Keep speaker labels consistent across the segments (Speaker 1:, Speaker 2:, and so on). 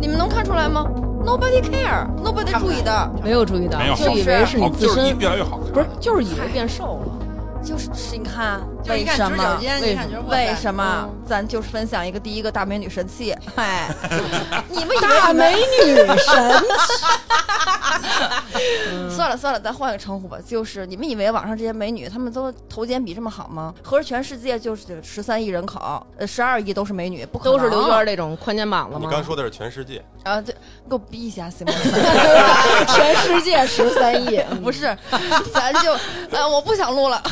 Speaker 1: 你们能看出来吗？Nobody care，Nobody 注意的，
Speaker 2: 没有注意到
Speaker 3: 没有，
Speaker 2: 啊就以为是你
Speaker 3: 好
Speaker 2: 自
Speaker 3: 就是
Speaker 2: 身，
Speaker 3: 越来越好看，
Speaker 2: 不是，就是以为变瘦了。
Speaker 1: 就是是你看，
Speaker 4: 就是
Speaker 1: 为
Speaker 4: 一看
Speaker 1: 什
Speaker 4: 直角
Speaker 1: 么？
Speaker 4: 间，
Speaker 2: 为
Speaker 4: 一看觉得
Speaker 1: 为什么？
Speaker 4: 嗯
Speaker 1: 咱就是分享一个第一个大美女神器，哎，你们以为
Speaker 2: 大
Speaker 1: 你们
Speaker 2: 美女神，
Speaker 1: 嗯算了算了，咱换个称呼吧。就是你们以为网上这些美女，她们都头肩比这么好吗？合着全世界就是呃十三亿人口，呃，十二亿都是美女，不可能
Speaker 2: 都是刘娟那种宽肩膀了
Speaker 5: 你
Speaker 2: 吗？
Speaker 5: 刚说的是全世界，
Speaker 1: 啊！对，给我逼一下行吗？
Speaker 2: 全世界十三亿，
Speaker 1: 不是，嗯 咱就呃，我不想录了。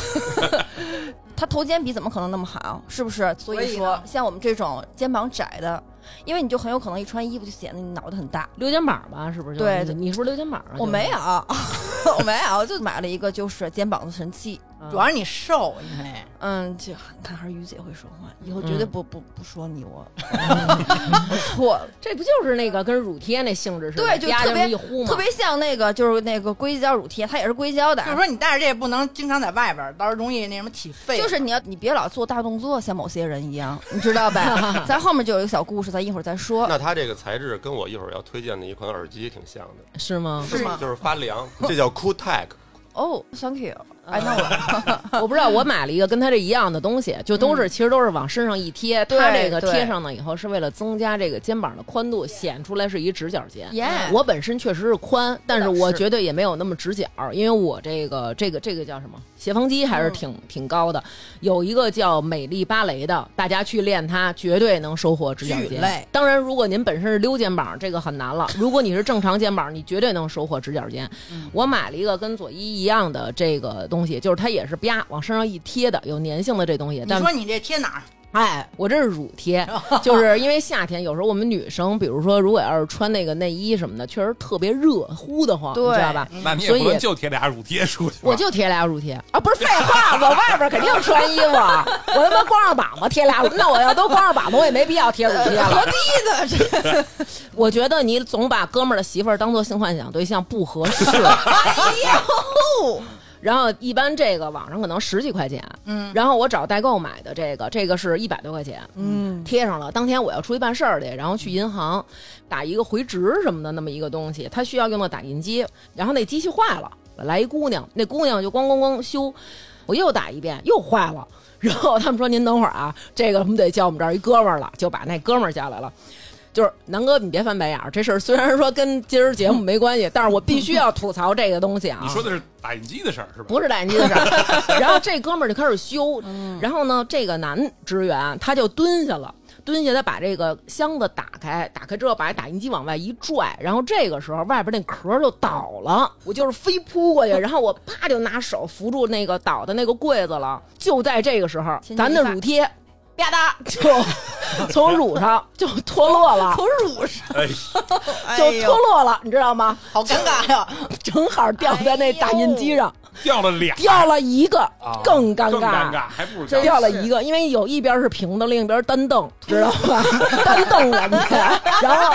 Speaker 1: 他头肩比怎么可能那么好？是不是？所以
Speaker 4: 所以
Speaker 1: 说
Speaker 4: 呢，
Speaker 1: 像我们这种肩膀窄的，因为你就很有可能一穿衣服就显得你脑袋很大。
Speaker 2: 溜肩膀吧，是不是就？
Speaker 1: 对
Speaker 2: 你你是不是溜肩膀啊？
Speaker 1: 我没有， 我没有，就买了一个就是肩膀的神器。
Speaker 2: 有
Speaker 4: 主要是你瘦，因为
Speaker 1: 嗯，这你看还是于姐会说话，以后绝
Speaker 2: 嗯
Speaker 1: 对不、不不说你 我，我错了。
Speaker 2: 这不就是那个跟乳贴那性质似的？
Speaker 1: 对就
Speaker 2: 啪
Speaker 1: 特别
Speaker 2: 这么一呼嘛，
Speaker 1: 特别像那个就是那个硅胶乳贴，它也是硅胶 的啊
Speaker 4: 就，是说你带着这也不能经常在外边儿，到时候容易那什么起痱。
Speaker 1: 就是你要你别老做大动作，像某些人一样，你知道 吧？咱后面就有一个小故事，咱一会儿再说。
Speaker 2: 哦
Speaker 5: 那它这个材质跟我一会儿要推荐的一款耳机挺像 的，
Speaker 2: 是吗？哦
Speaker 1: 是吗
Speaker 5: 就是发凉，这叫 Cool Tag，
Speaker 1: 哦、t h a n k you，哎，那我
Speaker 2: 我不知道，我买了一个跟它这一样的东西，就都是、其实都是往身上一贴，
Speaker 1: 对
Speaker 2: 它这个
Speaker 1: 对
Speaker 2: 贴上呢以后是为了增加这个肩膀的宽度，显出来是一直角肩。
Speaker 1: Yeah
Speaker 2: 我本身确实是宽，但是我
Speaker 1: 是
Speaker 2: 觉得也没有那么直角，因为我这个这个这个叫什么斜方肌还是挺、挺高的。有一个叫美丽芭蕾的，大家去练它，绝对能收获直角
Speaker 4: 巨
Speaker 2: 肩
Speaker 4: 累。
Speaker 2: 当然，如果您本身是溜肩膀，这个很难了。如果你是正常肩膀，你绝对能收获直角肩。我买了一个跟左一一样的这个东西，就是它也是啪往身上一贴的，有粘性的这东西。
Speaker 4: 你
Speaker 2: 但
Speaker 4: 说你这贴哪儿？
Speaker 2: 哎，我这是乳贴， 就是因为夏天有时候我们女生，比如说如果要是穿那个内衣什么的，确实特别热，呼的慌，你知道
Speaker 4: 嗯
Speaker 2: 吧？
Speaker 3: 那你也
Speaker 2: 所以
Speaker 3: 不能就贴俩乳贴出去吧，
Speaker 2: 我就贴俩乳贴啊，不是废话，我外边肯定穿衣服，我他妈光着膀子贴俩，那我要都光着膀子，我也没必要贴乳贴了。
Speaker 1: 第一的
Speaker 2: 我觉得你总把哥们儿的媳妇儿当做性幻想对象不合适。哎然后一般这个网上可能十几块钱，
Speaker 4: 嗯，
Speaker 2: 然后我找代购买的这个，这个是一百多块钱， 嗯，贴上了。当天我要出去办事儿去，然后去银行打一个回执什么的那么一个东西，它需要用到打印机，然后那机器坏了，我来一姑娘，那姑娘就咣咣咣修，我又打一遍又坏了。然后他们说：“您等会儿啊，这个我们得叫我们这儿一哥们儿了，就把那哥们儿叫来了。就是南哥，你别翻白眼儿，这事儿虽然说跟今儿节目没关系，但是我必须要吐槽这个东西啊。
Speaker 3: 你说的是打印机的事儿是吧？
Speaker 2: 不是打印机的事儿。 然后这哥们儿就开始修，
Speaker 4: 嗯
Speaker 2: 然后呢，这个男职员他就蹲下了。蹲下，他把这个箱子打开，打开之后把打印机往外一拽，然后这个时候外边那壳儿就倒了，我就是飞扑过去，然后我啪就拿手扶住那个倒的那个柜子了。就在这个时候
Speaker 1: 轻轻，
Speaker 2: 咱的
Speaker 1: 一发
Speaker 2: 乳贴吧嗒 就从乳上就脱落了，
Speaker 1: 乳是
Speaker 3: 哎，
Speaker 2: 就
Speaker 4: 哎呦
Speaker 2: 脱落了，你知道吗？
Speaker 4: 好尴尬呀！
Speaker 2: 正好掉在
Speaker 4: 哎
Speaker 2: 那打印机上，
Speaker 3: 掉了俩，
Speaker 2: 掉了一个
Speaker 3: 啊，
Speaker 2: 更尴
Speaker 3: 更
Speaker 2: 尬
Speaker 3: 尴。尬，还不如
Speaker 2: 这
Speaker 3: 掉
Speaker 2: 掉了一个，因为有一边是平的，另一边单凳，知道吧？ 单凳人家，然后。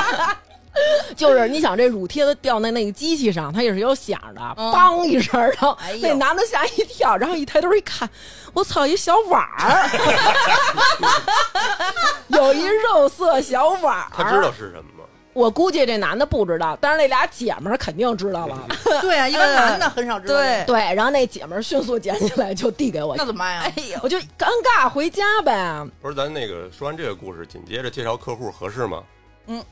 Speaker 2: 就是你想这乳贴子掉在那个机器上，它也是有响的，梆、一声，然后
Speaker 1: 哎呦
Speaker 2: 那男的吓一跳，然后一抬头一看，我操，一小碗儿，有一肉色小碗儿。
Speaker 5: 他知道是什么吗？
Speaker 2: 我估计这男的不知道，但是那俩姐们儿肯定知道了。
Speaker 4: 对啊，一般男的很少知道。
Speaker 1: 对，哎
Speaker 2: 对，然后那姐们儿迅速捡起来就递给我
Speaker 4: 那，怎么办呀？
Speaker 2: 我就尴尬回家呗。
Speaker 5: 不是，咱那个说完这个故事，紧接着介绍客户合适吗？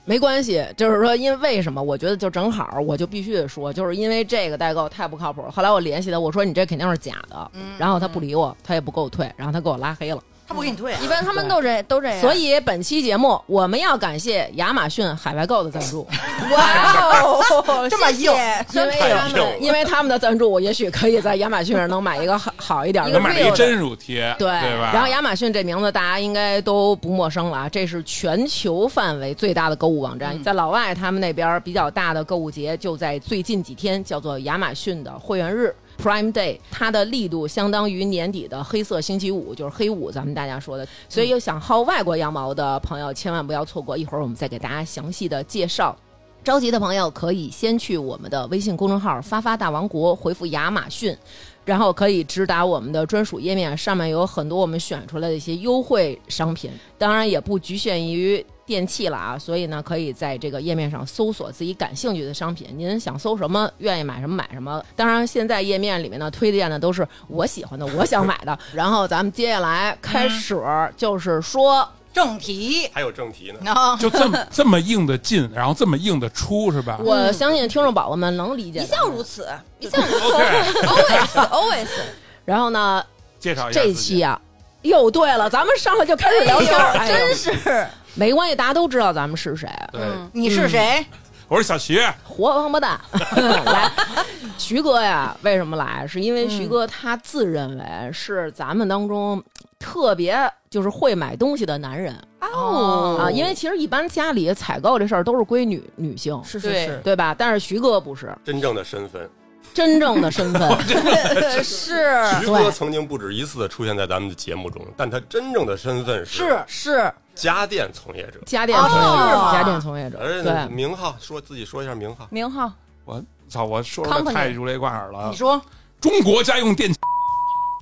Speaker 2: 没关系，就是说，因为为什么？我觉得就正好，我就必须得说，就是因为这个代购太不靠谱。后来我联系他，我说你这肯定是假的，
Speaker 1: 嗯
Speaker 2: 然后他不理我，他也不给我退，然后他给我拉黑了。
Speaker 4: 他不给你退啊，
Speaker 1: 一般他们都这都这样，
Speaker 2: 所以本期节目我们要感谢亚马逊海外购的赞助，
Speaker 1: 哇 哦，
Speaker 4: 这么
Speaker 1: 谢
Speaker 4: 硬
Speaker 1: 谢
Speaker 2: 因为
Speaker 5: 太
Speaker 2: 他
Speaker 5: 硬了
Speaker 2: 们因为他们的赞助，我也许可以在亚马逊上能买一个好好一点
Speaker 1: 一
Speaker 2: 的
Speaker 1: 个
Speaker 3: 我买了一真乳贴，
Speaker 2: 对，
Speaker 3: 吧？
Speaker 2: 然后亚马逊这名字大家应该都不陌生了啊，这是全球范围最大的购物网站，在老外他们那边比较大的购物节就在最近几天，叫做亚马逊的会员日。Prime Day，它的力度相当于年底的黑色星期五，就是黑五，咱们大家说的。所以有想薅外国羊毛的朋友，千万不要错过。一会儿我们再给大家详细的介绍。着急的朋友可以先去我们的微信公众号“发发大王国”回复“亚马逊”，然后可以直达我们的专属页面，上面有很多我们选出来的一些优惠商品，当然也不局限于。电器了啊，所以呢，可以在这个页面上搜索自己感兴趣的商品，您想搜什么，愿意买什么买什么。当然，现在页面里面呢推荐的都是我喜欢的，我想买的。然后咱们接下来开始就是说，
Speaker 4: 正题，
Speaker 5: 还有正题呢。
Speaker 4: 然后
Speaker 3: 就这么这么硬的进，然后这么硬的出，是吧？
Speaker 2: 我相信听众宝宝们能理解的。
Speaker 1: 一向如此，一向如
Speaker 3: OK，
Speaker 1: 此，always always。
Speaker 2: 然后呢，
Speaker 3: 介绍一下
Speaker 2: 这
Speaker 3: 自己
Speaker 2: 期啊，又对了，咱们上来就开始聊天儿，哎呦
Speaker 1: 真是
Speaker 2: 没关系，大家都知道咱们是谁，
Speaker 5: 对，
Speaker 4: 你是谁？
Speaker 3: 我是小徐，
Speaker 2: 活王八 蛋。来，徐哥呀，为什么来？是因为徐哥他自认为是咱们当中特别就是会买东西的男人、
Speaker 1: 哦
Speaker 2: 啊，因为其实一般家里采购这事儿都是归女女性。
Speaker 1: 是
Speaker 4: 对
Speaker 1: 是
Speaker 2: 对吧？但是徐哥不是
Speaker 5: 真正的身份，
Speaker 2: 真正的身 份，
Speaker 1: 是是
Speaker 5: 徐
Speaker 2: 啊对
Speaker 5: 哥曾经不止一次的出现在咱们的节目中，但他真正的身份
Speaker 4: 是
Speaker 1: 是，
Speaker 5: 家电从业者。
Speaker 2: 家电从业者，
Speaker 1: 哦是吗
Speaker 2: 家电从业者，
Speaker 3: 哎
Speaker 5: 而
Speaker 2: 对
Speaker 5: 且，名号说自己说一下名号，
Speaker 1: 明浩
Speaker 3: 我操，我说的
Speaker 1: Company
Speaker 3: 太如雷贯耳了
Speaker 4: 你。说，
Speaker 3: 中国家用 电器，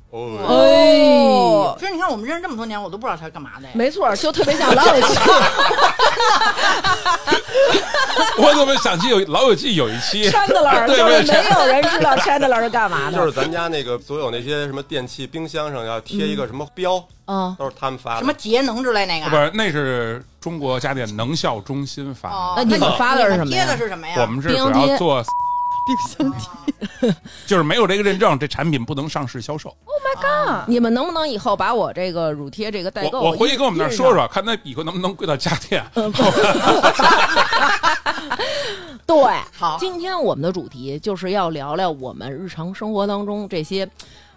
Speaker 5: 哦，
Speaker 2: 哎，
Speaker 4: 其实你看我们认识这么多年，我都不知道他是干嘛的呀。
Speaker 2: 没错，就特别 像老友记。
Speaker 3: 我怎么想起有老友记有一期
Speaker 2: Chandler，
Speaker 3: 对
Speaker 2: 就是
Speaker 3: 对对
Speaker 2: 没有人知道 Chandler 是干嘛的。
Speaker 5: 就是咱家那个所有那些什么电器、冰箱上要贴一个什么标，
Speaker 2: 嗯，
Speaker 5: 都是他们发
Speaker 4: 什么
Speaker 5: 的。
Speaker 4: 节能之类那
Speaker 3: 不
Speaker 4: 个。啊
Speaker 3: 是，那是中国家电能效中心法。
Speaker 4: 哦，
Speaker 2: 那你们发的是什么呀
Speaker 4: 贴的是什哎么呀？
Speaker 3: 我们是
Speaker 2: 冰
Speaker 3: 主
Speaker 2: 箱
Speaker 3: 要
Speaker 2: 贴
Speaker 3: 做冰箱贴， 就是没有这个认证，这产品不能上市销售。
Speaker 1: 啊，
Speaker 2: 你们能不能以后把我这个乳贴这个代购
Speaker 3: 我我回去跟我们那儿说
Speaker 2: 印上？
Speaker 3: 说，看他以后能不能归到家电。
Speaker 2: 对，
Speaker 4: 好
Speaker 2: 今天我们的主题就是要聊聊我们日常生活当中这些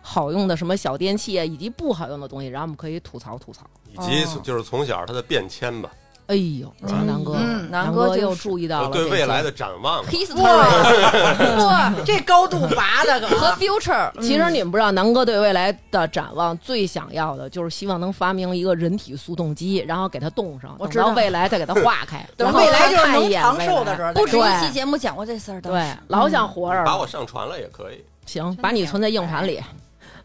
Speaker 2: 好用的什么小电器啊，以及不好用的东西，然后我们可以吐槽吐槽。
Speaker 5: 以及
Speaker 1: 哦
Speaker 5: 就是从小他的变迁吧，
Speaker 2: 哎呦，瞧南哥，
Speaker 4: 嗯
Speaker 2: 南
Speaker 1: 南哥
Speaker 2: 哥
Speaker 1: 就是
Speaker 2: 又注意到
Speaker 5: 我
Speaker 2: 了
Speaker 5: 对
Speaker 2: 这
Speaker 5: 未
Speaker 2: 些
Speaker 5: 来的展望。
Speaker 1: history 哇
Speaker 4: 这高度拔的
Speaker 1: 和
Speaker 4: 可
Speaker 1: future，嗯
Speaker 2: 其实你们不知道，南哥对未来的展望最想要的就是希望能发明一个人体速冻机，然后给它冻上，
Speaker 1: 我
Speaker 2: 等
Speaker 1: 知道
Speaker 2: 到未来再给它化开，
Speaker 4: 等
Speaker 2: 然后
Speaker 4: 未来就是
Speaker 2: 看一
Speaker 4: 能
Speaker 2: 眼
Speaker 4: 长
Speaker 2: 未
Speaker 4: 寿
Speaker 2: 来
Speaker 4: 的时候再
Speaker 1: 不止
Speaker 4: 说。
Speaker 1: 一期节目讲过这事儿的，
Speaker 2: 对，老想活着
Speaker 5: 把
Speaker 2: 了。
Speaker 5: 我上传了也可以，
Speaker 2: 行，把你存在硬盘
Speaker 1: 哎
Speaker 2: 里。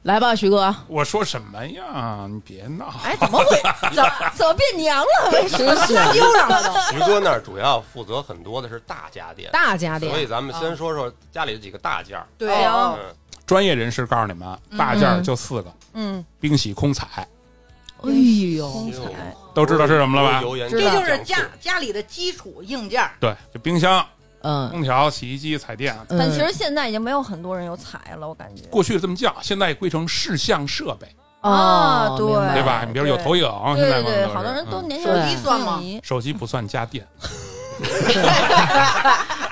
Speaker 2: 来吧，徐哥，
Speaker 3: 我说什么呀？你别闹。
Speaker 1: 哎，怎么会？怎么怎么变娘了？为什么？
Speaker 4: 他丢上了都。
Speaker 5: 徐哥那儿主要负责很多的是大家电，
Speaker 2: 大家
Speaker 5: 所以
Speaker 2: 电
Speaker 5: 咱们先说说家里的几个大件儿。
Speaker 4: 对
Speaker 1: 哦
Speaker 5: 嗯，
Speaker 3: 专业人士告诉你们，大件儿就四个：
Speaker 1: 嗯，
Speaker 3: 冰洗、空采，
Speaker 2: 哎呦，
Speaker 1: 空采
Speaker 3: 都知道是什么了吧？
Speaker 5: 油盐
Speaker 2: 知
Speaker 4: 这
Speaker 2: 道
Speaker 4: 就是家家里的基础硬件儿。
Speaker 3: 对，就冰箱、
Speaker 2: 嗯，
Speaker 3: 空调、洗衣机、彩电。
Speaker 2: 嗯
Speaker 1: 但其实现在已经没有很多人有彩了，我感觉。
Speaker 3: 过去这么叫，现在归成视像设备，
Speaker 2: 哦
Speaker 1: 啊，对
Speaker 2: 明白
Speaker 3: 对吧？你比如有投影，现
Speaker 1: 对
Speaker 3: 在
Speaker 1: 对
Speaker 3: 可
Speaker 1: 对，
Speaker 3: 能
Speaker 1: 好多人都
Speaker 3: 嗯
Speaker 1: 年轻
Speaker 2: 手
Speaker 1: 人
Speaker 2: 机
Speaker 1: 都
Speaker 4: 算吗
Speaker 1: 迷
Speaker 3: 手机不算家电，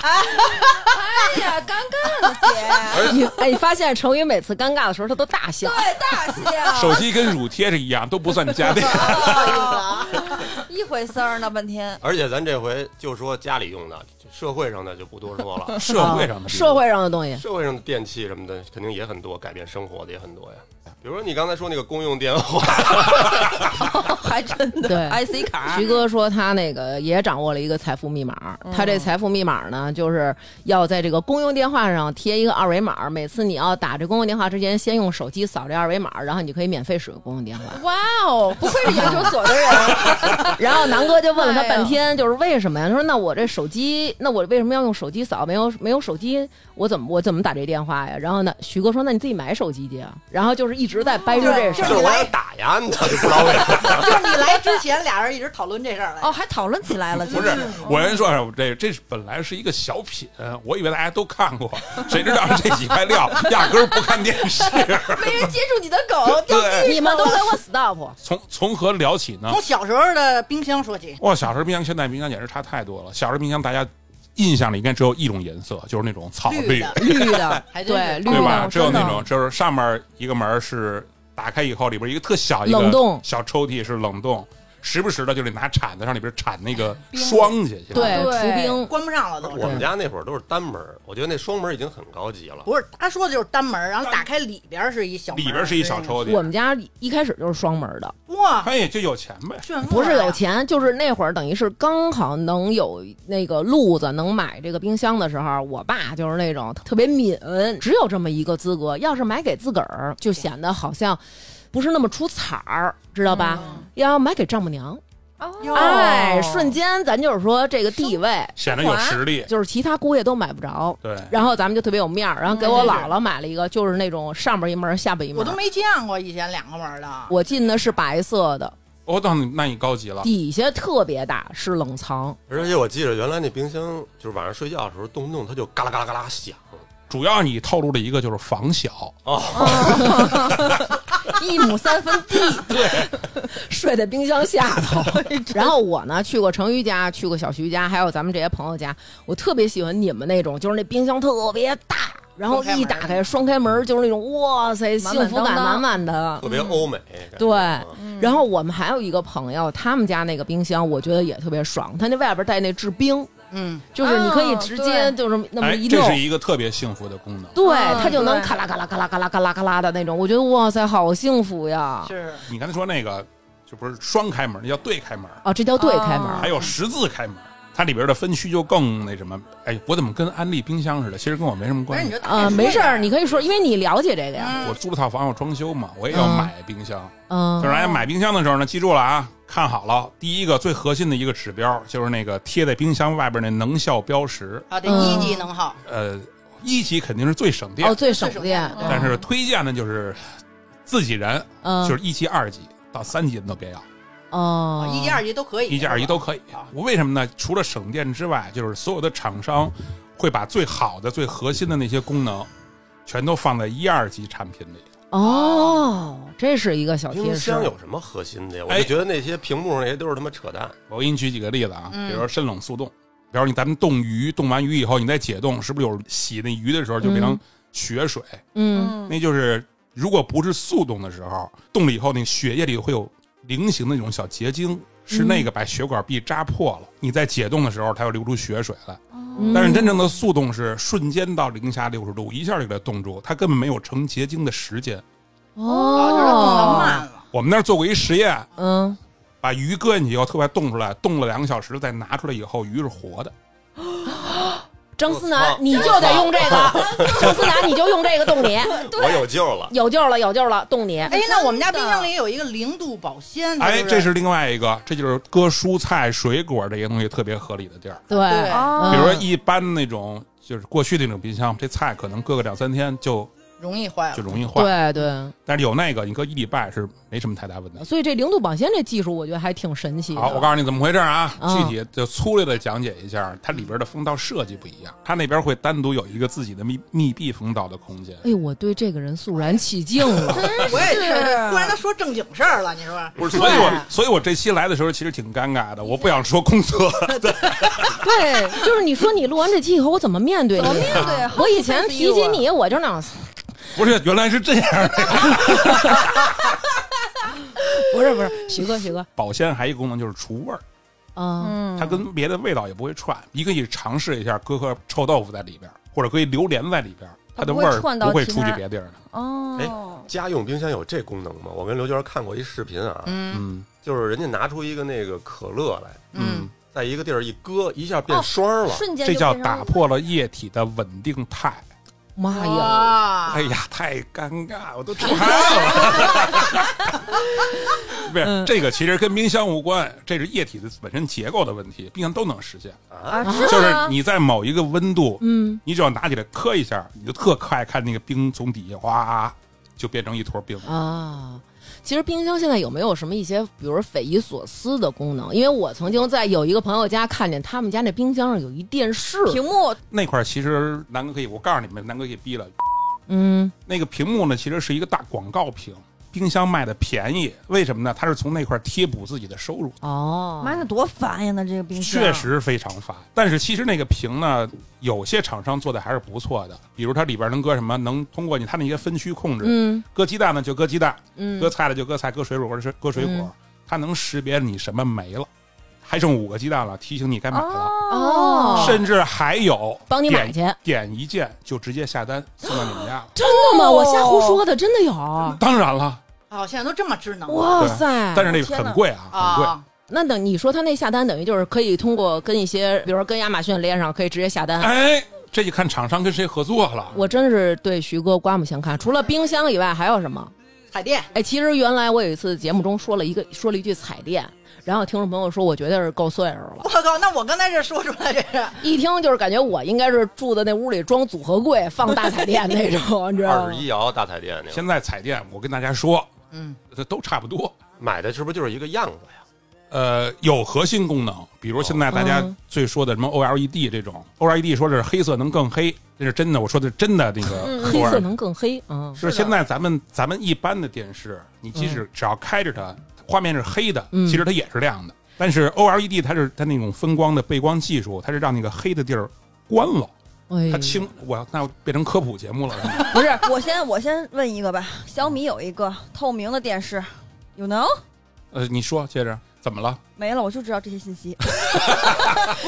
Speaker 1: 哎呀，尴尬了，姐，
Speaker 2: 你哎，你发现成宇每次尴尬的时候，他都大笑。
Speaker 1: 对大 笑，
Speaker 3: 手机跟乳贴是一样，都不算家 电。。
Speaker 1: 啊哦一回丝儿呢，半天。
Speaker 5: 而且咱这回就说家里用的，社会上的就不多说了
Speaker 3: 社会上的
Speaker 2: 啊社会上的东西，
Speaker 5: 社会上的电器什么的肯定也很多，改变生活的也很多呀。比如说你刚才说那个公用电话，
Speaker 1: 还真的
Speaker 2: 对
Speaker 1: IC 卡
Speaker 2: 徐哥说他那个也掌握了一个财富密码，
Speaker 1: 嗯
Speaker 2: 他这财富密码呢，就是要在这个公用电话上贴一个二维码，每次你要打这公用电话之前，先用手机扫这二维码，然后你就可以免费使用公用电话。
Speaker 1: 哇哦，不愧是研究所的 人，
Speaker 2: 然后南哥就问了他半天，就是为什么呀？他说：“那我这手机，那我为什么要用手机扫？没有没有手机，我怎么我怎么打这电话呀？”然后呢，徐哥说：“那你自己买手机去啊。”然后就是一直在掰扯这事
Speaker 5: 就
Speaker 2: 儿。
Speaker 5: 是我想打压你，就不知道为什么。
Speaker 4: 就是你来之前，俩人一直讨论这事 儿来着
Speaker 2: 啊
Speaker 1: 哦，。还讨论起来了，
Speaker 3: 不是，我跟你说，我这这是本来是一个小品，我以为大家都看过，谁知道这几块料压根儿不看电视。
Speaker 1: 没人接住你的狗，掉地
Speaker 3: 对，
Speaker 2: 你们都给我 stop！
Speaker 3: 从从何聊起呢？
Speaker 4: 从小时候的冰箱说起，
Speaker 3: 哇，小时候冰箱现在冰箱简直差太多了。小时候冰箱大家印象里应该只有一种颜色，就是那种草
Speaker 4: 绿
Speaker 3: 绿，
Speaker 4: 的
Speaker 2: 绿的，
Speaker 4: 还真
Speaker 2: 对
Speaker 4: 是
Speaker 2: 绿
Speaker 3: 对吧？
Speaker 2: 的，
Speaker 3: 只有
Speaker 2: 真
Speaker 3: 那
Speaker 2: 的
Speaker 3: 种，就是上面一个门是打开以后，里边一个特小一
Speaker 2: 冷
Speaker 3: 个
Speaker 2: 冻。
Speaker 3: 小抽屉是冷冻，时不时的就得拿铲子上里边铲那个霜去。现在
Speaker 2: 对，
Speaker 1: 对
Speaker 2: 除冰。
Speaker 4: 关不上了都
Speaker 5: 我
Speaker 4: 是。
Speaker 5: 们家那会儿都是单门儿，我觉得那双门儿已经很高级了。
Speaker 4: 不是，他说的就是单门儿，然后打开里边儿是一小门儿，
Speaker 3: 里边是一小抽
Speaker 2: 我
Speaker 3: 屉。
Speaker 2: 们家一开始就是双门的，
Speaker 4: 哇，
Speaker 3: 哎，就有钱呗。
Speaker 4: 炫富啊
Speaker 2: 不是有钱，就是那会儿等于是刚好能有那个路子能买这个冰箱的时候，我爸就是那种特别敏，只有这么一个资格。要是买给自个儿，
Speaker 4: 嗯
Speaker 2: 就显得好像不是那么出彩儿，知道吧？要买给丈母娘，
Speaker 1: 啊
Speaker 4: 哟
Speaker 2: 哎，瞬间咱就是说这个地位
Speaker 3: 显得有实力。
Speaker 2: 就是其他姑爷都买不着。
Speaker 3: 对，
Speaker 2: 然后咱们就特别有面儿，然后给我
Speaker 4: 嗯
Speaker 2: 姥姥买了一个，就是那种上边一门儿下边一门
Speaker 4: 我
Speaker 2: 儿
Speaker 4: 都。没见过以前两个门的。
Speaker 2: 我进的是白色的，
Speaker 3: 我操，哦你那你高级了。
Speaker 2: 底下特别大，是冷藏。
Speaker 5: 而且我记得原来那冰箱，就是晚上睡觉的时候，动不动它就嘎啦嘎啦嘎啦响。
Speaker 3: 主要你透露的一个就是房小，
Speaker 5: 哦
Speaker 1: 一亩三分地，
Speaker 2: 睡在冰箱下头。 然后我呢，去过成瑜家，去过小徐家，还有咱们这些朋友家，我特别喜欢你们那种，就是那冰箱特别大，然后一打开双开门就是那种哇塞，
Speaker 1: 满
Speaker 2: 幸
Speaker 1: 满
Speaker 2: 福感
Speaker 1: 当当
Speaker 2: 满满的。
Speaker 5: 特别欧美。感觉
Speaker 2: 对
Speaker 5: 嗯
Speaker 2: 然后我们还有一个朋友，他们家那个冰箱我觉得也特别爽，他那外边带那制冰，
Speaker 4: 嗯，
Speaker 2: 就是你可以
Speaker 1: 哦
Speaker 2: 直接就是那么
Speaker 3: 哎
Speaker 2: 一，
Speaker 3: 这
Speaker 2: 弄。
Speaker 3: 是一个特别幸福的功能。
Speaker 2: 对，
Speaker 1: 嗯
Speaker 2: 它就能
Speaker 1: 对
Speaker 2: 咔啦咔啦咔啦咔啦咔啦咔啦的那种，我觉得哇塞，好幸福呀！
Speaker 4: 是
Speaker 3: 你刚才说那个就不是双开门，那叫对开门，
Speaker 2: 啊，这叫对开门，
Speaker 1: 哦
Speaker 3: 还有十字开门，它里边的分区就更那什么。哎，我怎么跟安利冰箱似的？其实跟我没什么
Speaker 4: 不是
Speaker 3: 关
Speaker 4: 哎你
Speaker 3: 系。
Speaker 4: 就打开
Speaker 2: 啊，
Speaker 4: 睡
Speaker 2: 没事儿，
Speaker 4: 呗
Speaker 2: 你可以说，因为你了解这个呀，
Speaker 3: 我
Speaker 4: 嗯，
Speaker 3: 租了套房，我装修嘛，我也要
Speaker 2: 嗯
Speaker 3: 买冰箱。
Speaker 2: 嗯，
Speaker 3: 就是哎，买冰箱的时候呢，记住了啊，看好了，第一个最核心的一个指标就是那个贴在冰箱外边那能效标识。
Speaker 4: 啊，得一
Speaker 2: 嗯
Speaker 4: 级能耗，
Speaker 3: 呃，一级肯定是最省电，
Speaker 2: 哦，最省
Speaker 4: 最省
Speaker 2: 电
Speaker 4: 电，
Speaker 2: 嗯
Speaker 3: 但是推荐的就是自己人，
Speaker 2: 嗯，
Speaker 3: 就是一级、二级到三级的都别要，
Speaker 2: 哦，
Speaker 4: 一级二级都可以，
Speaker 3: 一级、二级都可以
Speaker 4: 啊。
Speaker 3: 我为什么呢？除了省电之外，就是所有的厂商会把最好的、最核心的那些功能，全都放在一二级产品里。
Speaker 2: 哦，这是一个小贴
Speaker 5: 冰
Speaker 2: 士
Speaker 5: 箱，有什么核心的呀？我
Speaker 3: 哎
Speaker 5: 就觉得那些屏幕上那些都是他妈扯淡。
Speaker 3: 我给你举几个例子啊，
Speaker 4: 嗯
Speaker 3: 比如说深冷速冻，比如说你咱们冻鱼，冻完鱼以后你再解冻，是不是有洗那鱼的时候就变成
Speaker 2: 嗯
Speaker 3: 血水？
Speaker 2: 嗯，
Speaker 1: 嗯，
Speaker 3: 那就是如果不是速冻的时候，冻了以后那个血液里会有菱形的那种小结晶。是
Speaker 2: 嗯
Speaker 3: 那个把血管壁扎破了，你在解冻的时候它又流出血水来。
Speaker 2: 嗯
Speaker 3: 但是真正的速冻是瞬间到零下六十度，一下就给它冻住，它根本没有成结晶的时间。
Speaker 4: 哦，就是动得慢
Speaker 2: 哦，
Speaker 4: 了，
Speaker 3: 我们那儿做过一实验，
Speaker 2: 嗯，
Speaker 3: 把鱼搁进去以后特快冻出来，冻了两个小时再拿出来以后，鱼是活的。
Speaker 2: 张思楠
Speaker 3: 哦
Speaker 5: 我，操
Speaker 2: 你就得用这 个，张思楠，你就用这个冻你，
Speaker 5: 我有救了。
Speaker 2: 有救了，有救了，冻你，
Speaker 4: 哎，那我们家冰箱里有一个零度保
Speaker 2: 嗯
Speaker 4: 鲜，它
Speaker 3: 哎，
Speaker 4: 就
Speaker 3: 这是另外一个，这就是搁蔬菜、水果这些东西特别合理的地儿。
Speaker 2: 对，
Speaker 4: 对
Speaker 1: 哦
Speaker 2: 嗯
Speaker 3: 比如说一般那种就是过去那种冰箱，这菜可能搁个两三天就
Speaker 4: 容易坏
Speaker 3: 就
Speaker 4: 了，
Speaker 3: 容易坏，
Speaker 2: 对对，
Speaker 3: 但是有那个你搁一礼拜是没什么太大问题。
Speaker 2: 所以这零度保鲜这技术，我觉得还挺神奇的。
Speaker 3: 好，我告诉你怎么回事啊，具
Speaker 2: 嗯
Speaker 3: 体就粗略的讲解一下，它里边的风道设计不一样，它那边会单独有一个自己的密密闭风道的空间。
Speaker 1: 嗯
Speaker 2: 哎呦，我对这个人肃然起敬了。
Speaker 4: 我也是，突然他说正经事儿了，你说
Speaker 3: 不是，所以我所以我这期来的时候其实挺尴尬的，我不想说工作，
Speaker 1: 嗯
Speaker 2: 对，就是你说你录完这期以后，我怎么面对你？
Speaker 1: 怎么面对好
Speaker 2: 我以前提起 你，我就那种，
Speaker 3: 不是原来是这样的。
Speaker 2: 不是不是，徐哥徐哥，
Speaker 3: 保鲜还有一个功能就是除味儿，
Speaker 2: 嗯，
Speaker 1: 嗯，
Speaker 3: 它跟别的味道也不会串。你可以尝试一下，搁个臭豆腐在里边儿，或者搁一榴莲在里边儿，它的味儿
Speaker 1: 它不会串到
Speaker 3: 不会
Speaker 1: 其
Speaker 3: 出去
Speaker 1: 他
Speaker 3: 别地儿的。哎
Speaker 1: 哦，
Speaker 5: 家用冰箱有这功能吗？我跟刘娟看过一视频啊，
Speaker 4: 嗯
Speaker 3: 嗯
Speaker 5: 就是人家拿出一个那个可乐来，
Speaker 4: 嗯，
Speaker 5: 在一个地儿一搁，一下变霜了。
Speaker 1: 瞬间
Speaker 3: 这
Speaker 1: 就
Speaker 3: 叫
Speaker 1: 变成
Speaker 3: 打破了液体的稳定态。
Speaker 2: 妈呀！
Speaker 1: 啊
Speaker 4: 哇
Speaker 3: 哎呀，太尴尬，我都出汗了。 不是，
Speaker 2: 嗯
Speaker 3: 这个其实跟冰箱无关，这是液体的本身结构的问题，冰箱都能实现。
Speaker 1: 啊，
Speaker 3: 就
Speaker 1: 就是
Speaker 3: 你在某一个温度，
Speaker 2: 嗯，
Speaker 3: 你只要拿起来磕一下，你就特快看那个冰从底下哗就变成一坨冰。
Speaker 2: 啊。其实冰箱现在有没有什么一些，比如说匪夷所思的功能？因为我曾经在有一个朋友家看见他们家那冰箱上有一电视，
Speaker 1: 屏幕
Speaker 2: 哦
Speaker 3: 那块儿其实南哥可以，我告诉你们，南哥可以逼了。
Speaker 2: 嗯，
Speaker 3: 那个屏幕呢，其实是一个大广告屏。冰箱卖的便宜，为什么呢？它是从那块儿贴补自己的收入，
Speaker 2: 哦，
Speaker 1: 妈，那多烦呀！那这个冰箱
Speaker 2: 啊
Speaker 3: 确，实非常烦。但是其实那个屏呢，有些厂商做的还是不错的，比如它里边能搁什么，能通过你它那些分区控制，
Speaker 2: 嗯
Speaker 3: 搁鸡蛋呢就搁鸡蛋，
Speaker 2: 嗯
Speaker 3: 搁，菜的就搁菜，搁水果就搁水果，
Speaker 2: 嗯
Speaker 3: 它能识别你什么没了，还剩五个鸡蛋了，提醒你该买了，
Speaker 2: 哦
Speaker 3: 甚至还有
Speaker 2: 帮你买去，嗯
Speaker 3: 点一键就直接下单送到你们家了。
Speaker 2: 真的吗？
Speaker 1: 哦
Speaker 2: 我瞎胡说的，真的有。
Speaker 3: 当然了，
Speaker 4: 哦，现在都这么智能了
Speaker 2: 哇塞！
Speaker 3: 但是那个
Speaker 1: 天哪
Speaker 3: 很贵啊，很贵。
Speaker 4: 啊，
Speaker 2: 那等你说他那下单，等于就是可以通过跟一些，比如说跟亚马逊连上，可以直接下单。
Speaker 3: 哎，这就
Speaker 2: 嗯
Speaker 3: 看厂商跟谁合作了。
Speaker 2: 我真是对徐哥刮目相看。除了冰箱以外，还有什么？
Speaker 4: 彩电，
Speaker 2: 哎，其实原来我有一次节目中说了一个说了一句彩电，然后听众朋友说我觉得是够岁数 了，
Speaker 4: 我靠，那我刚才这说出来这是
Speaker 2: 一听就是感觉我应该是住的那屋里装组合柜放大彩电那种，你知道
Speaker 5: 二
Speaker 2: 吗
Speaker 5: 十？一摇大彩电那个，
Speaker 3: 现在彩电，我跟大家说，
Speaker 4: 嗯，
Speaker 3: 这都差不多。
Speaker 5: 买的是不是就是一个样子呀？
Speaker 3: 呃，有核心功能，比如现在大家
Speaker 2: 嗯
Speaker 3: 最说的什么 OLED 这种，OLED 说是黑色能更黑，这是真的，我说的是真的那个
Speaker 1: 嗯
Speaker 2: 黑色
Speaker 3: OLED
Speaker 2: 能更黑，嗯，
Speaker 3: 就是现在咱们咱们一般的电视，你即使只要开着它，画面是黑的，
Speaker 2: 嗯
Speaker 3: 其实它也是亮的。但是 OLED 它是它那种分光的背光技术，它是让那个黑的地儿关了，
Speaker 2: 哎
Speaker 3: 它清。我那我变成科普节目了，是吗
Speaker 1: 不是，我先我先问一个吧，小米有一个透明的电视，you know。
Speaker 3: 呃，你说接着怎么了？
Speaker 1: 没了，我就知道这些信息。
Speaker 4: 不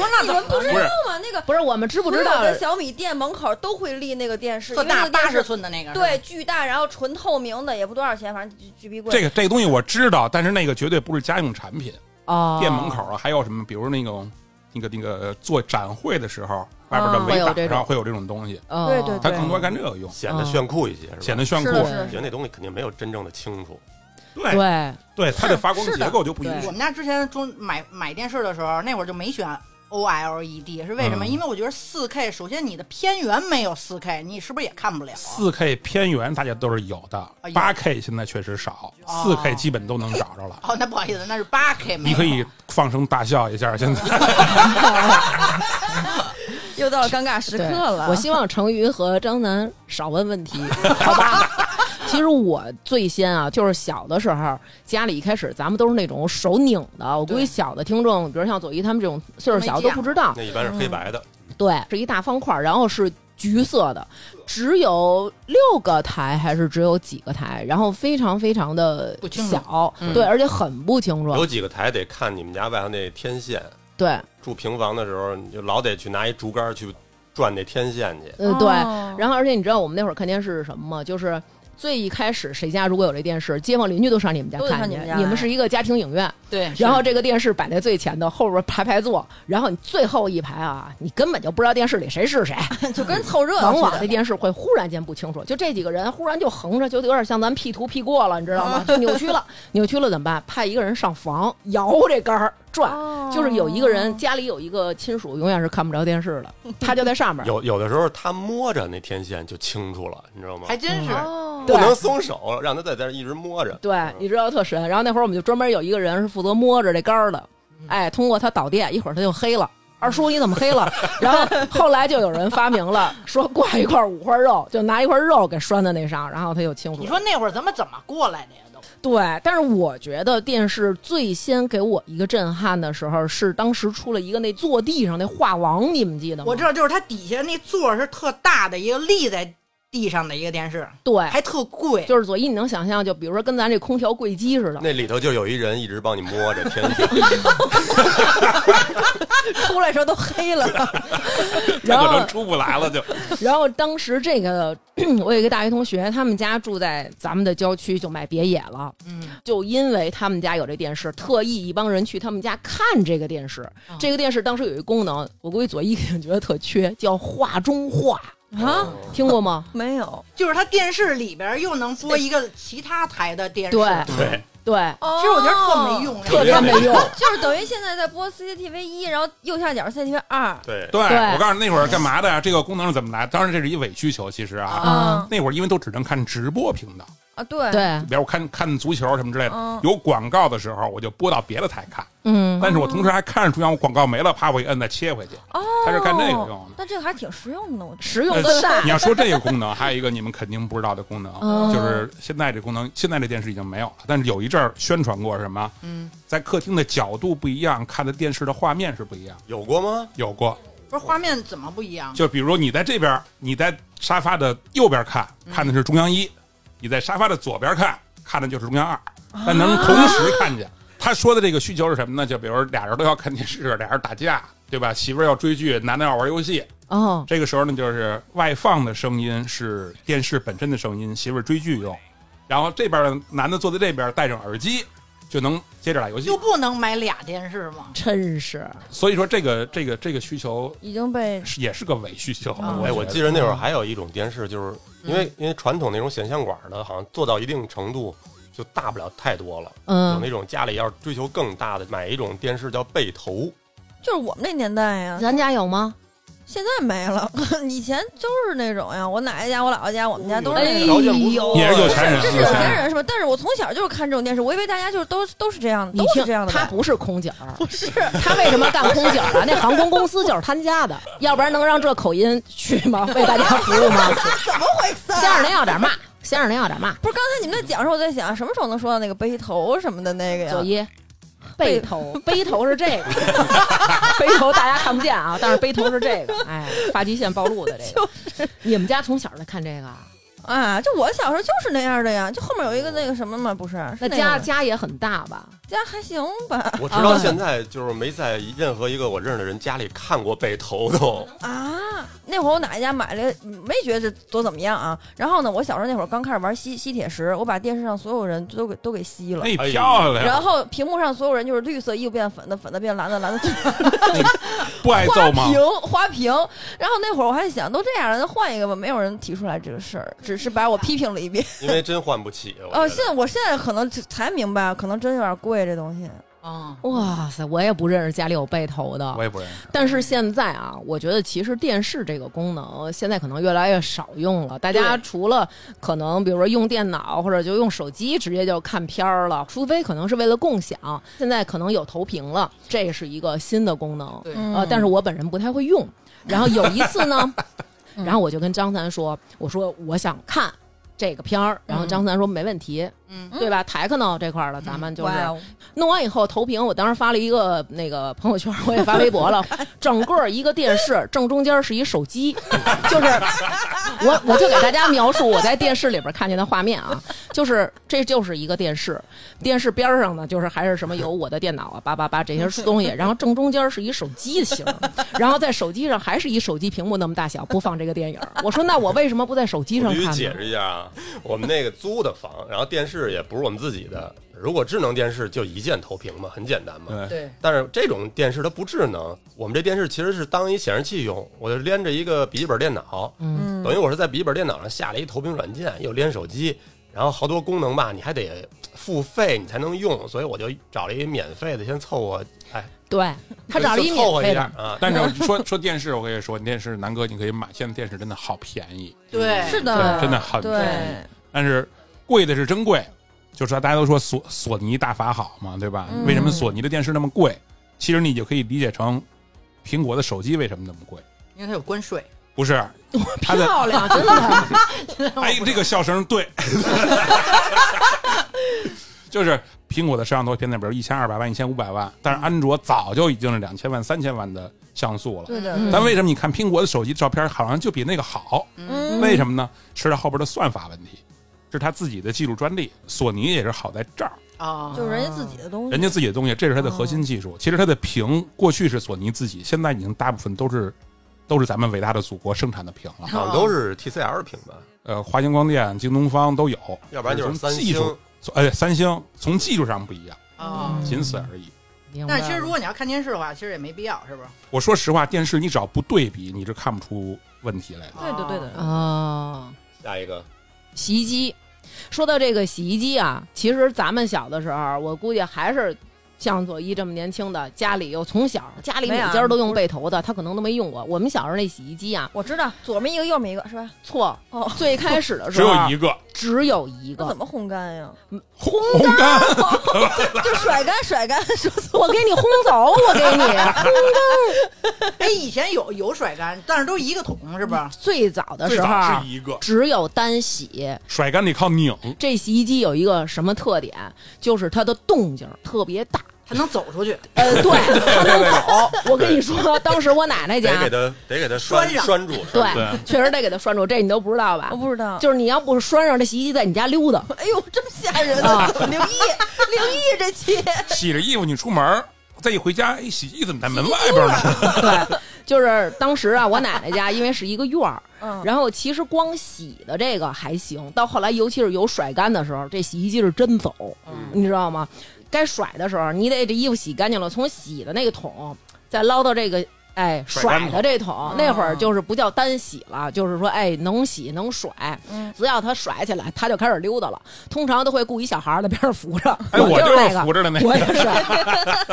Speaker 4: 是那
Speaker 1: 你
Speaker 4: 怎
Speaker 1: 们
Speaker 4: 么
Speaker 1: 不知
Speaker 3: 不
Speaker 1: 道
Speaker 3: 是
Speaker 1: 吗？那个
Speaker 2: 不是我们知不知
Speaker 1: 所有
Speaker 2: 道？
Speaker 1: 的小米店门口都会立那个电视，
Speaker 4: 特
Speaker 1: 因为那
Speaker 4: 大
Speaker 1: 个电
Speaker 4: 八
Speaker 1: 视
Speaker 4: 十寸的那个，
Speaker 1: 对，巨大，然后纯透明的，也不多少钱，反正巨巨逼贵。
Speaker 3: 这个这个东西我知道，但是那个绝对不是家用产品。
Speaker 2: 哦，
Speaker 3: 店门口啊，还有什么，比如那种那个那个做展会的时候，外边的
Speaker 2: 哦会
Speaker 3: 围
Speaker 2: 有
Speaker 3: 挡
Speaker 2: 这种
Speaker 3: 上会有这种东西，
Speaker 2: 哦，
Speaker 1: 对对
Speaker 3: 它
Speaker 1: 对
Speaker 3: 更多干这个用，
Speaker 5: 显得炫酷一些，是吧？
Speaker 3: 显得炫酷
Speaker 1: 是。的，
Speaker 5: 我觉得那东西肯定没有真正的清楚。
Speaker 3: 对
Speaker 2: 对，
Speaker 3: 对，它的发光
Speaker 4: 是的
Speaker 3: 结构就不允
Speaker 2: 对
Speaker 3: 许
Speaker 4: 我。们家之前中买买电视的时候，那会儿就没选 OLED，是为什么？
Speaker 3: 嗯
Speaker 4: 因为我觉得四 K，首先你的偏圆没有四 K，你是不是也看不了？啊
Speaker 3: 四 K 偏远大家都是有的
Speaker 4: 哎，呦
Speaker 3: 八 K 现在确实少，
Speaker 4: 哦
Speaker 3: 四 K 基本都能找着了。
Speaker 4: 哦，那不好意思，那是八 K 没
Speaker 3: 你
Speaker 4: 有。
Speaker 3: 可以放声大笑一下，现在
Speaker 1: 又到了尴尬时刻
Speaker 2: 对
Speaker 1: 了。
Speaker 2: 我希望成瑜和张楠少问问题，好吧？其实我最先啊，就是小的时候，家里一开始咱们都是那种手拧的。我估计
Speaker 4: 对
Speaker 2: 小的听众，比如像左一他们这种岁数小
Speaker 4: 没
Speaker 2: 都
Speaker 4: 见
Speaker 2: 不知道，
Speaker 5: 那一般是黑白的，
Speaker 2: 对，是一大方块儿，然后是橘色的，只有六个台还是只有几个台，然后非常非常的
Speaker 4: 不清楚
Speaker 2: 小，
Speaker 4: 嗯
Speaker 2: 对，而且很不清楚
Speaker 5: 有，几个台得看你们家外头那天线。
Speaker 2: 对，
Speaker 5: 住平房的时候，你就老得去拿一竹竿去转那天线去。
Speaker 2: 呃，对，
Speaker 1: 哦
Speaker 2: 然后而且你知道我们那会儿看电视是什么吗？就是最一开始谁家如果有这电视，街坊邻居都上你们家
Speaker 1: 都得
Speaker 2: 看
Speaker 1: 上
Speaker 2: 去
Speaker 1: 你们家，
Speaker 2: 你们
Speaker 1: 来
Speaker 2: 是一个家庭影院，
Speaker 4: 对，
Speaker 2: 然后这个电视摆在最前头，后边排排坐，然后你最后一排啊，你根本就不知道电视里 谁是谁，
Speaker 1: 就跟凑热闹
Speaker 2: 往
Speaker 1: 似
Speaker 2: 往
Speaker 1: 的
Speaker 2: 这电视会忽然间不清楚，就这几个人忽然就横着，就有点像咱 P 图 P 过了，你知道
Speaker 1: 哦
Speaker 2: 吗？就扭曲了， 扭曲了怎么办？派一个人上房摇这杆儿转，
Speaker 1: 哦
Speaker 2: 就是有一个人家里有一个亲属永远是看不着电视的，他就在上面。
Speaker 5: 有有的时候他摸着那天线就清楚了，你知道吗
Speaker 4: 还？真是。
Speaker 1: 哦
Speaker 5: 不能松手，让他在这儿一直摸着。
Speaker 2: 对，
Speaker 4: 嗯
Speaker 2: 你知道特神。然后那会儿我们就专门有一个人是负责摸着这杆儿的，
Speaker 4: 嗯
Speaker 2: 哎，通过他导电，一会儿他就黑了。二叔，你怎么黑了？ 然后后来就有人发明 了，说挂一块五花肉，就拿一块肉给拴在那上，然后他就清楚了。
Speaker 4: 你说那会儿咱们怎么过来的呀？都
Speaker 2: 对，但是我觉得电视最先给我一个震撼的时候，是当时出了一个那坐地上那画王，你们记得吗？
Speaker 4: 我知道，就是它底下那座儿是特大的一个立在地上的一个电视，
Speaker 2: 对，
Speaker 4: 还特贵。
Speaker 2: 就是左一，你能想象，就比如说跟咱这空调柜机似的，
Speaker 5: 那里头就有一人一直帮你摸着天线，
Speaker 1: 出来时候都黑了。
Speaker 3: 那
Speaker 2: 然
Speaker 3: 可
Speaker 2: 后
Speaker 3: 能出不来了就。
Speaker 2: 然后当时这个， 我有一个大学同学，他们家住在咱们的郊区，就买别野了。
Speaker 4: 嗯，
Speaker 2: 就因为他们家有这电视，特意一帮人去他们家看这个电视。这个电视当时有一个功能，我估计左一肯定觉得特缺， 叫画中画，
Speaker 1: 啊，
Speaker 2: 听过吗？
Speaker 1: 没有。
Speaker 4: 就是它电视里边儿又能播一个其他台的电视。
Speaker 2: 对
Speaker 5: 对，
Speaker 2: 对，
Speaker 1: 其
Speaker 4: 其实我觉得特没，
Speaker 1: 哦
Speaker 4: 用，
Speaker 2: 特别没用。
Speaker 1: 就是等于现在在播 CCTV 一，然后右下角 CCTV 二。
Speaker 5: 对，
Speaker 3: 对
Speaker 2: 对
Speaker 3: 我告诉你那会儿干嘛的呀？这个功能是怎么来？当然这是一伪需求，其实啊，
Speaker 1: 啊
Speaker 3: 那会儿因为都只能看直播频道，
Speaker 1: 啊，对，
Speaker 2: 对，
Speaker 3: 比如我看看足球什么之类的
Speaker 1: 嗯，
Speaker 3: 有广告的时候我就播到别的台看，
Speaker 2: 嗯，
Speaker 3: 但是我同时还看着中央我广告没了，啪我一摁再切回去。
Speaker 1: 哦，
Speaker 3: 它是干这个用的呃
Speaker 1: 但这个还挺实用的，我觉
Speaker 2: 实用更大
Speaker 3: 你。要说这个功能，还有一个你们肯定不知道的功能，
Speaker 2: 嗯
Speaker 3: 就是现在这功能，现在这电视已经没有了，但是有一阵儿宣传过什么，
Speaker 4: 嗯，
Speaker 3: 在客厅的角度不一样，看的电视的画面是不一样。
Speaker 5: 有过吗？
Speaker 3: 有过，
Speaker 4: 不是画面怎么不一样？
Speaker 3: 就比如你在这边儿，你在沙发的右边看，
Speaker 1: 嗯
Speaker 3: 看的是中央一；你在沙发的左边看，看的就是中央二，
Speaker 1: 啊
Speaker 3: 但能同时看见。他说的这个需求是什么呢？就比如俩人都要看电视，俩人打架，对吧？媳妇儿要追剧，男的要玩游戏，
Speaker 2: 哦，
Speaker 3: 这个时候呢，就是外放的声音是电视本身的声音，媳妇儿追剧用。然后这边的男的坐在这边，戴上耳机，就能接着打游戏
Speaker 4: 就。不能买俩电视吗？
Speaker 2: 真是
Speaker 3: 所以说这个这个这个需求
Speaker 1: 已经被
Speaker 3: 是也是个伪需求。
Speaker 4: 啊
Speaker 5: 哎，我
Speaker 3: 觉
Speaker 5: 记得那会儿还有一种电视，就是因为因为传统那种显像管的，好像做到一定程度就大不了太多了。有
Speaker 2: 嗯，
Speaker 5: 那种家里要追求更大的，买一种电视叫背投，
Speaker 1: 就是我们那年代呀，
Speaker 2: 咱家有吗？
Speaker 1: 现在没了。 以前就是那种呀，我奶奶家、我姥姥家，我们家都是
Speaker 2: 哎啊
Speaker 1: 那种。
Speaker 2: 呦
Speaker 5: 条件不错，
Speaker 3: 也是有钱人
Speaker 1: 这是
Speaker 3: 有
Speaker 1: 有
Speaker 3: 钱
Speaker 1: 钱
Speaker 3: 人
Speaker 1: 人是吧？但是我从小就是看这种电视，我以为大家就是都都是这样的，
Speaker 2: 你
Speaker 1: 都
Speaker 2: 听
Speaker 1: 是这样的吧。
Speaker 2: 他不是空姐儿，不是 他为什么干空姐儿啊？那航空公司就是他家的，要不然能让这口音去吗？为大家服务吗？
Speaker 4: 怎么回事
Speaker 2: 先生您要点嘛，先生您要点嘛，
Speaker 1: 不是刚才你们在讲的时候，我在想什么时候能说到那个背头什么的那个呀
Speaker 2: 九？一。哎背头，背头是 这个，背头大家看不见啊，但是背头是这个，哎，发际线暴露的这个。你们家从小就看这个啊，
Speaker 1: 啊，就我小时候就是那样的呀，就后面有一个那个什么嘛，不是？是
Speaker 2: 那
Speaker 1: 个
Speaker 2: 家
Speaker 1: 吗
Speaker 2: 家也很大吧？
Speaker 1: 家还行吧？
Speaker 5: 我直到
Speaker 2: 嗯
Speaker 5: 现在就是没在任何一个我认识的人家里看过背头都。
Speaker 1: 啊，那会儿我奶奶家买了，没觉得多怎么样啊。然后呢，我小时候那会儿刚开始玩吸吸铁石，我把电视上所有人都给都给吸了。
Speaker 3: 哎，漂
Speaker 1: 然
Speaker 3: 亮！
Speaker 1: 后屏幕上所有人就是绿色衣服变粉的，粉的变 蓝的，蓝的变
Speaker 3: 不挨
Speaker 1: 花
Speaker 3: 揍吗？
Speaker 1: 瓶花瓶。然后那会儿我还想，都这样了，那换一个吧。没有人提出来这个事儿，只是把我批评了一 遍。
Speaker 5: 因为真换不起。我觉得
Speaker 1: 哦，现在我现在可能才明白，可能真有点贵这东西。
Speaker 4: 嗯，
Speaker 2: 哇塞，我也不认识家里有背头的，
Speaker 3: 我也不认识。
Speaker 2: 但是现在啊，我觉得其实电视这个功能现在可能越来越少用了。大家除了可能比如说用电脑或者就用手机直接就看片儿了，除非可能是为了共享，现在可能有投屏了，这是一个新的功能。
Speaker 4: 对，
Speaker 1: 嗯
Speaker 2: 呃，但是我本人不太会用。然后有一 次呢，然后我就跟张三说，我说我想看这个片儿，然后张三说没问题，
Speaker 4: 嗯，
Speaker 2: 对吧？台看到这块儿了，咱们就是
Speaker 1: 哇哦
Speaker 2: 弄完以后投屏，我当时发了一个那个朋友圈，我也发微 博了。整个一个电视正中间是一手机，就是我我就给大家描述我在电视里边看见的画面啊，就是这就是一个电视，电视边上呢就是还是什么有我的电脑啊八八八 这些东西，然后正中间是一手机的形儿，然后在手机上还是一手机屏幕那么大小播放这个电影儿。我说那我为什么不在手机
Speaker 5: 我
Speaker 2: 上
Speaker 5: 必须
Speaker 2: 看呢
Speaker 5: 解？释一下啊，我们那个租的房，然后电视也不是我们自己的。如果智能电视就一键投屏嘛，很简单嘛。
Speaker 3: 对，
Speaker 4: 对，
Speaker 5: 但是这种电视它不智能，我们这电视其实是当一显示器用，我就连着一个笔记本电脑，
Speaker 1: 嗯
Speaker 5: 等于我是在笔记本电脑上下了一投屏软件，又连手机，然后好多功能吧，你还得付费你才能用，所以我就找了一免费的先凑合，哎，
Speaker 2: 对他找了一
Speaker 5: 就凑
Speaker 2: 免
Speaker 5: 合
Speaker 2: 费
Speaker 5: 一
Speaker 2: 的
Speaker 5: 下。啊。
Speaker 3: 但是我说 说电视，我跟你说，电视南哥你可以买，现在电视真的好便宜，
Speaker 4: 对，
Speaker 1: 是
Speaker 3: 对
Speaker 1: 的，
Speaker 3: 真的很
Speaker 1: 对
Speaker 3: 便宜。但是贵的是真贵，就是大家都说索索尼大法好嘛，对吧？
Speaker 1: 嗯
Speaker 3: 为什么索尼的电视那么贵？其实你就可以理解成苹果的手机为什么那么贵，
Speaker 4: 因为它有关税。
Speaker 3: 不是？它的
Speaker 2: 漂亮，真的。
Speaker 3: 哎，这个笑声对， 就是苹果的摄像头现在比如一千二百万、一千五百万，但是安卓早就已经是两千万、三千万的像素了。
Speaker 1: 对的，
Speaker 2: 嗯
Speaker 3: 但为什么你看苹果的手机照片好像就比那个好？
Speaker 1: 嗯
Speaker 3: 为什么呢？是它后边的算法问题，是它自己的技术专利。索尼也是好在这儿，
Speaker 4: 啊，
Speaker 1: 就是人家自己的东西，
Speaker 3: 人家自己的东西，这是它的核心技术。其实它的屏过去是索尼自己，现在已经大部分都是都是咱们伟大的祖国生产的屏了。
Speaker 5: 好像都是 TCL 屏吧，
Speaker 3: 呃，华星光电、京东方都有，
Speaker 5: 要不然就是
Speaker 3: 从
Speaker 5: 三
Speaker 3: 技
Speaker 5: 星。
Speaker 3: 术，从哎，三星从技术上不一样，
Speaker 4: 啊。
Speaker 3: 仅此而已。
Speaker 2: 明白
Speaker 4: 但
Speaker 2: 了
Speaker 4: 其实如果你要看电视的话，其实也没必要，是不是？
Speaker 3: 我说实话，电视你只要不对比，你是看不出问题来的。
Speaker 1: 对的对的，
Speaker 2: 啊，
Speaker 5: 下一个
Speaker 2: 洗衣机。说到这个洗衣机啊，其实咱们小的时候，我估计还是像左一这么年轻的，家里又从小家里每
Speaker 1: 没啊
Speaker 2: 家都用背头的，他可能都没用过。我们小时候那洗衣机啊，
Speaker 1: 我知道左面一个右面一个是吧？
Speaker 2: 错，
Speaker 1: 哦
Speaker 2: 最开始的
Speaker 3: 只
Speaker 2: 时候啊
Speaker 3: 有一个
Speaker 2: 只有一
Speaker 1: 那
Speaker 2: 个
Speaker 1: 怎。么烘干 呀？
Speaker 3: 烘烘干，
Speaker 1: 就甩干甩干， 说错
Speaker 2: 我给你烘走，我给你。
Speaker 4: 哎，以前有有甩干，但是都一个桶，是不是？
Speaker 2: 最早的
Speaker 3: 最
Speaker 2: 时
Speaker 3: 早
Speaker 2: 候啊
Speaker 3: 是一个
Speaker 2: 只有单洗，
Speaker 3: 甩干得靠拧，
Speaker 2: 这洗衣机有一个什么特点，就是它的动静儿特别大。
Speaker 4: 它能走出去，
Speaker 2: 呃，对，它能走。我跟你说，当时我奶奶
Speaker 5: 得
Speaker 2: 家
Speaker 5: 给它得给它
Speaker 4: 拴
Speaker 5: 拴
Speaker 4: 上
Speaker 5: 拴住，
Speaker 2: 哎对
Speaker 5: 拴住，
Speaker 3: 对
Speaker 2: 确实得给它拴住，这你都不知道吧
Speaker 1: 我？不知道。
Speaker 2: 就是你要不拴上，这洗衣机在你家溜达。
Speaker 1: 哎呦，这么吓人
Speaker 2: 啊
Speaker 1: 啊！灵异，灵异这期
Speaker 3: 洗着衣服你出门儿，再一回家，哎，洗衣怎么在门外边呢？
Speaker 2: 对， 就是当时啊，我奶奶家因为是一个院儿，
Speaker 1: 嗯
Speaker 2: 然后其实光洗
Speaker 1: 嗯
Speaker 2: 的这个还行，到后来尤其是有甩干的时候，这洗衣机是真走，你知道吗？该甩的时候，你得这衣服洗干净了，从洗的那个桶再捞到这个。哎，
Speaker 3: 甩
Speaker 2: 甩
Speaker 3: 干
Speaker 2: 的
Speaker 3: 桶
Speaker 2: 这桶，
Speaker 1: 嗯
Speaker 2: 那会儿就是不叫单洗了，就是说，哎，能洗能甩，
Speaker 1: 嗯
Speaker 2: 只要他甩起来，他就开始溜达了。通常都会雇一小孩儿在边上扶着，
Speaker 3: 哎，我
Speaker 2: 就是
Speaker 3: 就是
Speaker 2: 那个，
Speaker 3: 扶着的那个，
Speaker 2: 我也是，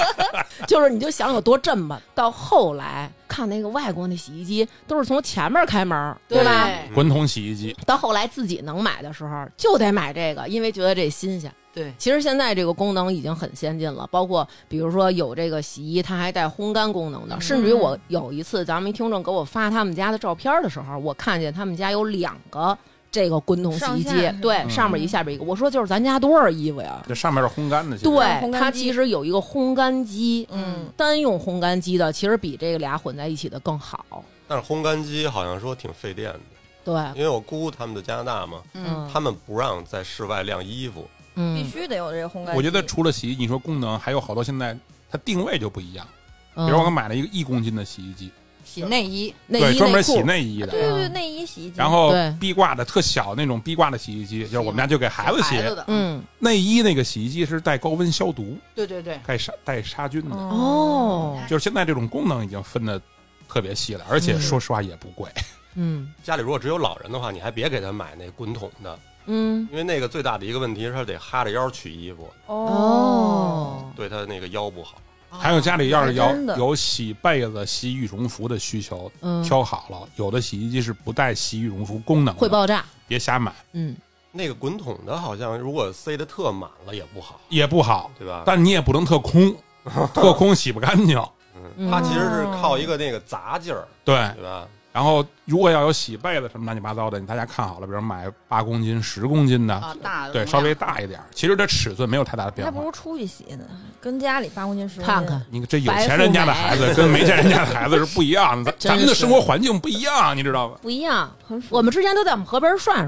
Speaker 2: 就是你就想有多震吧。到后来看那个外国那洗衣机，都是从前面开门儿，对吧？
Speaker 3: 滚筒洗衣机，
Speaker 2: 到后来自己能买的时候，就得买这个，因为觉得这新鲜。
Speaker 4: 对，
Speaker 2: 其实现在这个功能已经很先进了，包括比如说有这个洗衣，它还带烘干功能
Speaker 1: 嗯
Speaker 2: 的。甚至于我有一次，咱们一听众给我发他们家的照片的时候，我看见他们家有两个这个滚筒洗衣
Speaker 1: 上下
Speaker 2: 机
Speaker 1: 是吧，
Speaker 2: 对，
Speaker 3: 嗯
Speaker 2: 上面一下边一个。我说就是咱家多少衣服呀？
Speaker 3: 这上面是烘干的，其实
Speaker 2: 对，
Speaker 1: 烘干
Speaker 2: 它
Speaker 1: 机
Speaker 2: 其实有一个烘干机，
Speaker 1: 嗯，
Speaker 2: 单用烘干机的其实比这个俩混在一起的更好。
Speaker 5: 但是烘干机好像说挺费电的，
Speaker 2: 对，
Speaker 5: 因为我姑他们在加拿大嘛，
Speaker 4: 嗯，
Speaker 5: 他们不让在室外晾衣服，
Speaker 2: 嗯，
Speaker 1: 必须得有这个烘干机。
Speaker 3: 我觉得除了洗衣，你说功能还有好多，现在它定位就不一样。
Speaker 2: 嗯，
Speaker 3: 比如我买了一个一公斤的洗衣机，
Speaker 4: 洗内衣，
Speaker 2: 内
Speaker 3: 对，
Speaker 2: 衣
Speaker 3: 专门
Speaker 2: 内
Speaker 3: 洗
Speaker 2: 裤，
Speaker 3: 内衣的。
Speaker 1: 对对对，
Speaker 2: 嗯
Speaker 1: 内衣洗衣机。
Speaker 3: 然后
Speaker 2: 对
Speaker 3: 壁挂的特小那种壁挂的洗衣机，就是我们家就给孩子洗
Speaker 4: 孩子的，，
Speaker 2: 嗯，
Speaker 3: 内衣那个洗衣机是带高温消毒、
Speaker 4: 对对对，
Speaker 3: 带杀带杀菌
Speaker 1: 嗯
Speaker 3: 的。
Speaker 2: 哦，
Speaker 3: 就是现在这种功能已经分的特别细了，而且
Speaker 2: 嗯
Speaker 3: 说实话也不贵。
Speaker 2: 嗯
Speaker 5: 家里如果只有老人的话，你还别给他买那滚筒的，
Speaker 2: 嗯，
Speaker 5: 因为那个最大的一个问题是他得哈着腰取衣服，
Speaker 1: 哦，
Speaker 5: 对他那个腰不好。
Speaker 3: 还有家里要是
Speaker 1: 还
Speaker 3: 有
Speaker 1: 真的
Speaker 3: 有洗被子、洗羽绒服的需求，
Speaker 2: 嗯，
Speaker 3: 挑好了，有的洗衣机是不带洗羽绒服功能的，
Speaker 2: 会爆炸，
Speaker 3: 别瞎买，
Speaker 2: 嗯，
Speaker 5: 那个滚筒的好像如果塞的特满了也不好，
Speaker 3: 也不好。
Speaker 5: 对吧？
Speaker 3: 但你也不能特空，特空洗不干净。
Speaker 5: 嗯，它其实是靠
Speaker 1: 哦
Speaker 5: 一个那个砸劲儿，
Speaker 3: 对，
Speaker 5: 对吧？
Speaker 3: 然后如果要有洗被子什么乱七八糟的，你大家看好了，比如买八公斤、十公斤的，
Speaker 4: 啊大的
Speaker 3: 对，
Speaker 4: 容量
Speaker 3: 稍微大一点儿。其实这尺寸没有太大的变
Speaker 1: 还
Speaker 3: 化
Speaker 1: 不。如出去洗呢，跟家里八公斤十公斤。
Speaker 2: 看看，
Speaker 3: 你这有钱人家的孩子跟没钱人家的孩子是不一样的，咱咱们的生活环境不一样，你知道吗？
Speaker 2: 不一样。
Speaker 1: 很符合
Speaker 2: 我们之前都在我们河边涮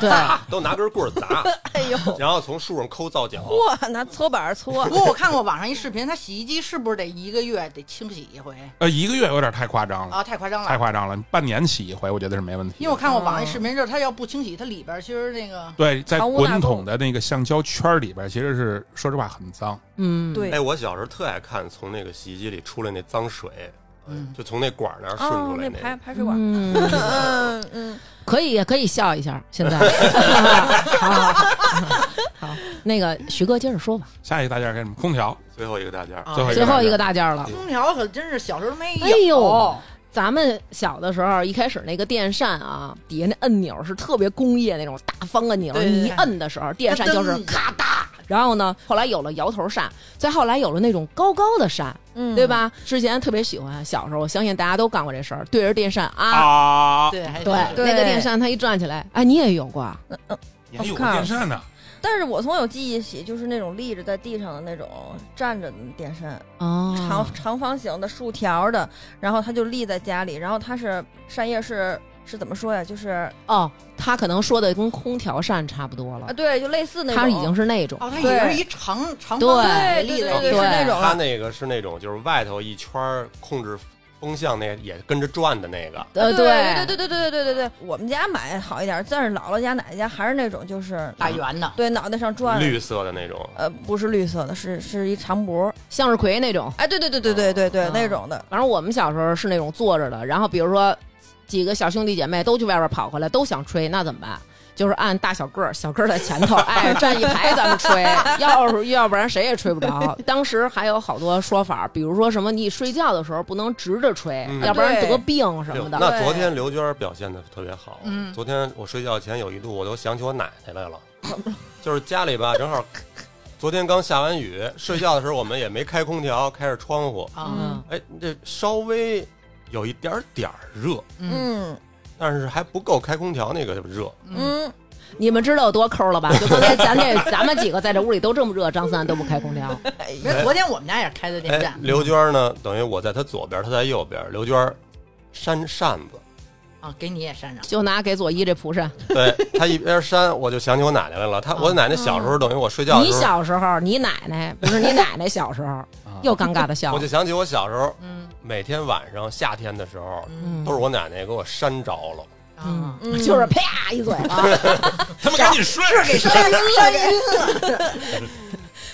Speaker 2: 对，
Speaker 5: 啊都拿根棍儿砸，
Speaker 1: 哎 呦，
Speaker 5: 然后从树上抠皂角，
Speaker 1: 哇，拿搓板儿搓
Speaker 4: 不。过我看过网上一视频，它洗衣机是不是得一个月得清洗一回
Speaker 3: 呃，一个月有点太夸张了，
Speaker 4: 啊？太夸张
Speaker 3: 太
Speaker 4: 了，
Speaker 3: 夸张了，半年洗一回，我觉得是没问题
Speaker 4: 因为我
Speaker 3: 的。
Speaker 4: 看过网上一视频，就是它要不清洗，它里边其实那个
Speaker 3: 对，在
Speaker 1: 藏污纳
Speaker 3: 滚
Speaker 1: 垢
Speaker 3: 筒的那个橡胶圈儿里边，其实是说实话很脏。
Speaker 2: 嗯，
Speaker 1: 对
Speaker 5: 哎，我小时候特爱看从那个洗衣机里出来那脏水，
Speaker 4: 嗯
Speaker 5: 就从那管儿那儿顺
Speaker 1: 哦
Speaker 5: 出，来
Speaker 1: 那排
Speaker 5: 那个。
Speaker 1: 排水管。
Speaker 2: 嗯，
Speaker 1: 嗯嗯，
Speaker 2: 可以可以笑一下，现在，好好好，好那个徐哥接着说吧，
Speaker 3: 下一个大家该什么？空调，
Speaker 5: 最后一个大件儿，
Speaker 4: 啊
Speaker 1: 哦
Speaker 3: 最后
Speaker 2: 最后一
Speaker 3: 个
Speaker 2: 个
Speaker 3: 大件
Speaker 2: 大件儿了。
Speaker 4: 空调可真是小时候没有。
Speaker 2: 哎呦，咱们小的时候，一开始那个电扇啊，底下那按钮是特别工业那种大方按钮，
Speaker 4: 对对对
Speaker 2: 你一摁的时候，电扇就是咔嗒。然后呢，后来有了摇头扇，再后来有了那种高高的扇，
Speaker 1: 嗯
Speaker 2: 对？吧？之前特别喜欢，小时候我相信大家都干过这事儿，对着电扇啊。
Speaker 3: 啊，
Speaker 4: 对，还
Speaker 2: 对，
Speaker 1: 对
Speaker 2: 那个电扇它一转起来，哎，你也有过啊？
Speaker 3: 你还有个电扇呢，
Speaker 1: 但是我从有记忆起，就是那种立着在地上的那种站着的电扇，
Speaker 2: 哦
Speaker 1: 长长方形的竖条的，然后它就立在家里，然后它是扇叶是是怎么说呀？就是
Speaker 2: 哦，它可能说的跟空调扇差不多
Speaker 1: 啊，
Speaker 2: 了，
Speaker 1: 对，就类似那种，
Speaker 2: 它已经是那种，
Speaker 4: 哦，它已
Speaker 1: 对
Speaker 4: 经是一长长方
Speaker 1: 对
Speaker 4: 立
Speaker 1: 对
Speaker 4: 的
Speaker 1: 对
Speaker 4: 一
Speaker 1: 对
Speaker 4: 个
Speaker 1: 是
Speaker 2: 对
Speaker 1: 那种
Speaker 5: 它
Speaker 1: 了，
Speaker 5: 那个是那种就是外头一圈儿控制风向那个也跟着转的那个，
Speaker 2: 呃，
Speaker 1: 对对对对对对对对对，我们家买好一点，但是姥姥家奶奶家还是那种就是
Speaker 4: 大圆的，
Speaker 1: 对脑袋上转的，
Speaker 5: 绿色的那种。
Speaker 1: 呃，不是绿色的，是是一长脖，
Speaker 2: 向日葵那种。
Speaker 1: 哎，对对对对对对对，
Speaker 2: 嗯
Speaker 1: 那种的，
Speaker 2: 反正我们小时候是那种坐着的，然后比如说几个小兄弟姐妹都去外边跑回来，都想吹，那怎么办？就是按大小个儿，小个儿在前头，哎，站一排咱们吹，要是要不然谁也吹不着。当时还有好多说法，比如说什么你睡觉的时候不能直着吹，
Speaker 5: 嗯
Speaker 2: 要不然
Speaker 1: 对
Speaker 2: 得病什么的。
Speaker 5: 那昨天刘娟儿表现的特别好，
Speaker 4: 嗯
Speaker 5: 昨天我睡觉前有一度我都想起我奶奶来 了，就是家里吧正好。昨天刚下完雨，睡觉的时候我们也没开空调，开着窗户，
Speaker 4: 啊，
Speaker 2: 嗯
Speaker 5: 哎，这稍微有一点点儿热，
Speaker 4: 嗯
Speaker 1: 嗯
Speaker 5: 但是还不够开空调那个热。
Speaker 4: 嗯，
Speaker 1: 嗯，
Speaker 2: 你们知道有多抠了吧？就刚才咱这咱们几个在这屋里都这么热，张三都不开空调。
Speaker 4: 因哎为昨天我们家也开的电
Speaker 5: 哎
Speaker 4: 扇，
Speaker 5: 刘娟儿呢，等于我在她左边，她在右边。刘娟儿扇扇子，
Speaker 4: 啊，给你也扇上，
Speaker 2: 就拿给左一这蒲扇，
Speaker 5: 对她一边扇，我就想起我奶奶来了。她我奶奶小时候，等于我睡觉的
Speaker 2: 嗯你
Speaker 5: 时候，
Speaker 2: 小时候，你奶奶不是你奶奶小时候
Speaker 3: 啊
Speaker 2: 又尴尬的笑
Speaker 5: 我就
Speaker 2: 了。
Speaker 5: 想起我小时候
Speaker 4: 嗯
Speaker 5: 每天晚上夏天的时候，
Speaker 4: 嗯
Speaker 5: 都是我奶奶给我扇着 了。
Speaker 4: 啊，
Speaker 1: 嗯
Speaker 2: 就是啪一嘴巴，
Speaker 3: 他们赶紧睡，
Speaker 4: 扇晕了，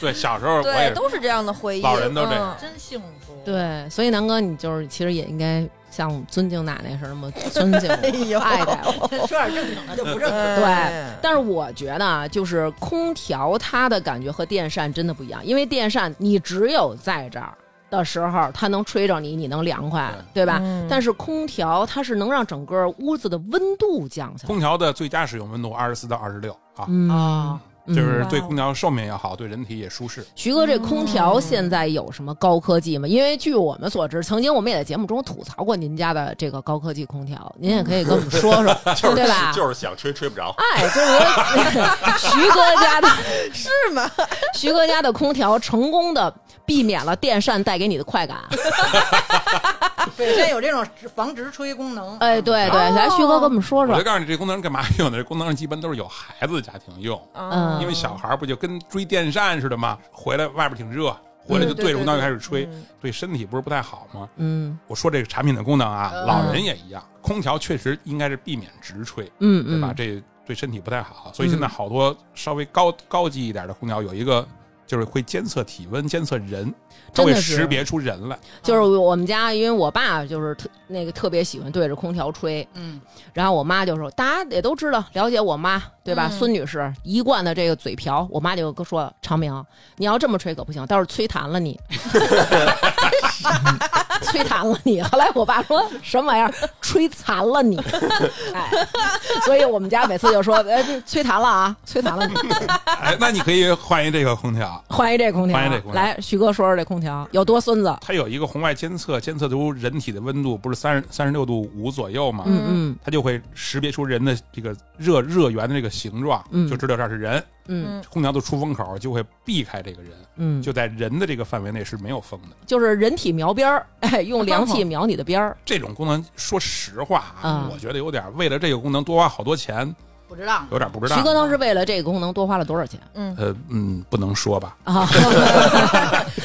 Speaker 3: 对，小时候我
Speaker 1: 对，
Speaker 3: 也是
Speaker 1: 都是这样的回忆，
Speaker 3: 老人都这样
Speaker 1: 嗯
Speaker 4: 真幸福。，
Speaker 2: 对，所以南哥，你就是其实也应该像尊敬奶奶似的那么尊敬
Speaker 1: 哎呦
Speaker 2: 我、爱戴我。
Speaker 4: 说点正经的
Speaker 1: 嗯
Speaker 4: 就不正经。
Speaker 1: 哎
Speaker 2: 但是我觉得啊，就是空调它的感觉和电扇真的不一样，因为电扇你只有在这儿的时候，它能吹着你，你能凉快，对吧？
Speaker 1: 嗯
Speaker 2: 但是空调它是能让整个屋子的温度降下来。
Speaker 3: 空调的最佳使用温度二十四到二十六啊，
Speaker 2: 嗯
Speaker 4: 啊，
Speaker 3: 就是对空调寿命也好，对人体也舒适。
Speaker 2: 徐哥，这空调现在有什么高科技吗？因为据我们所知，曾经我们也在节目中吐槽过您家的这个高科技空调，您也可以跟我们说说，
Speaker 5: 就 是
Speaker 2: 对吧？
Speaker 5: 就是想吹吹不着。
Speaker 2: 哎，就是我徐哥家的，
Speaker 1: 是吗？
Speaker 2: 徐哥家的空调成功的避免了电扇带给你的快感。
Speaker 4: 对，现在有这种防直吹功能。
Speaker 2: 哎，对对，来，徐哥跟我们说
Speaker 3: 我
Speaker 2: 说
Speaker 3: 就，告诉你，这功能是干嘛用的？这功能基本都是有孩子的家庭用，
Speaker 2: 嗯
Speaker 3: 因为小孩儿不就跟追电扇似的吗？回来外边挺热，回来就嗯对着空调就开始吹，对身体不是不太好吗？
Speaker 2: 嗯
Speaker 3: 我说这个产品的功能啊，
Speaker 4: 嗯
Speaker 3: 老人也一样，空调确实应该是避免直吹，
Speaker 2: 嗯
Speaker 3: 对吧？
Speaker 2: 嗯，
Speaker 3: 这对身体不太好，所以现在好多稍微高高级一点的空调有一个。就是会监测体温，监测人，它
Speaker 2: 真
Speaker 3: 会
Speaker 2: 的是
Speaker 3: 识别出 人来。
Speaker 2: 就是我们家，因为我爸就是特那个特别喜欢对着空调吹，
Speaker 4: 嗯，
Speaker 2: 然后我妈就说，大家也都知道，了解我妈对吧？孙女士一贯的这个嘴瓢，我妈就跟说长明，你要这么吹可不行，到时候吹弹了 你，吹弹了你。后来我爸说什么玩意儿，吹残了 你，哎，所以我们家每次就说，哎，这吹弹了啊，吹弹 了你，
Speaker 3: 哎，那你可以换一这个空调，
Speaker 2: 欢迎这空调，啊
Speaker 3: 欢迎这空调
Speaker 2: 来，徐哥说说这空调有多孙子？
Speaker 3: 它有一个红外监测，监测出人体的温度不是三十三十六度五左右嘛，
Speaker 2: 嗯
Speaker 3: 它就会识别出人的这个热热源的这个形状，
Speaker 2: 嗯
Speaker 3: 就知道这儿是人。
Speaker 2: 嗯
Speaker 3: 空调的出风口就会避开这个人，
Speaker 2: 嗯嗯，
Speaker 3: 就在人的这个范围内是没有风的。
Speaker 2: 就是人体描边儿，哎，用凉气描你的边儿，
Speaker 3: 这种功能，说实话啊
Speaker 2: 嗯，
Speaker 3: 我觉得有点为了这个功能多花好多钱，
Speaker 4: 不知道。
Speaker 3: 有点不值
Speaker 2: 徐哥
Speaker 3: 当。
Speaker 2: 当时为了这个功能多花了多 少钱
Speaker 3: 呃，嗯，不能说吧。
Speaker 2: 啊？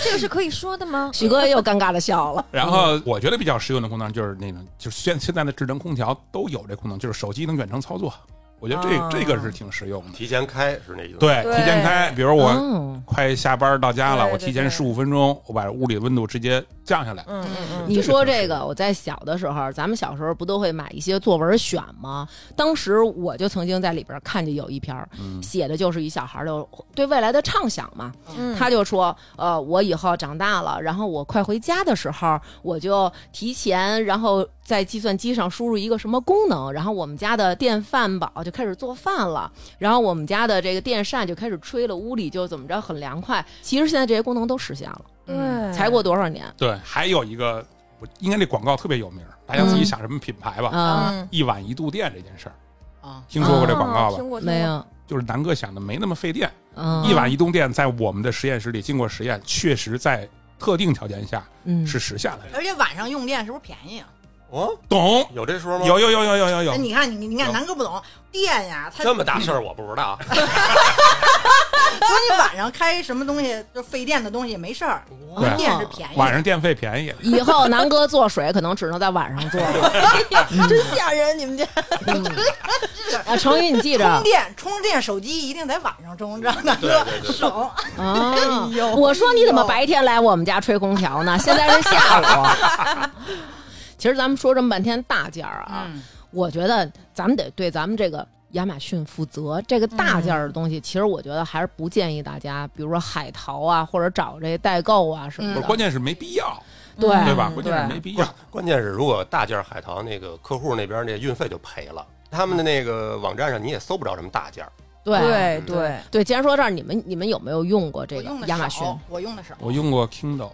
Speaker 1: 这个是可以说的 吗？
Speaker 2: 徐哥又尴尬的笑了。
Speaker 3: 然后我觉得比较实用的功能就是那种，就是现现在的智能空调都有这功能，就是手机能远程操作。我觉得这、
Speaker 1: 哦
Speaker 3: 这个是挺实用 的。
Speaker 5: 提前开是那意思。，
Speaker 3: 对，
Speaker 1: 对嗯
Speaker 3: 提前开，比如我
Speaker 2: 哦
Speaker 3: 快下班到家了，
Speaker 1: 对
Speaker 3: 我
Speaker 1: 对
Speaker 3: 提前
Speaker 1: 对
Speaker 3: 十五分钟，我把屋里的温度直接降下来。
Speaker 1: 嗯嗯嗯，
Speaker 2: 你说
Speaker 3: 这个
Speaker 2: 这个，我在小的时候，咱们小时候不都会买一些作文选吗？当时我就曾经在里边看见有一篇儿，
Speaker 3: 嗯
Speaker 2: 写的就是一小孩儿的对未来的畅想嘛。
Speaker 1: 嗯
Speaker 2: 他就说，呃，我以后长大了，然后我快回家的时候，我就提前，然后在计算机上输入一个什么功能，然后我们家的电饭煲就开始做饭了，然后我们家的这个电扇就开始吹了，屋里就怎么着很凉快。其实现在这些功能都实现了，
Speaker 1: 对，
Speaker 2: 才过多少年
Speaker 3: 对，还有一个，我应该这广告特别有名，大家自己想什么品牌吧。
Speaker 2: 啊？
Speaker 1: 嗯
Speaker 3: 一碗一度电这件事儿，
Speaker 4: 啊，
Speaker 3: 听说过这广告
Speaker 1: 哦
Speaker 3: 吧？
Speaker 1: 听过
Speaker 2: 没？有，
Speaker 3: 就是南哥想的没那么费电，
Speaker 2: 嗯，
Speaker 3: 一碗一度电在我们的实验室里经过实验，确实在特定条件下
Speaker 2: 嗯
Speaker 3: 是实现了的。
Speaker 4: 而且晚上用电是不是便宜啊？
Speaker 5: 哦，
Speaker 3: 懂？
Speaker 5: 有这说吗？
Speaker 3: 有有有有有有
Speaker 4: 哎，
Speaker 3: 有，
Speaker 4: 你看你你看
Speaker 3: 有
Speaker 4: 南哥不懂电呀，他
Speaker 5: 这么大事儿我不知道，啊
Speaker 4: 所以晚上开什么东西就费电的东西也没事儿，
Speaker 3: 对
Speaker 4: 电是便宜的。
Speaker 3: 晚上电费便宜。
Speaker 2: 以后南哥做水可能只能在晚上做 了。
Speaker 1: 真吓人！你们家
Speaker 2: 啊，成宇，你记着
Speaker 4: 充电充电手机一定得晚上充，让南哥
Speaker 5: 对对对
Speaker 4: 省。
Speaker 2: 啊！
Speaker 4: 哎
Speaker 2: 我说你怎么白天来我们家吹空调呢？现在是下午。 其实咱们说这么半天大件儿啊，
Speaker 4: 嗯
Speaker 2: 我觉得咱们得对咱们这个亚马逊负责。这个大件儿的
Speaker 4: 嗯
Speaker 2: 东西，其实我觉得还是不建议大家，比如说海淘啊，或者找这代购啊什么
Speaker 3: 不
Speaker 2: 的。
Speaker 3: 是，关
Speaker 4: 嗯
Speaker 3: 键是没必要，
Speaker 2: 哎对
Speaker 3: 对吧？
Speaker 1: 嗯
Speaker 3: 关键是没必要。
Speaker 5: 关键是如果大件儿海淘那个客户那边那运费就赔了，他们的那个网站上你也搜不着什么大件儿。
Speaker 2: 对
Speaker 1: 对对，
Speaker 2: 对，既然说到这儿，你们你们有没有用过这
Speaker 4: 我
Speaker 2: 个
Speaker 4: 用的
Speaker 2: 亚马逊？
Speaker 4: 少，我用的少。
Speaker 3: 我用过 Kindle，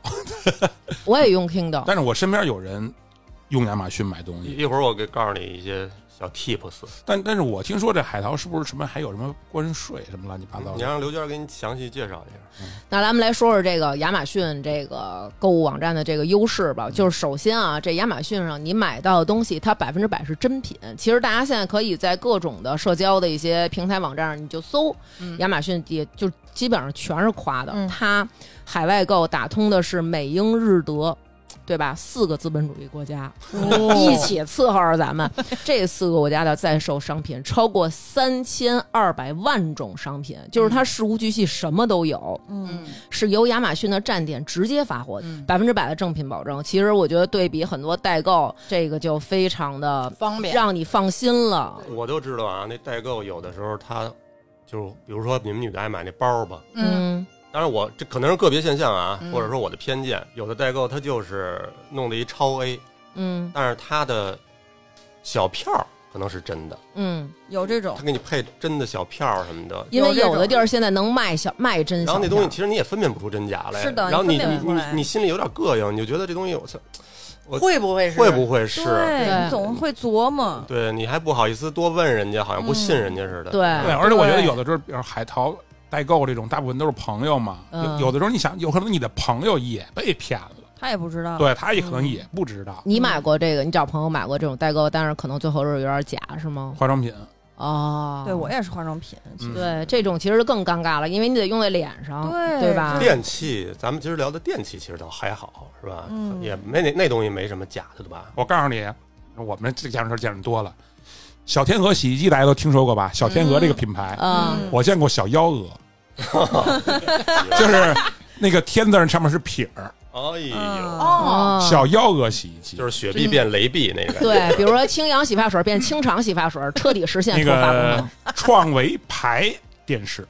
Speaker 2: 我也用 Kindle。
Speaker 3: 但是我身边有人用亚马逊买东西，
Speaker 5: 一一会儿我给告诉你一些小 tips，
Speaker 3: 但但是我听说这海淘是不是什么还有什么关税什么乱七八糟
Speaker 5: 嗯你
Speaker 3: 的？
Speaker 5: 让刘娟给你详细介绍一下。
Speaker 2: 那咱们来说说这个亚马逊这个购物网站的这个优势吧。就是首先啊，这亚马逊上你买到的东西，它百分之百是真品。其实大家现在可以在各种的社交的一些平台网站上，你就搜、
Speaker 4: 嗯
Speaker 2: 亚马逊，也就基本上全是夸的。
Speaker 1: 嗯
Speaker 2: 它海外购打通的是美英日德。对吧？四个资本主义国家、一
Speaker 1: 一起
Speaker 2: 起伺候着咱们，这四个国家的在售商品超过三千二百万种商品，就是它事无巨细，什么都有，
Speaker 4: 嗯
Speaker 2: 是由亚马逊的站点直接发货，
Speaker 4: 嗯，
Speaker 2: 百分之百的正品保证。其实我觉得对比很多代购，这个就非常的
Speaker 4: 方便。
Speaker 2: 让你放心了。
Speaker 5: 我就知道啊，那代购有的时候他就是，比如说你们女的爱买那包吧，
Speaker 4: 嗯，
Speaker 5: 当然我这可能是个别现象啊，
Speaker 4: 嗯
Speaker 5: 或者说我的偏见，有的代购他就是弄了一超 A，
Speaker 2: 嗯
Speaker 5: 但是他的小票可能是真的，
Speaker 2: 嗯，
Speaker 1: 有这种
Speaker 5: 他给你配真的小票什么的。
Speaker 2: 因为
Speaker 1: 有这种
Speaker 2: 有的地儿现在能卖小卖真小票，
Speaker 5: 然后那东西其实你也分辨不出真假来，
Speaker 1: 是的
Speaker 5: 然后你
Speaker 1: 你分
Speaker 5: 你
Speaker 1: 辨不
Speaker 5: 你
Speaker 1: 出来
Speaker 5: 你心里有点膈应，你就觉得这东西我操，我
Speaker 4: 会不会是
Speaker 5: 会不会是？
Speaker 1: 对
Speaker 2: 对
Speaker 1: 你总会琢磨，
Speaker 5: 对你还不好意思多问人家，好像不
Speaker 1: 嗯
Speaker 5: 信人家似的。
Speaker 2: 对
Speaker 3: 对，而且我觉得有的时候，比如海淘代购这种，大部分都是朋友嘛。
Speaker 2: 嗯
Speaker 3: 有有的时候，你想，有可能你的朋友也被骗了，
Speaker 1: 他也不知道。
Speaker 3: 对他也可能也不知道
Speaker 2: 你买过这个，你找朋友买过这种代购，但是可能最后是有点假，是吗？
Speaker 3: 化妆品。
Speaker 2: 哦，
Speaker 1: 对我也是化妆品，其实
Speaker 3: 嗯
Speaker 2: 对这种其实更尴尬了，因为你得用在脸上，
Speaker 1: 对
Speaker 2: 对吧？
Speaker 5: 电器，咱们其实聊的电器其实倒还好，是吧？
Speaker 1: 嗯
Speaker 5: 也没那那东西没什么假的对吧？
Speaker 3: 我告诉你，我们这件事儿见得多了。小天鹅洗衣机大家都听说过吧？小天鹅这个品牌，
Speaker 2: 啊、
Speaker 1: 嗯
Speaker 3: 我见过小幺蛾，就是那个天字儿上面是撇儿，
Speaker 5: 哎呦，
Speaker 1: 嗯
Speaker 4: 哦，
Speaker 2: 哦，
Speaker 3: 小幺蛾洗衣机
Speaker 5: 就是雪碧变雷碧那个。
Speaker 2: 对，比如说清扬洗发水变清肠洗发水，彻底实现
Speaker 3: 那
Speaker 2: 脱发功
Speaker 3: 个
Speaker 2: 能。
Speaker 3: 创维牌电视，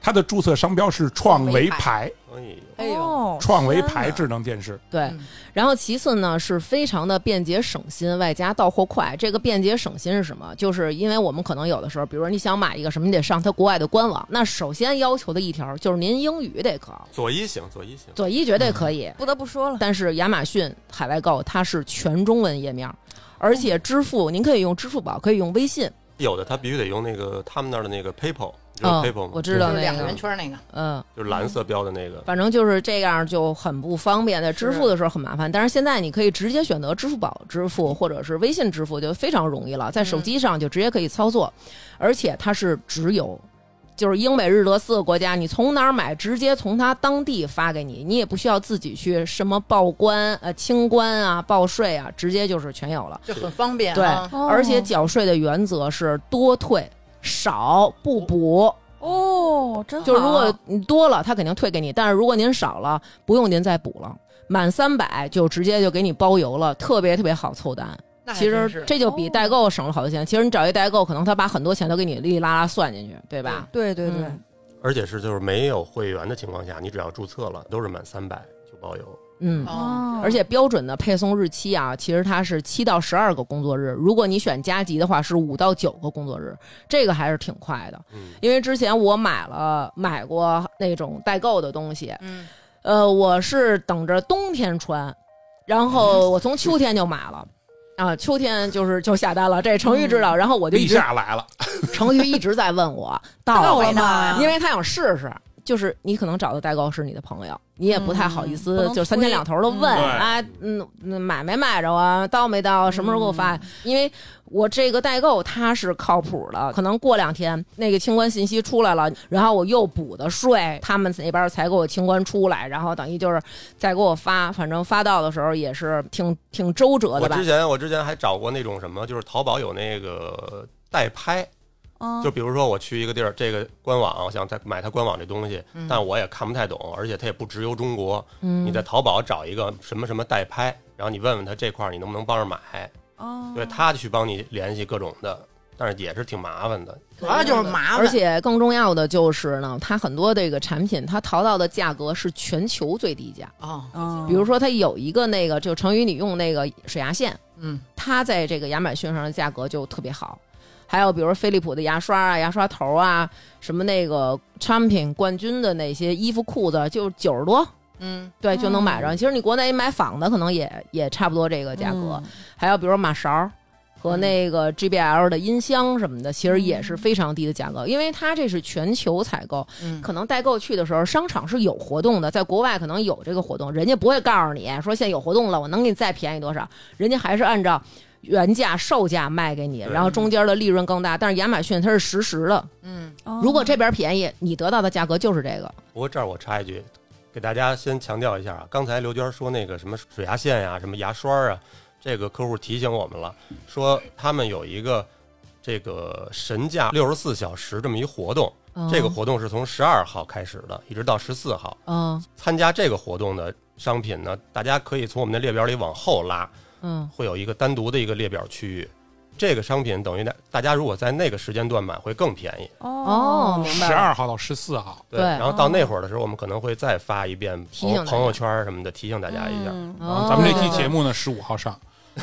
Speaker 3: 它的注册商标是创维牌，
Speaker 5: 哎呦，
Speaker 2: 哎呦，
Speaker 1: 哦
Speaker 3: 创维牌智能电视。
Speaker 2: 对，
Speaker 4: 嗯
Speaker 2: 然后其次呢是非常的便捷省心，外加到货快。这个便捷省心是什么？就是因为我们可能有的时候，比如说你想买一个什么，你得上它国外的官网。那首先要求的一条就是您英语得可，
Speaker 5: 左一行，左一行，
Speaker 2: 左一绝对可以。
Speaker 1: 不得不说了，
Speaker 2: 但是亚马逊海外购它是全中文页面，而且支付您可以用支付宝，可以用微信。
Speaker 5: 有的他必须得用那个他们那儿的那个 PayPal，你知
Speaker 2: 嗯
Speaker 5: 道 PayPal 吗？，
Speaker 2: 我知道
Speaker 4: 就是
Speaker 2: 那
Speaker 4: 两个
Speaker 2: 个
Speaker 4: 圆，圈那个，
Speaker 2: 嗯。
Speaker 5: 就是蓝色标的那个。
Speaker 2: 反正就是这样，就很不方便，在支付的时候很麻烦。但是现在你可以直接选择支付宝支付或者是微信支付，就非常容易了，在手机上就直接可以操作，而且它是直邮。就是英美日德四个国家，你从哪儿买，直接从它当地发给你，你也不需要自己去什么报关、呃清关啊、报税啊，直接就是全有了。
Speaker 4: 就很方便
Speaker 2: 对
Speaker 4: 啊。
Speaker 1: 哦
Speaker 2: 而且缴税的原则是多退少不补，
Speaker 1: 哦，真好
Speaker 2: 就是如果你多了，他肯定退给你；但是如果您少了，不用您再补了，满三百就直接就给你包邮了，特别特别好凑单。
Speaker 4: 那还
Speaker 2: 其
Speaker 4: 真
Speaker 2: 实
Speaker 4: 是哦
Speaker 2: 这就比代购省了好多钱。其实你找一代购，可能他把很多钱都给你哩哩啦啦算进去，对吧？
Speaker 1: 对对对，
Speaker 2: 嗯
Speaker 5: 而且是就是没有会员的情况下，你只要注册了，都是满三百就包邮。
Speaker 2: 嗯。
Speaker 4: 哦，
Speaker 1: 哦
Speaker 2: 而且标准的配送日期啊，其实它是七到十二个工作日。如果你选加急的话，是五到九个工作日，这个还是挺快的。
Speaker 5: 嗯，
Speaker 2: 因为之前我买了买过那种代购的东西，
Speaker 4: 嗯，
Speaker 2: 呃，我是等着冬天穿，然后我从秋天就买了。啊，秋天就是就下单了，这程昱知道，然后我就一
Speaker 3: 立
Speaker 2: 直
Speaker 3: 夏来了，
Speaker 2: 程昱一直在问我
Speaker 1: 到
Speaker 2: 到
Speaker 1: 了
Speaker 2: 了
Speaker 1: 吗
Speaker 2: 吗？因为他想试试，就是你可能找的代购是你的朋友，你也不太好意
Speaker 1: 嗯不
Speaker 2: 思，
Speaker 1: 能
Speaker 2: 就是三天两头的问
Speaker 3: 推
Speaker 2: 啊，嗯，嗯买没买着啊，到没到，什么时候给我
Speaker 1: 嗯
Speaker 2: 发？因为我这个代购他是靠谱的，可能过两天那个清关信息出来了，然后我又补的税，他们那边才给我清关出来，然后等于就是再给我发，反正发到的时候也是
Speaker 1: 嗯
Speaker 2: 挺挺周折
Speaker 5: 我
Speaker 2: 的吧
Speaker 5: 之。前我之前还找过那种什么，就是淘宝有那个代拍，
Speaker 1: 嗯
Speaker 5: 就比如说我去一个地儿，这个官网我想再买它官网这东西，但我也看不太懂，而且它也不直邮中国。
Speaker 2: 嗯
Speaker 5: 你在淘宝找一个什么什么代拍，然后你问问他这块儿你能不能帮着买，
Speaker 1: 哦
Speaker 5: 对他去帮你联系各种的，但是也是挺麻烦的。
Speaker 4: 主要就是麻烦，
Speaker 2: 而且更重要的就是呢，它很多这个产品，它淘到的价格是全球最低价。
Speaker 4: 哦，
Speaker 1: 嗯
Speaker 2: 比如说，它有一个那个，就成宇你用那个水牙线，
Speaker 4: 嗯，
Speaker 2: 它在这个亚马逊上的价格就特别好。还有比如飞利浦的牙刷啊、牙刷头啊，什么那个 Champion 冠军的那些衣服、裤子，就九十多，
Speaker 4: 嗯，
Speaker 2: 对，就能买着。其实你国内买仿的可能也也差不多这个价格。
Speaker 1: 嗯
Speaker 2: 还有比如马勺儿和那个 GBL 的音箱什么的，其实也是非常低的价格，因为它这是全球采购，
Speaker 4: 嗯
Speaker 2: 可能代购去的时候商场是有活动的，在国外可能有这个活动，人家不会告诉你说现在有活动了，我能给你再便宜多少，人家还是按照。原价售价卖给你，
Speaker 5: 对
Speaker 2: 然后中间的利润更大。但是亚马逊它是实时的，
Speaker 4: 嗯，
Speaker 1: 哦
Speaker 2: 如果这边便宜，你得到的价格就是这个。
Speaker 5: 不过这儿我插一句，给大家先强调一下啊，刚才刘娟说那个什么水牙线呀、什么牙刷啊，这个客户提醒我们了，说他们有一个这个神价六十四小时这么一活动，
Speaker 3: 哦
Speaker 2: 哦
Speaker 5: 这个活动是从十二号开始的，一直到十四号。
Speaker 2: 嗯
Speaker 5: 参加这个活动的商品呢，大家可以从我们的列表里往后拉，
Speaker 2: 嗯
Speaker 5: 会有一个单独的一个列表区域。这个商品等于大大家如果在那个时间段买会更便宜，
Speaker 2: 哦明白
Speaker 3: 十二号到十四号，
Speaker 2: 对哦
Speaker 5: 然后到那会儿的时候，我们可能会再发一遍
Speaker 2: 提醒
Speaker 5: 朋友
Speaker 2: 大家
Speaker 5: 朋友圈什么的，提醒大家一下。
Speaker 1: 嗯
Speaker 2: 哦
Speaker 3: 啊咱们这期节目呢十五号上，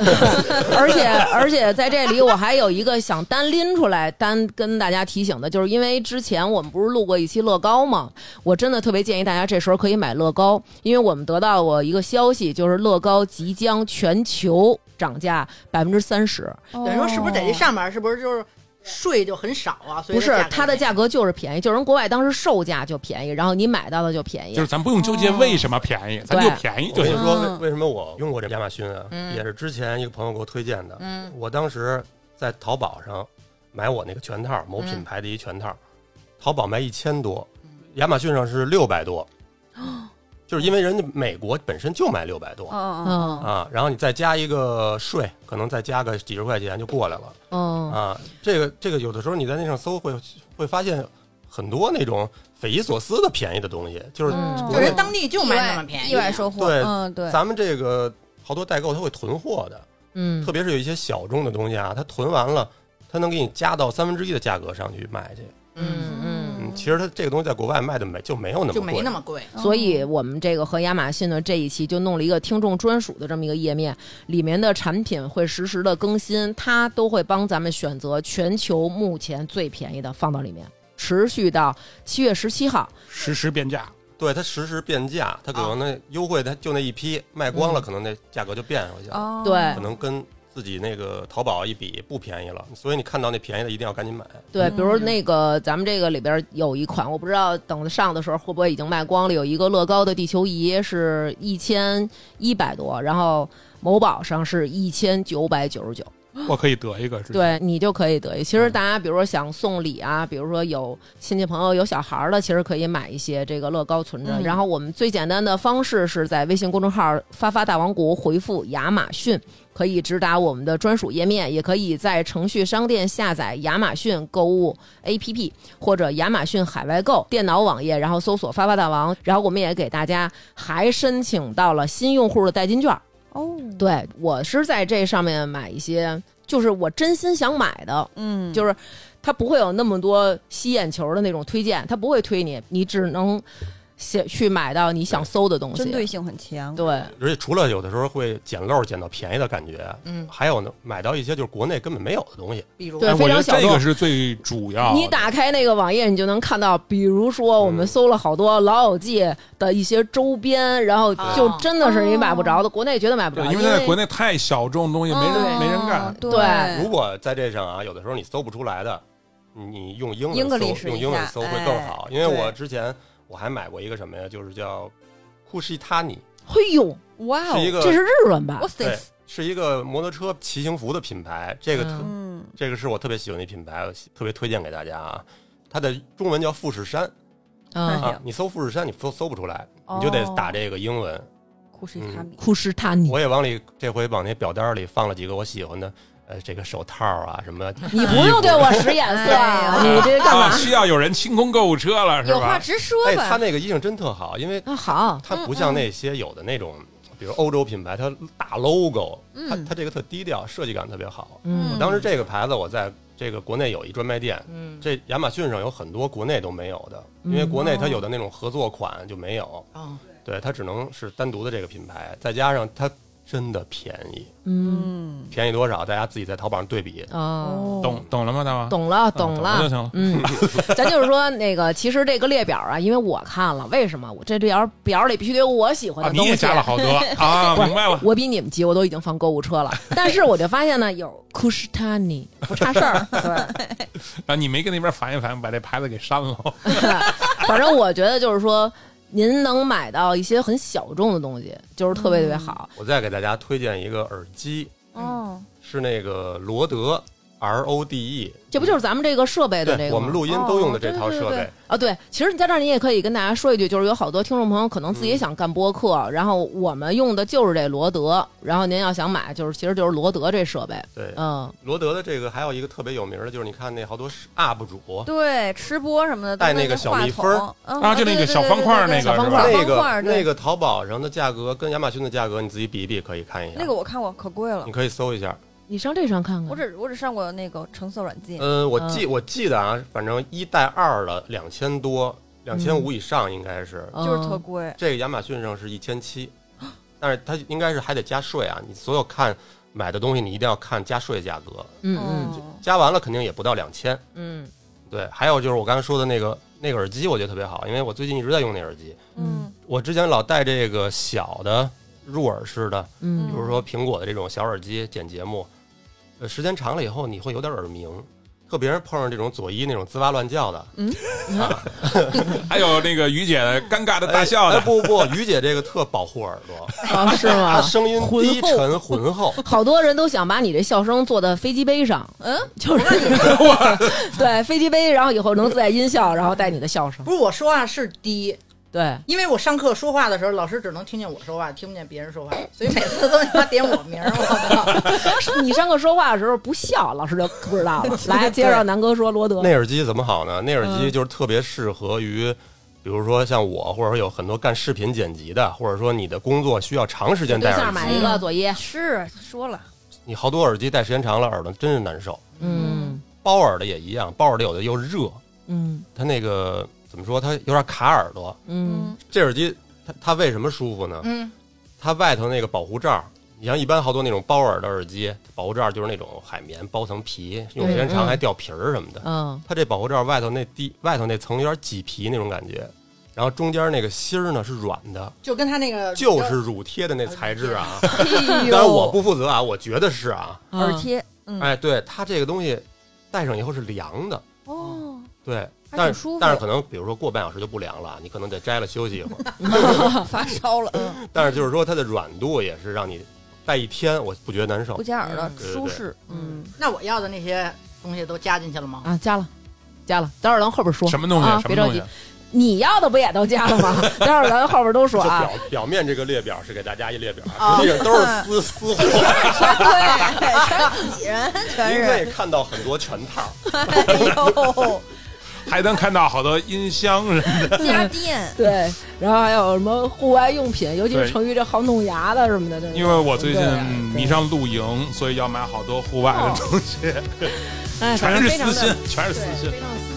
Speaker 2: 而且而且在这里，我还有一个想单拎出来单跟大家提醒的，就是因为之前我们不是录过一期乐高吗？我真的特别建议大家这时候可以买乐高，因为我们得到过一个消息，就是乐高即将全球涨价百分之三十，
Speaker 1: 等
Speaker 4: 等于说是不是在这上面是不是就是税就很少啊？所以
Speaker 2: 不是
Speaker 4: 它
Speaker 2: 它的价格就是便宜，就是人国外当时售价就便宜，然后你买到的就便宜，
Speaker 3: 就是咱不用纠结为什么便宜，咱就
Speaker 2: 哦对
Speaker 3: 便宜
Speaker 5: 我
Speaker 3: 就
Speaker 5: 跟你
Speaker 3: 行。
Speaker 5: 说，
Speaker 1: 嗯
Speaker 5: 为为什么我用过这亚马逊啊？
Speaker 4: 嗯
Speaker 5: 也是之前一个朋友给我推荐的。
Speaker 4: 嗯
Speaker 5: 我当时在淘宝上买我那个全套，某品牌的一全套，
Speaker 2: 嗯
Speaker 5: 淘宝卖一千多，亚马逊上是六百 多，就是因为人家美国本身就卖六百多
Speaker 1: 嗯
Speaker 2: 嗯
Speaker 5: 啊，然后你再加一个税，可能再加个几十块钱就过来了。
Speaker 2: 嗯
Speaker 5: 啊，这个这个有的时候你在那上搜会会发现很多那种匪夷所思的便宜的东西，就是
Speaker 1: 嗯
Speaker 4: 就
Speaker 5: 国内
Speaker 4: 人当地就卖那么便宜，
Speaker 1: 意外收获，
Speaker 5: 对
Speaker 1: 嗯对，
Speaker 5: 咱们这个好多代购他会囤货的，
Speaker 2: 嗯
Speaker 5: 特别是有一些小众的东西啊，他囤完了。他能给你加到三分之一的价格上去卖去，
Speaker 4: 嗯，
Speaker 2: 嗯
Speaker 5: 嗯，其实他这个东西在国外卖的没就没有那么
Speaker 4: 就
Speaker 5: 贵，
Speaker 4: 没那么贵。
Speaker 2: 所
Speaker 1: 哦
Speaker 2: 以我们这个和亚马逊的这一期就弄了一个听众专属的这么一个页面，里面的产品会实时的更新，它都会帮咱们选择全球目前最便宜的放到里面，持续到七月十七号。
Speaker 3: 实时变价，
Speaker 5: 对他实时变价，他可能那优惠他就那一批卖光了，可能那价格就变回去了，
Speaker 1: 哦
Speaker 2: 对
Speaker 5: 可能跟自己那个淘宝一比不便宜了，所以你看到那便宜的一定要赶紧买。
Speaker 2: 对，比如那个咱们这个里边有一款，我不知道等上的时候会不会已经卖光了，有一个乐高的地球仪是一千一百多，然后某宝上是一千九百九十九。
Speaker 3: 我可以得一个。直接，
Speaker 2: 对你就可以得益。其实大家比如说想送礼啊，比如说有亲戚朋友有小孩儿的，其实可以买一些这个乐高存着。
Speaker 4: 嗯
Speaker 2: 然后我们最简单的方式是在微信公众号“发发大王国”回复“亚马逊”，可以直达我们的专属页面，也可以在程序商店下载亚马逊购物 APP 或者亚马逊海外购电脑网页，然后搜索“发发大王”。然后我们也给大家还申请到了新用户的代金券。
Speaker 1: 哦，
Speaker 2: 对我是在这上面买一些，就是我真心想买的，
Speaker 1: 嗯
Speaker 2: 就是它不会有那么多吸眼球的那种推荐，它不会推你，你只能写去买到你想搜的东西。
Speaker 1: 针对性很强，
Speaker 2: 对
Speaker 5: 而且除了有的时候会捡漏捡到便宜的感觉，
Speaker 4: 嗯
Speaker 5: 还有呢，买到一些就是国内根本没有的东西。
Speaker 4: 比如
Speaker 2: 对
Speaker 3: 哎，我觉
Speaker 2: 非常
Speaker 3: 得
Speaker 2: 小众
Speaker 3: 这个是最主要的。
Speaker 2: 你打开那个网页，你就能看到，比如说我们搜了好多《老友记》的一些周边，然后
Speaker 1: 啊
Speaker 2: 就
Speaker 4: 哦
Speaker 2: 真的是你买不着的，
Speaker 1: 哦
Speaker 2: 国内绝对买不
Speaker 3: 对
Speaker 2: 着，，
Speaker 3: 因为它在国内太小众，东西没
Speaker 2: 嗯
Speaker 3: 人没人干。
Speaker 1: 对
Speaker 2: 对
Speaker 5: 如果在这上啊，有的时候你搜不出来的，你用英文
Speaker 1: English
Speaker 5: 搜，用英
Speaker 1: 一
Speaker 5: 文
Speaker 1: 下哎
Speaker 5: 搜会更好。因为
Speaker 1: 对
Speaker 5: 我之前我还买过一个什么呀，就是叫库西塔尼，
Speaker 2: 嘿哎呦，
Speaker 1: 哇哦
Speaker 5: 是一个
Speaker 2: 这是日文吧？
Speaker 1: ，What's
Speaker 5: 对
Speaker 1: this？，
Speaker 5: 是一个摩托车骑行服的品牌。这个特、
Speaker 2: 嗯
Speaker 1: 嗯，
Speaker 5: 这个是我特别喜欢的一品牌，我特别推荐给大家啊。它的中文叫富士山
Speaker 1: 哎哦
Speaker 2: 嗯，
Speaker 1: 呀
Speaker 5: 啊，你搜富士山你搜搜不出来，你就得打这个英文。
Speaker 1: 库什塔米，
Speaker 2: 库什塔尼，
Speaker 5: 我也往里这回往那表单里放了几个我喜欢的，呃，这个手套啊什么。
Speaker 2: 你
Speaker 3: 哎
Speaker 2: 不用对我使眼色，
Speaker 1: 哎呀
Speaker 2: 你这干嘛
Speaker 3: 啊，？需要有人清空购物车了，是
Speaker 1: 有话
Speaker 3: 吧？
Speaker 1: 直说
Speaker 5: 哎，他
Speaker 1: 吧，
Speaker 5: 那个衣裳真特好，因为
Speaker 3: 哎
Speaker 2: 啊，好，
Speaker 5: 它不像那些有的那种，比如欧洲品牌，它大 logo，它它这个特低调，设计感特别好。
Speaker 2: 嗯
Speaker 5: 我当时这个牌子我在这个国内有一专卖店，
Speaker 4: 嗯
Speaker 5: 这亚马逊上有很多国内都没有的，因为国内它有的那种合作款就没有，
Speaker 4: 哦
Speaker 5: 对，它只能是单独的这个品牌，再加上它真的便宜，
Speaker 2: 嗯
Speaker 1: 嗯，
Speaker 5: 便宜多少？大家自己在淘宝上对比。
Speaker 2: 哦。
Speaker 3: 懂懂了吗，大王？
Speaker 2: 懂了，
Speaker 3: 嗯懂
Speaker 2: 了，
Speaker 3: 了就行了
Speaker 2: 嗯， 咱就是说，那个其实这个列表啊，因为我看了，为什么我这表表里必须得有我喜欢
Speaker 3: 啊，
Speaker 2: 的
Speaker 3: 你
Speaker 2: 东
Speaker 3: 也
Speaker 2: 西？
Speaker 3: 加了 好多啊，明白了。
Speaker 2: 我比你们急，我都已经放购物车了。但是我就发现呢，有库什塔尼不差事儿。对，
Speaker 3: 然后你没跟那边反映反映，把这牌子给删了。
Speaker 2: 反正我觉得就是说，您能买到一些很小众的东西，就是特
Speaker 3: 嗯
Speaker 2: 别特别好。
Speaker 5: 我再给大家推荐一个耳机，
Speaker 1: 哦，
Speaker 5: 是那个罗德 R O D E，
Speaker 2: 这不就是咱们这个设备的这
Speaker 5: 对
Speaker 2: 个吗？
Speaker 5: 我们录音都用的这套设
Speaker 1: 哦对对
Speaker 5: 备
Speaker 1: 对。
Speaker 2: 啊，对，其实你在这儿你也可以跟大家说一句，就是有好多听众朋友可能自己也想干播客，然后我们用的就是这罗德，然后您要想买，就是其实就是罗德这设备，
Speaker 5: 对，
Speaker 2: 嗯，
Speaker 5: 罗德的这个还有一个特别有名的，就是你看那好多是 UP 主，
Speaker 1: 对，吃播什么的，
Speaker 5: 带
Speaker 1: 都
Speaker 5: 那个小
Speaker 1: 话
Speaker 5: 蜜
Speaker 1: 筒
Speaker 5: 蜂儿
Speaker 1: 嗯
Speaker 3: 啊就那
Speaker 1: 对对
Speaker 3: 个
Speaker 1: 对
Speaker 3: 小方块儿
Speaker 1: 对对对
Speaker 3: 那
Speaker 1: 小
Speaker 3: 个
Speaker 1: 方块儿方
Speaker 5: 那
Speaker 3: 是吧
Speaker 1: 块
Speaker 5: 个
Speaker 1: 儿对
Speaker 5: 那个淘宝上的价格跟亚马逊的价格，你自己比一比，可以看一下。
Speaker 1: 那个我看过，可贵了
Speaker 5: 你。可以搜一下。
Speaker 2: 你上这上看看，
Speaker 1: 我只我只上过那个橙色软件，
Speaker 5: 嗯，我记我记得啊，反正一带二的两千多，两千五以上应该是。
Speaker 2: 嗯
Speaker 1: 就是特贵。
Speaker 5: 这个亚马逊上是一千七，但是它应该是还得加税啊。你所有看买的东西，你一定要看加税价格，
Speaker 2: 嗯嗯
Speaker 1: 哦
Speaker 5: 加完了肯定也不到两千。
Speaker 2: 嗯，
Speaker 5: 对，还有就是我刚才说的那个那个耳机，我觉得特别好，因为我最近一直在用那耳机。
Speaker 1: 嗯
Speaker 5: 我之前老戴这个小的入耳式的，比
Speaker 2: 嗯
Speaker 5: 如说苹果的这种小耳机剪节目，呃，时间长了以后你会有点耳鸣，特别是碰上这种左一那种滋哇乱叫的，
Speaker 3: 还有那个于姐的尴尬的大笑
Speaker 5: 哎
Speaker 3: 的，
Speaker 5: 不不，于姐这个特保护耳朵，
Speaker 2: 啊是
Speaker 5: 她
Speaker 2: 吗？
Speaker 5: 声音
Speaker 2: 浑
Speaker 5: 低
Speaker 2: 厚
Speaker 5: 沉 浑厚，
Speaker 2: 好多人都想把你这笑声做到飞机杯上，
Speaker 1: 嗯，
Speaker 2: 就是 对飞机杯，然后以后能自带音效，然后带你的笑声
Speaker 4: 不，是我说话是低，
Speaker 2: 对，
Speaker 4: 因为我上课说话的时候，老师只能听见我说话，听不见别人说话，所以每次都他妈点我名儿，我靠！
Speaker 2: 你上课说话的时候不笑，老师就不知道了。来，接着南哥说罗德
Speaker 5: 那，耳机怎么好呢？那耳
Speaker 2: 嗯
Speaker 5: 机就是特别适合于，比如说像我，或者说有很多干视频剪辑的，或者说你的工作需要长时间
Speaker 2: 对
Speaker 5: 戴
Speaker 2: 象
Speaker 5: 耳
Speaker 2: 买
Speaker 5: 机，
Speaker 2: 一个左一，
Speaker 1: 是说了，
Speaker 5: 你好多耳机戴时间长了，耳朵真是难受。
Speaker 2: 嗯
Speaker 5: 包耳的也一样，包耳的有的又热，
Speaker 2: 嗯
Speaker 5: 它那个怎么说？它有点卡耳朵。
Speaker 2: 嗯，
Speaker 5: 这耳机它它为什么舒服呢？
Speaker 4: 嗯，
Speaker 5: 它外头那个保护罩，你像一般好多那种包耳的耳机，保护罩就是那种海绵包层皮，用时间
Speaker 2: 嗯
Speaker 5: 长
Speaker 2: 嗯
Speaker 5: 还掉皮儿什么的。
Speaker 2: 嗯
Speaker 5: 它这保护罩外头那地外头那层有点麂皮那种感觉，然后中间那个芯儿呢是软的，
Speaker 4: 就跟他那个
Speaker 5: 就是乳贴的那材质啊。
Speaker 1: 哎
Speaker 5: 当
Speaker 1: 呦
Speaker 5: 然我不负责啊，我觉得是啊。
Speaker 1: 耳贴，嗯，
Speaker 5: 哎，对，它这个东西戴上以后是凉的，
Speaker 1: 哦，
Speaker 5: 对，
Speaker 1: 还
Speaker 5: 但
Speaker 1: 挺
Speaker 5: 是
Speaker 1: 舒服
Speaker 5: 但是可能比如说过半小时就不凉了，你可能得摘了休息一会 儿。
Speaker 1: 发烧了，嗯，
Speaker 5: 但是就是说它的软度也是让你戴一天，我不觉得难受
Speaker 1: 哦不。加耳朵
Speaker 2: 嗯
Speaker 5: 对对
Speaker 1: 舒适，嗯
Speaker 2: 嗯，
Speaker 4: 那我要的那些东西都加进去了吗？
Speaker 2: 啊，加了。加了，待会儿咱后边说
Speaker 3: 什么东西
Speaker 2: 啊？
Speaker 3: 什
Speaker 2: 别着
Speaker 3: 么东
Speaker 2: 急
Speaker 3: 西，？
Speaker 2: 你要的不也都加了 吗？待会儿咱后边都
Speaker 5: 就
Speaker 2: 说啊
Speaker 5: 表。表面这个列表是给大家一列表，
Speaker 1: 哦
Speaker 4: 啊
Speaker 5: 实际上都是 私私货，
Speaker 1: 对，全是自己人，全
Speaker 5: 您
Speaker 1: 是，
Speaker 5: 可以看到很多全套。
Speaker 1: 哎呦，
Speaker 3: 还能看到好多音箱什么的。
Speaker 1: 家电，
Speaker 2: 对，然后还有什么户外用品，尤其是
Speaker 3: 对
Speaker 2: 成昱这好弄牙的什么的。这种
Speaker 3: 因为我最近
Speaker 2: 对啊
Speaker 3: 迷上露营，所以要买好多户外的东西，
Speaker 2: 哎，反
Speaker 3: 全
Speaker 2: 正
Speaker 3: 是
Speaker 2: 非常的
Speaker 3: 私信，全是私信。
Speaker 2: 非常私心。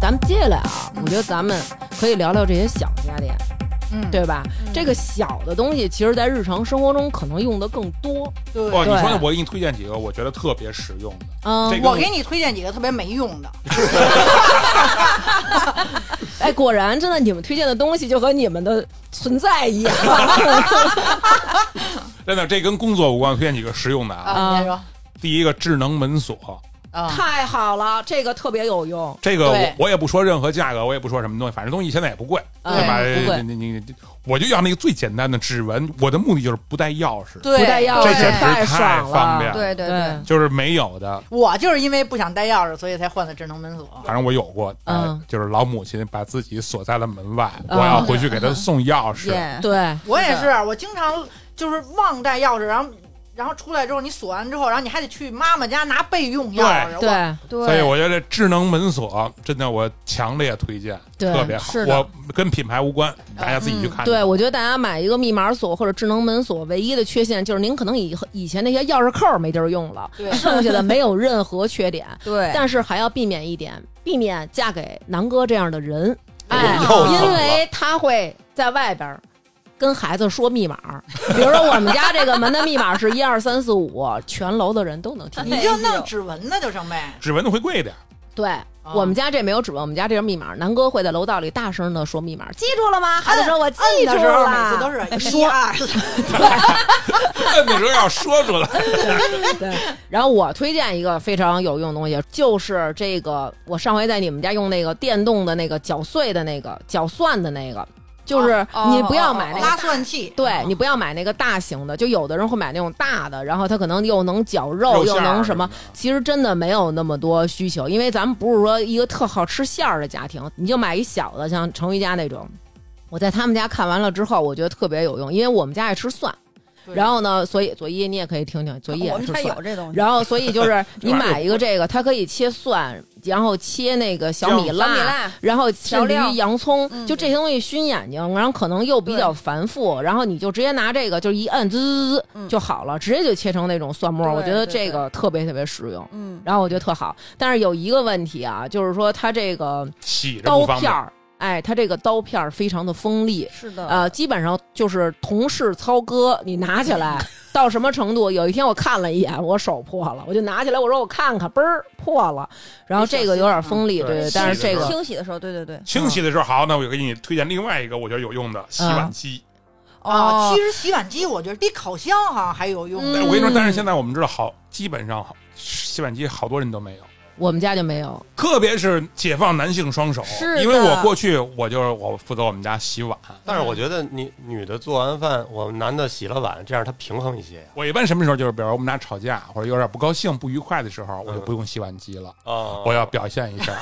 Speaker 2: 咱们接下来啊，我觉得咱们可以聊聊这些小家电，
Speaker 4: 嗯，
Speaker 2: 对吧？这个小的东西，其实在日常生活中可能用的更多。
Speaker 4: 对
Speaker 3: 哇，你说
Speaker 2: 对
Speaker 3: 呢？我给你推荐几个，我觉得特别实用的。
Speaker 2: 嗯，
Speaker 3: 这个
Speaker 4: 我给你推荐几个特别没用的，
Speaker 2: 哎，果然真的，你们推荐的东西就和你们的存在 一样。
Speaker 3: 真的，这跟工作无关，推荐几个实用的啊。
Speaker 4: 啊，你先说
Speaker 3: 第一个智能门锁，
Speaker 4: 啊，
Speaker 2: 太好了，这个特别有用。
Speaker 3: 这个我
Speaker 4: 对
Speaker 3: 我也不说任何价格，我也不说什么东西，反正东西现在也不贵，
Speaker 2: 嗯
Speaker 3: 对吧？
Speaker 2: 不贵
Speaker 3: 你你你，我就要那个最简单的指纹，我的目的就是不带钥匙，
Speaker 4: 对，
Speaker 2: 不带钥匙
Speaker 3: 这简
Speaker 2: 太
Speaker 3: 直太
Speaker 2: 爽了
Speaker 3: 方便了，
Speaker 1: 对对对，
Speaker 3: 就是没有的。
Speaker 4: 我就是因为不想带钥匙，所以才换的智能门锁。
Speaker 3: 反正我有过，呃
Speaker 2: 嗯，
Speaker 3: 就是老母亲把自己锁在了门外，
Speaker 2: 嗯
Speaker 3: 我要回去给她送钥匙。
Speaker 1: 耶，
Speaker 2: 对，
Speaker 4: 我也是，我经常就是忘带钥匙，然后然后出来之后你锁完之后，然后你还得去妈妈家拿备用钥匙。
Speaker 2: 对
Speaker 4: 我，
Speaker 1: 对，
Speaker 3: 所以我觉得智能门锁真的我强烈推荐，
Speaker 2: 对嗯
Speaker 3: 特别好
Speaker 1: 是。的
Speaker 3: 我跟品牌无关，大家自己去看。
Speaker 2: 对，我觉得大家买一个密码锁或者智能门锁，唯一的缺陷就是您可能以后以前那些钥匙扣儿没地儿用了，
Speaker 4: 对
Speaker 2: 剩下的没有任 何缺点。
Speaker 1: 对，
Speaker 2: 但是还要避免一点，避免嫁给南哥这样的人。
Speaker 1: 对
Speaker 2: 哎
Speaker 5: 又怎么，了
Speaker 2: 因为他会在外边儿跟孩子说密码儿，比如说我们家这个门的密码是一二三四五，全楼的人都能听见。
Speaker 4: 你就弄指纹的就成呗。
Speaker 3: 指纹的会贵一点。
Speaker 2: 对、
Speaker 4: 哦
Speaker 2: 我们家这没有指纹，我们家这是密码。南哥会在楼道里大声的说密码，记住了
Speaker 1: 哎
Speaker 2: 吗？孩子说我记
Speaker 4: 摁
Speaker 2: 住
Speaker 4: 的时候每
Speaker 2: 了，
Speaker 4: 次都
Speaker 2: 哎
Speaker 4: 是一
Speaker 2: 说
Speaker 4: 二三，
Speaker 3: 那时候要说出来，
Speaker 2: 对，然后我推荐一个非常有用的东西，就是这个我上回在你们家用那个电动的那个搅碎的那个搅蒜的那个，就是
Speaker 1: 哦
Speaker 2: 你不要买那个大。
Speaker 4: 拉蒜器。
Speaker 2: 对你不要买那个大型的，就有的人会买那种大的，然后它可能又能绞肉，
Speaker 3: 肉馅
Speaker 2: 又
Speaker 3: 儿
Speaker 2: 能什么
Speaker 3: 什么的，
Speaker 2: 其实真的没有那么多需求，因为咱们不是说一个特好吃馅儿的家庭，你就买一小的，像成瑜家那种。我在他们家看完了之后，我觉得特别有用，因为我们家爱吃蒜，
Speaker 4: 对
Speaker 2: 然后呢，所以佐伊你也可以听听，佐伊
Speaker 1: 我
Speaker 2: 也
Speaker 1: 们
Speaker 2: 吃
Speaker 1: 家
Speaker 2: 蒜
Speaker 1: 有。这东西，
Speaker 2: 然后，所以就是
Speaker 3: 这
Speaker 2: 你
Speaker 3: 玩意儿
Speaker 2: 买一个这个，它可以切蒜，然后切那个小米
Speaker 3: 小
Speaker 2: 辣，
Speaker 1: 小米辣
Speaker 2: 然后甚
Speaker 1: 调
Speaker 2: 至
Speaker 1: 料
Speaker 2: 于洋葱，
Speaker 1: 嗯
Speaker 2: 就这些东西熏眼睛，然后可能又比较繁复，然后你就直接拿这个就是一摁滋滋滋滋
Speaker 1: 嗯
Speaker 2: 就好了，直接就切成那种蒜末儿。
Speaker 1: 对
Speaker 2: 我觉得
Speaker 1: 对
Speaker 2: 这个特别特别实用，
Speaker 1: 嗯，
Speaker 2: 然后我觉得特好。但是有一个问题啊，就是说它这个
Speaker 3: 洗着
Speaker 2: 刀
Speaker 3: 不方
Speaker 2: 片
Speaker 3: 便。
Speaker 2: 儿，哎，它这个刀片儿非常的锋利，
Speaker 1: 是的，
Speaker 2: 呃，基本上就是同事操戈，你拿起 来到什么程度？有一天我看了一眼，我手破了，我就拿起来，我说我看看，嘣儿破了。然后这个有点锋利，
Speaker 3: 嗯
Speaker 2: 对
Speaker 3: 对，
Speaker 2: 但是这
Speaker 3: 是
Speaker 2: 个
Speaker 1: 清洗啊的时候，对对对，
Speaker 3: 清洗的时候好，那我就给你推荐另外一个我觉得有用的洗
Speaker 2: 嗯
Speaker 3: 碗机。
Speaker 2: 哦
Speaker 4: 啊，
Speaker 1: 其
Speaker 4: 其
Speaker 1: 实
Speaker 4: 实洗碗机我觉得比烤箱好像还有用
Speaker 2: 嗯
Speaker 3: 但
Speaker 4: 的。
Speaker 3: 我跟你说，但是现在我们知道好，基本上好洗碗机好多人都没有，
Speaker 2: 我们家就没有。
Speaker 3: 特别是解放男性双手。
Speaker 1: 是的
Speaker 3: 因为我过去我就是我负责我们家洗碗，
Speaker 5: 但是我觉得你女的做完饭，我们男的洗了碗，这样她平衡一些呀。
Speaker 3: 我一般什么时候就是比如我们俩吵架或者有点不高兴不愉快的时候，我就不用洗碗机了，
Speaker 2: 哦
Speaker 5: 啊
Speaker 3: 我要表现一下。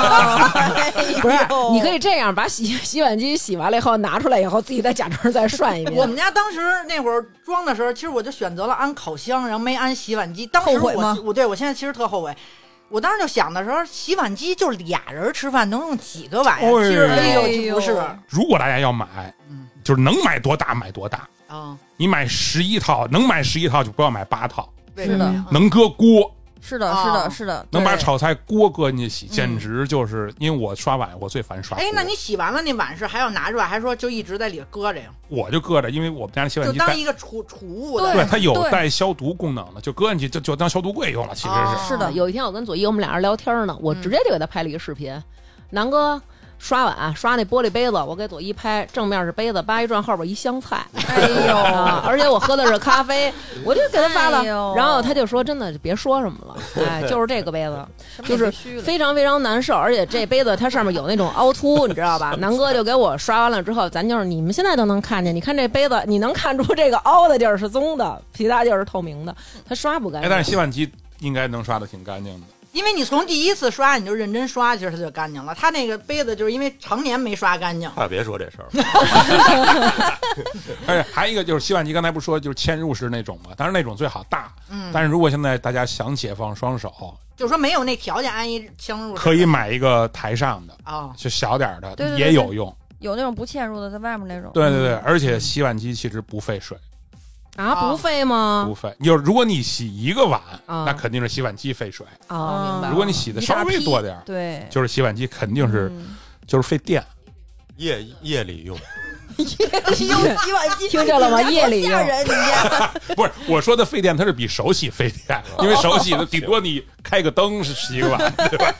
Speaker 1: 哎
Speaker 2: 不是，你可以这样，把洗 洗碗机洗完了以后拿出来以后，自己再假装再涮一遍。
Speaker 4: 我们家当时那会儿装的时候，其实我就选择了安烤箱，然后没安洗碗机。当时
Speaker 1: 后悔吗
Speaker 4: 我我对我现在其实特后悔。我当时就想的时候，洗碗机就俩人吃饭能用几个碗呀？
Speaker 3: 哎
Speaker 4: 其实哎
Speaker 1: 哎
Speaker 4: 呦，
Speaker 1: 呦
Speaker 4: 不是
Speaker 3: 如果大家要买，
Speaker 4: 嗯
Speaker 3: 就是能买多大买多大，
Speaker 4: 啊，
Speaker 3: 你买十一套，能买十一套就不要买八套，
Speaker 4: 为
Speaker 1: 是的
Speaker 2: 嗯
Speaker 4: 呀
Speaker 3: 能搁锅。
Speaker 1: 是的，是
Speaker 4: 哦
Speaker 1: 的，是的，
Speaker 3: 能把
Speaker 1: 对
Speaker 3: 炒菜锅搁进去洗，简直就是因为我刷碗，我最烦刷锅。
Speaker 4: 哎，那你洗完了那碗是还要拿出来，还说就一直在里头搁着呀？
Speaker 3: 我就搁着，因为我们家的洗碗
Speaker 4: 就
Speaker 3: 机
Speaker 4: 当
Speaker 3: 带
Speaker 4: 一个储储物的。
Speaker 1: 对
Speaker 3: 对它有
Speaker 1: 对
Speaker 3: 带消毒功能的，就搁进去就就当消毒柜用了，其实
Speaker 4: 哦
Speaker 3: 是。
Speaker 1: 是的
Speaker 2: 有一天我跟左一我们俩人聊天呢，我直接就给他拍了一个视频，南哥。刷碗刷那玻璃杯子，我给左一拍，正面是杯子，叭一转，后边一香菜，
Speaker 1: 哎呦
Speaker 2: 啊，，而且我喝的是咖啡，我就给他发了
Speaker 1: 哎，呦
Speaker 2: 然后他就说：“真的别说什么了，哎，就是这个杯子，就是非常非常难受，而且这杯子它上面有那种凹凸，你知道吧？南哥就给我刷完了之后，咱就是你们现在都能看见，你看这杯子，你能看出这个凹的地儿是棕的，其他地儿是透明的，它刷不干
Speaker 3: 哎，
Speaker 2: 净。
Speaker 3: 但是洗碗机应该能刷的挺 干净的。
Speaker 4: 因为你从第一次刷你就认真刷，其实它就干净了。它那个杯子就是因为常年没刷干净，
Speaker 5: 快别说这事儿了，
Speaker 3: 而且还有一个就是洗碗机，刚才不是说就是嵌入式那种嘛，当然那种最好大。
Speaker 4: 嗯
Speaker 3: 但是如果现在大家想解放双手，
Speaker 4: 就是说没有那条件安一相入。
Speaker 3: 可以买一个台上的，
Speaker 4: 啊，
Speaker 3: 就小点儿的
Speaker 1: 对对对
Speaker 3: 也有用。
Speaker 1: 有那种不嵌入的，在外面那种，
Speaker 3: 对对
Speaker 4: 嗯
Speaker 3: 对，而且洗碗机其实不费水。
Speaker 2: 啊，不费
Speaker 4: 嗯
Speaker 2: 吗
Speaker 3: 不？费。就是如果你洗一个碗，
Speaker 2: 啊
Speaker 3: 那肯定是洗碗机费水；
Speaker 2: 哦，明白了。
Speaker 3: 如果你洗的
Speaker 1: 一大
Speaker 3: 稍微
Speaker 1: 批
Speaker 3: 多点儿，
Speaker 1: 对，
Speaker 3: 就是洗碗机肯定是、
Speaker 1: 嗯
Speaker 3: 就是费电。
Speaker 5: 夜夜里用，
Speaker 1: 用洗碗机，
Speaker 2: 听见了吗
Speaker 1: 你们家多
Speaker 2: 夜里
Speaker 1: 吓
Speaker 2: 用
Speaker 1: 人，你们家
Speaker 3: 不是我说的费电，它是比手洗费电，因为手洗的顶多你开个灯是洗个碗，对吧？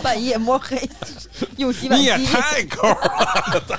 Speaker 1: 半夜摸黑用洗碗
Speaker 3: 你
Speaker 1: 机
Speaker 3: 也，太抠了。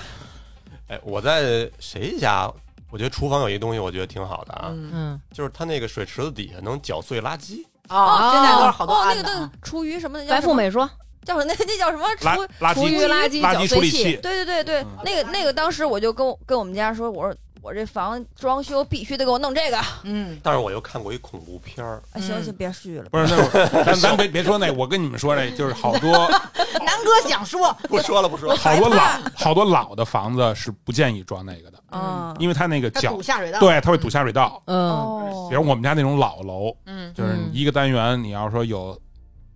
Speaker 5: 哎，我在谁家？我觉得厨房有一东西，我觉得挺好的啊，
Speaker 4: 嗯
Speaker 2: 嗯，
Speaker 5: 就是它那个水池子底下能搅碎垃圾。
Speaker 4: 啊，现在都是好多
Speaker 1: 哦，
Speaker 4: 案子
Speaker 1: 那个那
Speaker 4: 啊
Speaker 1: 个厨余什么的叫
Speaker 2: 白
Speaker 1: 什
Speaker 2: 富
Speaker 1: 么
Speaker 2: 美说
Speaker 1: 叫什么？那那叫什么？
Speaker 3: 垃
Speaker 1: 厨
Speaker 3: 垃
Speaker 2: 厨余
Speaker 3: 圾
Speaker 2: 垃圾
Speaker 3: 垃
Speaker 2: 搅
Speaker 3: 圾处
Speaker 2: 碎
Speaker 3: 理
Speaker 2: 器。
Speaker 3: 器，
Speaker 1: 对对对对，那个那个，当时我就跟我跟我们家说，我说我这房装修必须得给我弄这个。
Speaker 4: 嗯，
Speaker 5: 但是我又看过一恐怖片儿，
Speaker 1: 哎行行，别絮了。
Speaker 3: 不是那我，咱咱别别说那，我跟你们说那，就是好多
Speaker 4: 南哥想说，
Speaker 5: 不说了不说了，
Speaker 3: 好多老好多老的房子是不建议装那个的，
Speaker 1: 啊，
Speaker 3: 因为它那个
Speaker 4: 他
Speaker 3: 搅
Speaker 4: 堵，下水道，
Speaker 3: 对，它会堵下水道。：“
Speaker 2: 嗯，
Speaker 1: 哦
Speaker 3: 比，如我们家那种老楼，
Speaker 4: 嗯，
Speaker 3: 就是你一个单元，你要说有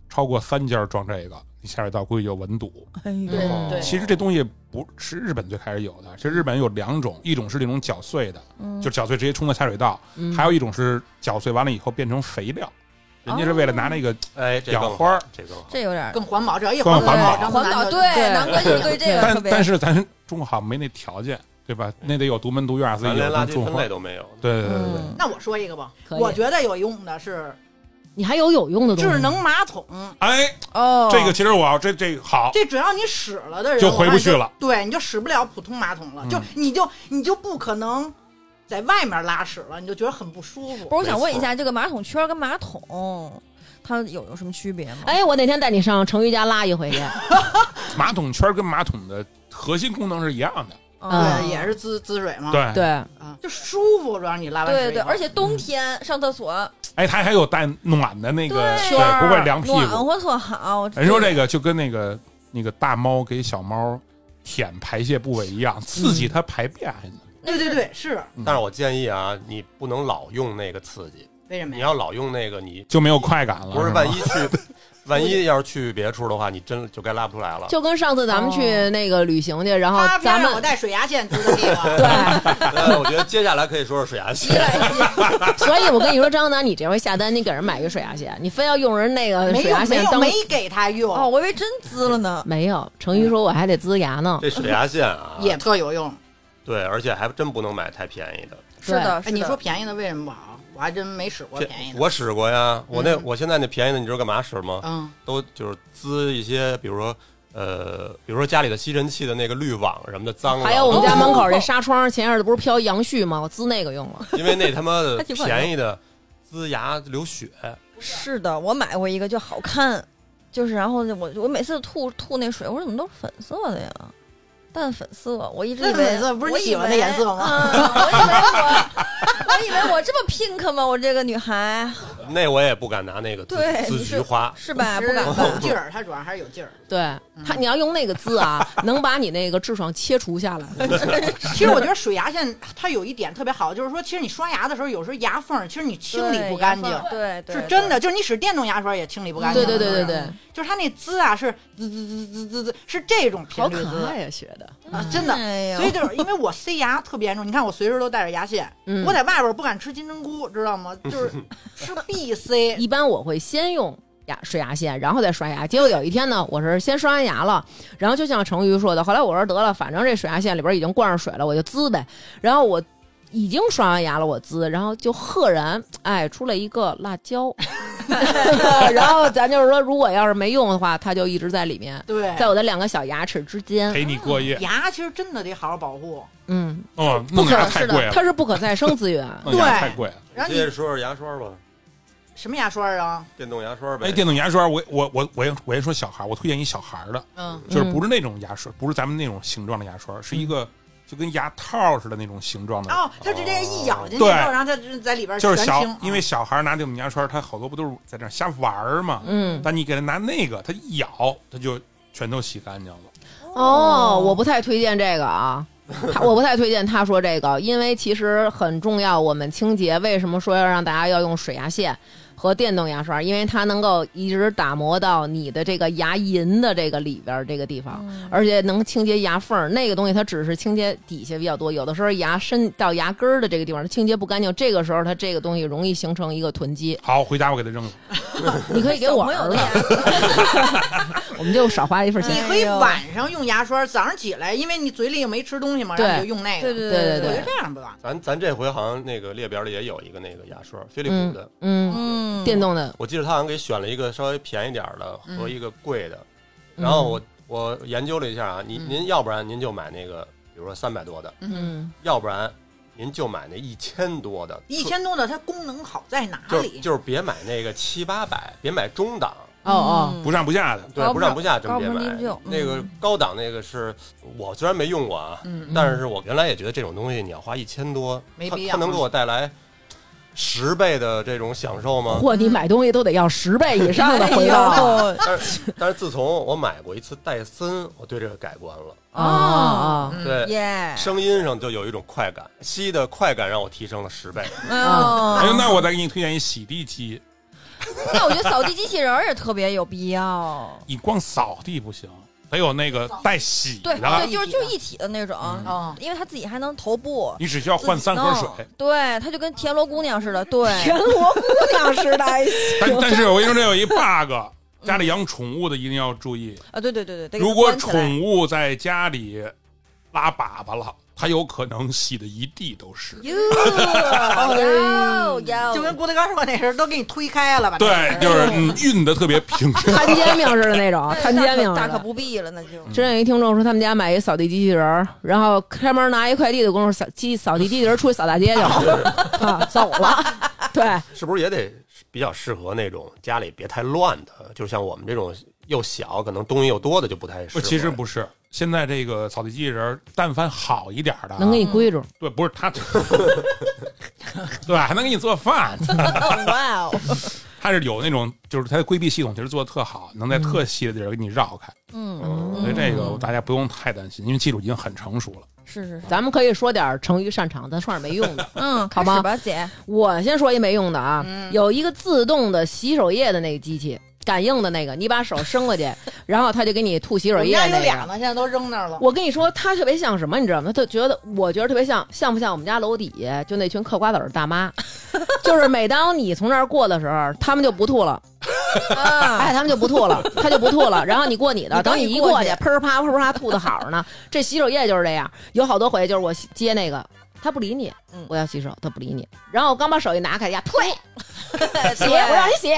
Speaker 3: 超过三家装这个，你下水道估计就围堵。
Speaker 1: 哎呦
Speaker 4: 对对
Speaker 3: 哦其实这东西不是日本最开始有的，其实日本有两种，一种是那种搅碎的，
Speaker 1: 嗯
Speaker 3: 就搅碎直接冲到下水道；
Speaker 2: 嗯
Speaker 1: 哦
Speaker 3: 还有一种是搅碎完了以后变成肥料，人家是为了拿那个
Speaker 5: 哎，这
Speaker 3: 养
Speaker 5: 更
Speaker 3: 花
Speaker 5: 好
Speaker 3: 儿，
Speaker 5: 这更好。
Speaker 1: 这有点儿
Speaker 4: 更环保，只要一
Speaker 3: 更环保
Speaker 4: 张
Speaker 1: 环
Speaker 4: 楠
Speaker 1: 保，
Speaker 4: 就
Speaker 1: 对，
Speaker 2: 对
Speaker 1: 南哥就对这个特
Speaker 3: 但
Speaker 1: 别。
Speaker 3: 但是咱中国好像没那条件，对吧？那得有独门独院，自
Speaker 5: 咱
Speaker 3: 己
Speaker 5: 连
Speaker 3: 有
Speaker 5: 垃
Speaker 3: 能
Speaker 5: 圾
Speaker 3: 种
Speaker 5: 分
Speaker 3: 花
Speaker 5: 类
Speaker 3: 儿。
Speaker 5: 都没有，
Speaker 3: 对对对对
Speaker 1: 嗯
Speaker 4: 那我说一个吧，
Speaker 2: 可以
Speaker 4: 我觉得有用的是
Speaker 2: 你还有有用的东西？
Speaker 4: 智能马桶，
Speaker 3: 哎，
Speaker 1: 哦，
Speaker 3: 这个其实我这这好，
Speaker 4: 这只要你使了的人
Speaker 3: 就回不去了，
Speaker 4: 我发现就对，你就使不了普通马桶了，
Speaker 3: 嗯
Speaker 4: 就你就你就不可能在外面拉屎了，你就觉得很不舒服。
Speaker 1: 不是我想问一下，这个马桶圈儿跟马桶它有有什么区别吗？
Speaker 2: 哎，我那天带你上成瑜家拉一回 去，
Speaker 3: 马桶圈跟马桶的核心功能是一样的，
Speaker 1: 啊，
Speaker 4: 对，也是滋滋水嘛，
Speaker 3: 对。
Speaker 2: 对，
Speaker 4: 啊，就舒服，主要你拉完屎以
Speaker 1: 对
Speaker 4: 后
Speaker 1: 对，而且冬天上厕所
Speaker 3: 哎，它还有带暖的那个，
Speaker 1: 对
Speaker 3: 对，不会凉屁
Speaker 1: 暖
Speaker 3: 股。
Speaker 1: 和特好。
Speaker 3: 人说这个就跟那个那个大猫给小猫舔排泄部位一样，刺
Speaker 4: 嗯
Speaker 3: 激它排便还能。
Speaker 4: 对对对，是
Speaker 3: 嗯
Speaker 5: 但是我建议啊，你不能老用那个刺激，
Speaker 4: 为什么
Speaker 5: 你
Speaker 4: 呀？
Speaker 5: 要老用那个，你
Speaker 3: 就没有快感了。
Speaker 5: 不是
Speaker 3: 是
Speaker 5: 万
Speaker 3: 吗
Speaker 5: 一 去，万一要是去别处的话，你真就该拉不出来了。
Speaker 2: 就跟上次咱们去那个旅行去，然
Speaker 1: 哦
Speaker 2: 后
Speaker 4: 哦他偏
Speaker 2: 咱
Speaker 4: 让我
Speaker 2: 们
Speaker 4: 带水牙线滋的地 方，
Speaker 2: 对，
Speaker 5: 那我觉得接下来可以说说水牙线，
Speaker 2: 所以我跟你说，张楠，你这回下单，你给人买一个水牙线，你非要用人那个
Speaker 4: 没有
Speaker 2: 水牙
Speaker 4: 没
Speaker 2: 线
Speaker 4: 有
Speaker 2: 当
Speaker 4: 没给他用，
Speaker 1: 哦，我以为真滋了呢。
Speaker 2: 没有。成瑜说我还得呲牙
Speaker 4: 嗯
Speaker 2: 呢，
Speaker 5: 这水牙线啊，
Speaker 4: 也特有用。
Speaker 5: 对，而且还真不能买太便宜的。
Speaker 1: 是的，是
Speaker 4: 哎，
Speaker 1: 的
Speaker 4: 你说便宜的为什么不好？我还真没使过
Speaker 5: 这
Speaker 4: 便宜的。
Speaker 5: 我使过呀，我那我现在那便宜的，你知道干嘛使吗？
Speaker 4: 嗯，
Speaker 5: 都就是滋一些，比如说呃，比如说家里的吸尘器的那个滤网什么的脏了，
Speaker 2: 还有我们 家门 口这纱窗，前阵子不是飘杨絮吗？我呲那个用了。
Speaker 5: 因为那他妈的
Speaker 1: 还挺管用
Speaker 5: 便宜的滋牙流血，
Speaker 1: 是的，我买过一个就好看，就是然后我我每次吐吐那水，我说怎么都是粉色的呀？淡粉色，我一直以
Speaker 4: 淡粉
Speaker 1: 为
Speaker 4: 色不是
Speaker 1: 我
Speaker 4: 你
Speaker 1: 以
Speaker 4: 喜欢的
Speaker 1: 为
Speaker 4: 颜色吗
Speaker 1: 啊我以为我，我以为我这么 pink 吗？我这个女孩
Speaker 5: 那我也不敢拿那个滋
Speaker 1: 对
Speaker 5: 滋
Speaker 1: 你
Speaker 5: 菊花，
Speaker 1: 是吧？不
Speaker 4: 是
Speaker 1: 敢
Speaker 4: 有
Speaker 1: 吧？
Speaker 4: 劲儿，它主要还是有劲儿。
Speaker 2: 对
Speaker 4: 嗯
Speaker 2: 他，你要用那个 呲啊，能把你那个痔疮切除下来。
Speaker 4: 其实我觉得水牙线它有一点特别好，就是说，其实你刷牙的时候，有时候牙缝儿其实你清理不干净，
Speaker 1: 对对，
Speaker 4: 是
Speaker 1: 对
Speaker 4: 真。的。就是你使电动牙刷也清理不 干净。
Speaker 2: 对对
Speaker 4: 是
Speaker 2: 对对
Speaker 4: 不是，
Speaker 2: 对，
Speaker 4: 就是它那滋啊是滋滋滋滋滋滋，是这种频
Speaker 2: 好
Speaker 4: 率
Speaker 2: 可
Speaker 4: 滋
Speaker 2: 爱呀，学的。
Speaker 4: 啊，真的。
Speaker 1: 哎呦
Speaker 4: 所以就是因为我塞牙特别严重，你看我随时都带着牙线，
Speaker 2: 嗯
Speaker 4: 我在外边不敢吃金针菇，知 道吗？就是吃必塞。
Speaker 2: 一般我会先用牙水牙线，然后再刷牙。结果有一天呢，我是先刷完牙了，然后就像成瑜说的，后来我说得了，反正这水牙线里边已经灌上水了，我就滋呗。然后我已经刷完牙了，我滋，然后就赫然哎出来一个辣椒，然后咱就是说，如果要是没用的话，它就一直在里面，
Speaker 4: 对，
Speaker 2: 在我的两个小牙齿之间。
Speaker 3: 陪你过夜，
Speaker 4: 牙其实真的得好好保护。
Speaker 2: 嗯，
Speaker 3: 哦，弄牙太贵了，
Speaker 2: 它是不可再生资源。
Speaker 3: 弄
Speaker 4: 对
Speaker 3: 牙太贵了。
Speaker 4: 然后
Speaker 5: 接着
Speaker 4: 你
Speaker 5: 说说牙刷吧，
Speaker 4: 什么牙刷啊？
Speaker 5: 电动牙刷呗。
Speaker 3: 哎，电动牙刷，我我我我也我也说小孩儿，我推荐一小孩儿的，
Speaker 4: 嗯，
Speaker 3: 就是不是那种牙刷，不是咱们那种形状的牙刷，是一个就跟牙套似的那种形状的，
Speaker 4: 哦，它直接一咬进去之
Speaker 3: 对
Speaker 4: 后，然后它就在里边
Speaker 3: 就是
Speaker 4: 悬
Speaker 3: 小
Speaker 4: 停，
Speaker 3: 因为小孩儿拿电动牙刷，他好多不都是在那儿瞎玩儿嘛，
Speaker 2: 嗯，
Speaker 3: 但你给他拿那个，他一咬，他就全都洗干净了。
Speaker 2: 哦，我不太推荐这个 啊。他我不太推荐他说这个，因为其实很重要。我们清洁为什么说要让大家要用水牙线和电动牙刷？因为它能够一直打磨到你的这个牙龈的这个里边儿这个地方，而且能清洁牙缝儿。那个东西它只是清洁底下比较多，有的时候牙深到牙根儿的这个地方它清洁不干净，这个时候它这个东西容易形成一个囤积。
Speaker 3: 好，回家我给他扔了。
Speaker 2: 你可以给我
Speaker 1: 小
Speaker 2: 儿
Speaker 1: 朋友
Speaker 2: 子
Speaker 1: 的，
Speaker 2: 我们就少花一份
Speaker 4: 你
Speaker 2: 钱。
Speaker 4: 可以
Speaker 1: 哎呦
Speaker 4: 晚上用牙刷，早上起来，因为你嘴里又没吃东西嘛，然后你
Speaker 2: 对
Speaker 4: 就用那个。
Speaker 1: 对对
Speaker 2: 对对
Speaker 4: 我觉
Speaker 1: 对
Speaker 4: 得，这样不完。
Speaker 5: 咱咱这回好像那个列表里也有一个那个牙刷，飞利
Speaker 2: 嗯
Speaker 5: 浦的，
Speaker 2: 嗯，
Speaker 1: 嗯，
Speaker 2: 电动的，
Speaker 5: 我记得他好像给选了一个稍微便宜点儿的和一个贵的，
Speaker 2: 嗯
Speaker 5: 然后我我研究了一下啊，您
Speaker 4: 嗯
Speaker 5: 您要不然您就买那个，比如说三百多的，
Speaker 2: 嗯，
Speaker 5: 要不然您就买那一千多的，
Speaker 4: 一千多的，它功能好在哪
Speaker 5: 就
Speaker 4: 里？
Speaker 5: 就是别买那个七八百，别买中档，
Speaker 2: 哦哦。
Speaker 1: 嗯
Speaker 3: 不上不下的，
Speaker 5: 对
Speaker 1: 高，
Speaker 5: 不
Speaker 1: 不
Speaker 5: 上不下真
Speaker 1: 高
Speaker 5: 别
Speaker 1: 不
Speaker 5: 买
Speaker 1: 离不就。
Speaker 5: 那个
Speaker 1: 嗯
Speaker 5: 高档那个是我虽然没用过啊，
Speaker 4: 嗯
Speaker 5: 但是我原来也觉得这种东西你要花一千多，
Speaker 4: 没
Speaker 5: 它
Speaker 4: 必要
Speaker 5: 它能给我带来十倍的这种享受吗？
Speaker 2: 嚯，你买东西都得要十倍以上的回
Speaker 1: 哎
Speaker 2: 报啊
Speaker 1: 呦
Speaker 5: 但是但是自从我买过一次戴森，我对这个改观了。
Speaker 2: 啊啊！
Speaker 4: 嗯
Speaker 5: 对，
Speaker 1: 耶！
Speaker 5: 声音上就有一种快感，吸的快感让我提升了十倍。
Speaker 4: 嗯
Speaker 1: 哦
Speaker 3: 哎呦，那我再给你推荐一洗地机，
Speaker 1: 那我觉得扫地机器人儿也特别有必要。
Speaker 3: 你光扫地不行，得有那个带洗
Speaker 1: 对
Speaker 3: 的
Speaker 1: 对，，就是就是一体的那种，哦
Speaker 4: 嗯
Speaker 1: 因为他自己还能头部。
Speaker 3: 你只需要换三盒
Speaker 1: 自己
Speaker 3: 水
Speaker 1: 弄。对，他就跟田螺姑娘似的，对，
Speaker 6: 田螺姑娘似的，还
Speaker 3: 但
Speaker 6: 行。
Speaker 3: 但是我跟你说，这有一 bug，家里养宠物的一定要注意，
Speaker 1: 啊，对对对对，得给它
Speaker 3: 如果
Speaker 1: 关起来
Speaker 3: 宠物在家里拉粑粑了，它有可能洗的一地 都是。
Speaker 1: 哟哎哟哟，
Speaker 4: 就跟郭德纲说那事儿，都给你推开了吧？
Speaker 3: 对，就是嗯，熨的特别 平顺。
Speaker 2: 摊煎饼似的那种，摊煎饼似
Speaker 1: 大可
Speaker 2: 的。
Speaker 1: 不必了，那就
Speaker 2: 之前有一听众说，他们家买一扫地机器人儿，然后开门拿一快递的功夫，扫机扫地机器人儿出去扫大街去了，啊，走了。对，
Speaker 5: 是不是也得比较适合那种家里别太乱的？就像我们这种又小，可能东西又多的就不太适
Speaker 3: 不，
Speaker 5: 合。
Speaker 3: 其实不是，现在这个扫地机器人儿，但凡好一点儿的啊，
Speaker 2: 能给你归住。
Speaker 3: 对，不是它， 对，还能给你 做饭。
Speaker 1: 哇哦，
Speaker 3: 它是有那种，就是它的规避系统其实做的特好，能在特细的地儿给你绕开。呃
Speaker 1: 嗯，
Speaker 3: 所以这个大家不用太担心，因为技术已经很成熟了。
Speaker 1: 是是是，
Speaker 2: 咱们可以说点儿成语擅长，咱说点儿没用的。
Speaker 1: 嗯，
Speaker 2: 好吧
Speaker 1: 开始吧，姐，
Speaker 2: 我先说一没用的啊，有一个自动的洗手液的那个机器，感应的那个，你把手伸过去，然后它就给你吐洗
Speaker 4: 我
Speaker 2: 手
Speaker 4: 们
Speaker 2: 液
Speaker 4: 家有
Speaker 2: 那
Speaker 4: 俩
Speaker 2: 个。
Speaker 4: 呢，现在都扔那儿了。
Speaker 2: 我跟你说，它特别像什么，你知道吗？它就觉得，我觉得特别像，像不像我们家楼底下就那群嗑瓜子儿的大妈？ 就是每当你从那儿过的时候，他们就不吐了，
Speaker 1: 啊，
Speaker 2: 哎，他们就不吐了，他就不吐了。然后你过你的，
Speaker 1: 你
Speaker 2: 等
Speaker 1: 刚
Speaker 2: 你
Speaker 1: 一
Speaker 2: 一
Speaker 1: 过
Speaker 2: 过去
Speaker 1: 去，
Speaker 2: 喷儿啪喷儿啪吐的好 着呢。这洗手液就是这样，有好多回就是我洗接那个，他不理你
Speaker 1: 嗯，
Speaker 2: 我要洗手，他不理你。然后我刚把手一拿开，呀， 呸，
Speaker 1: 姐
Speaker 2: 洗，我让你 洗。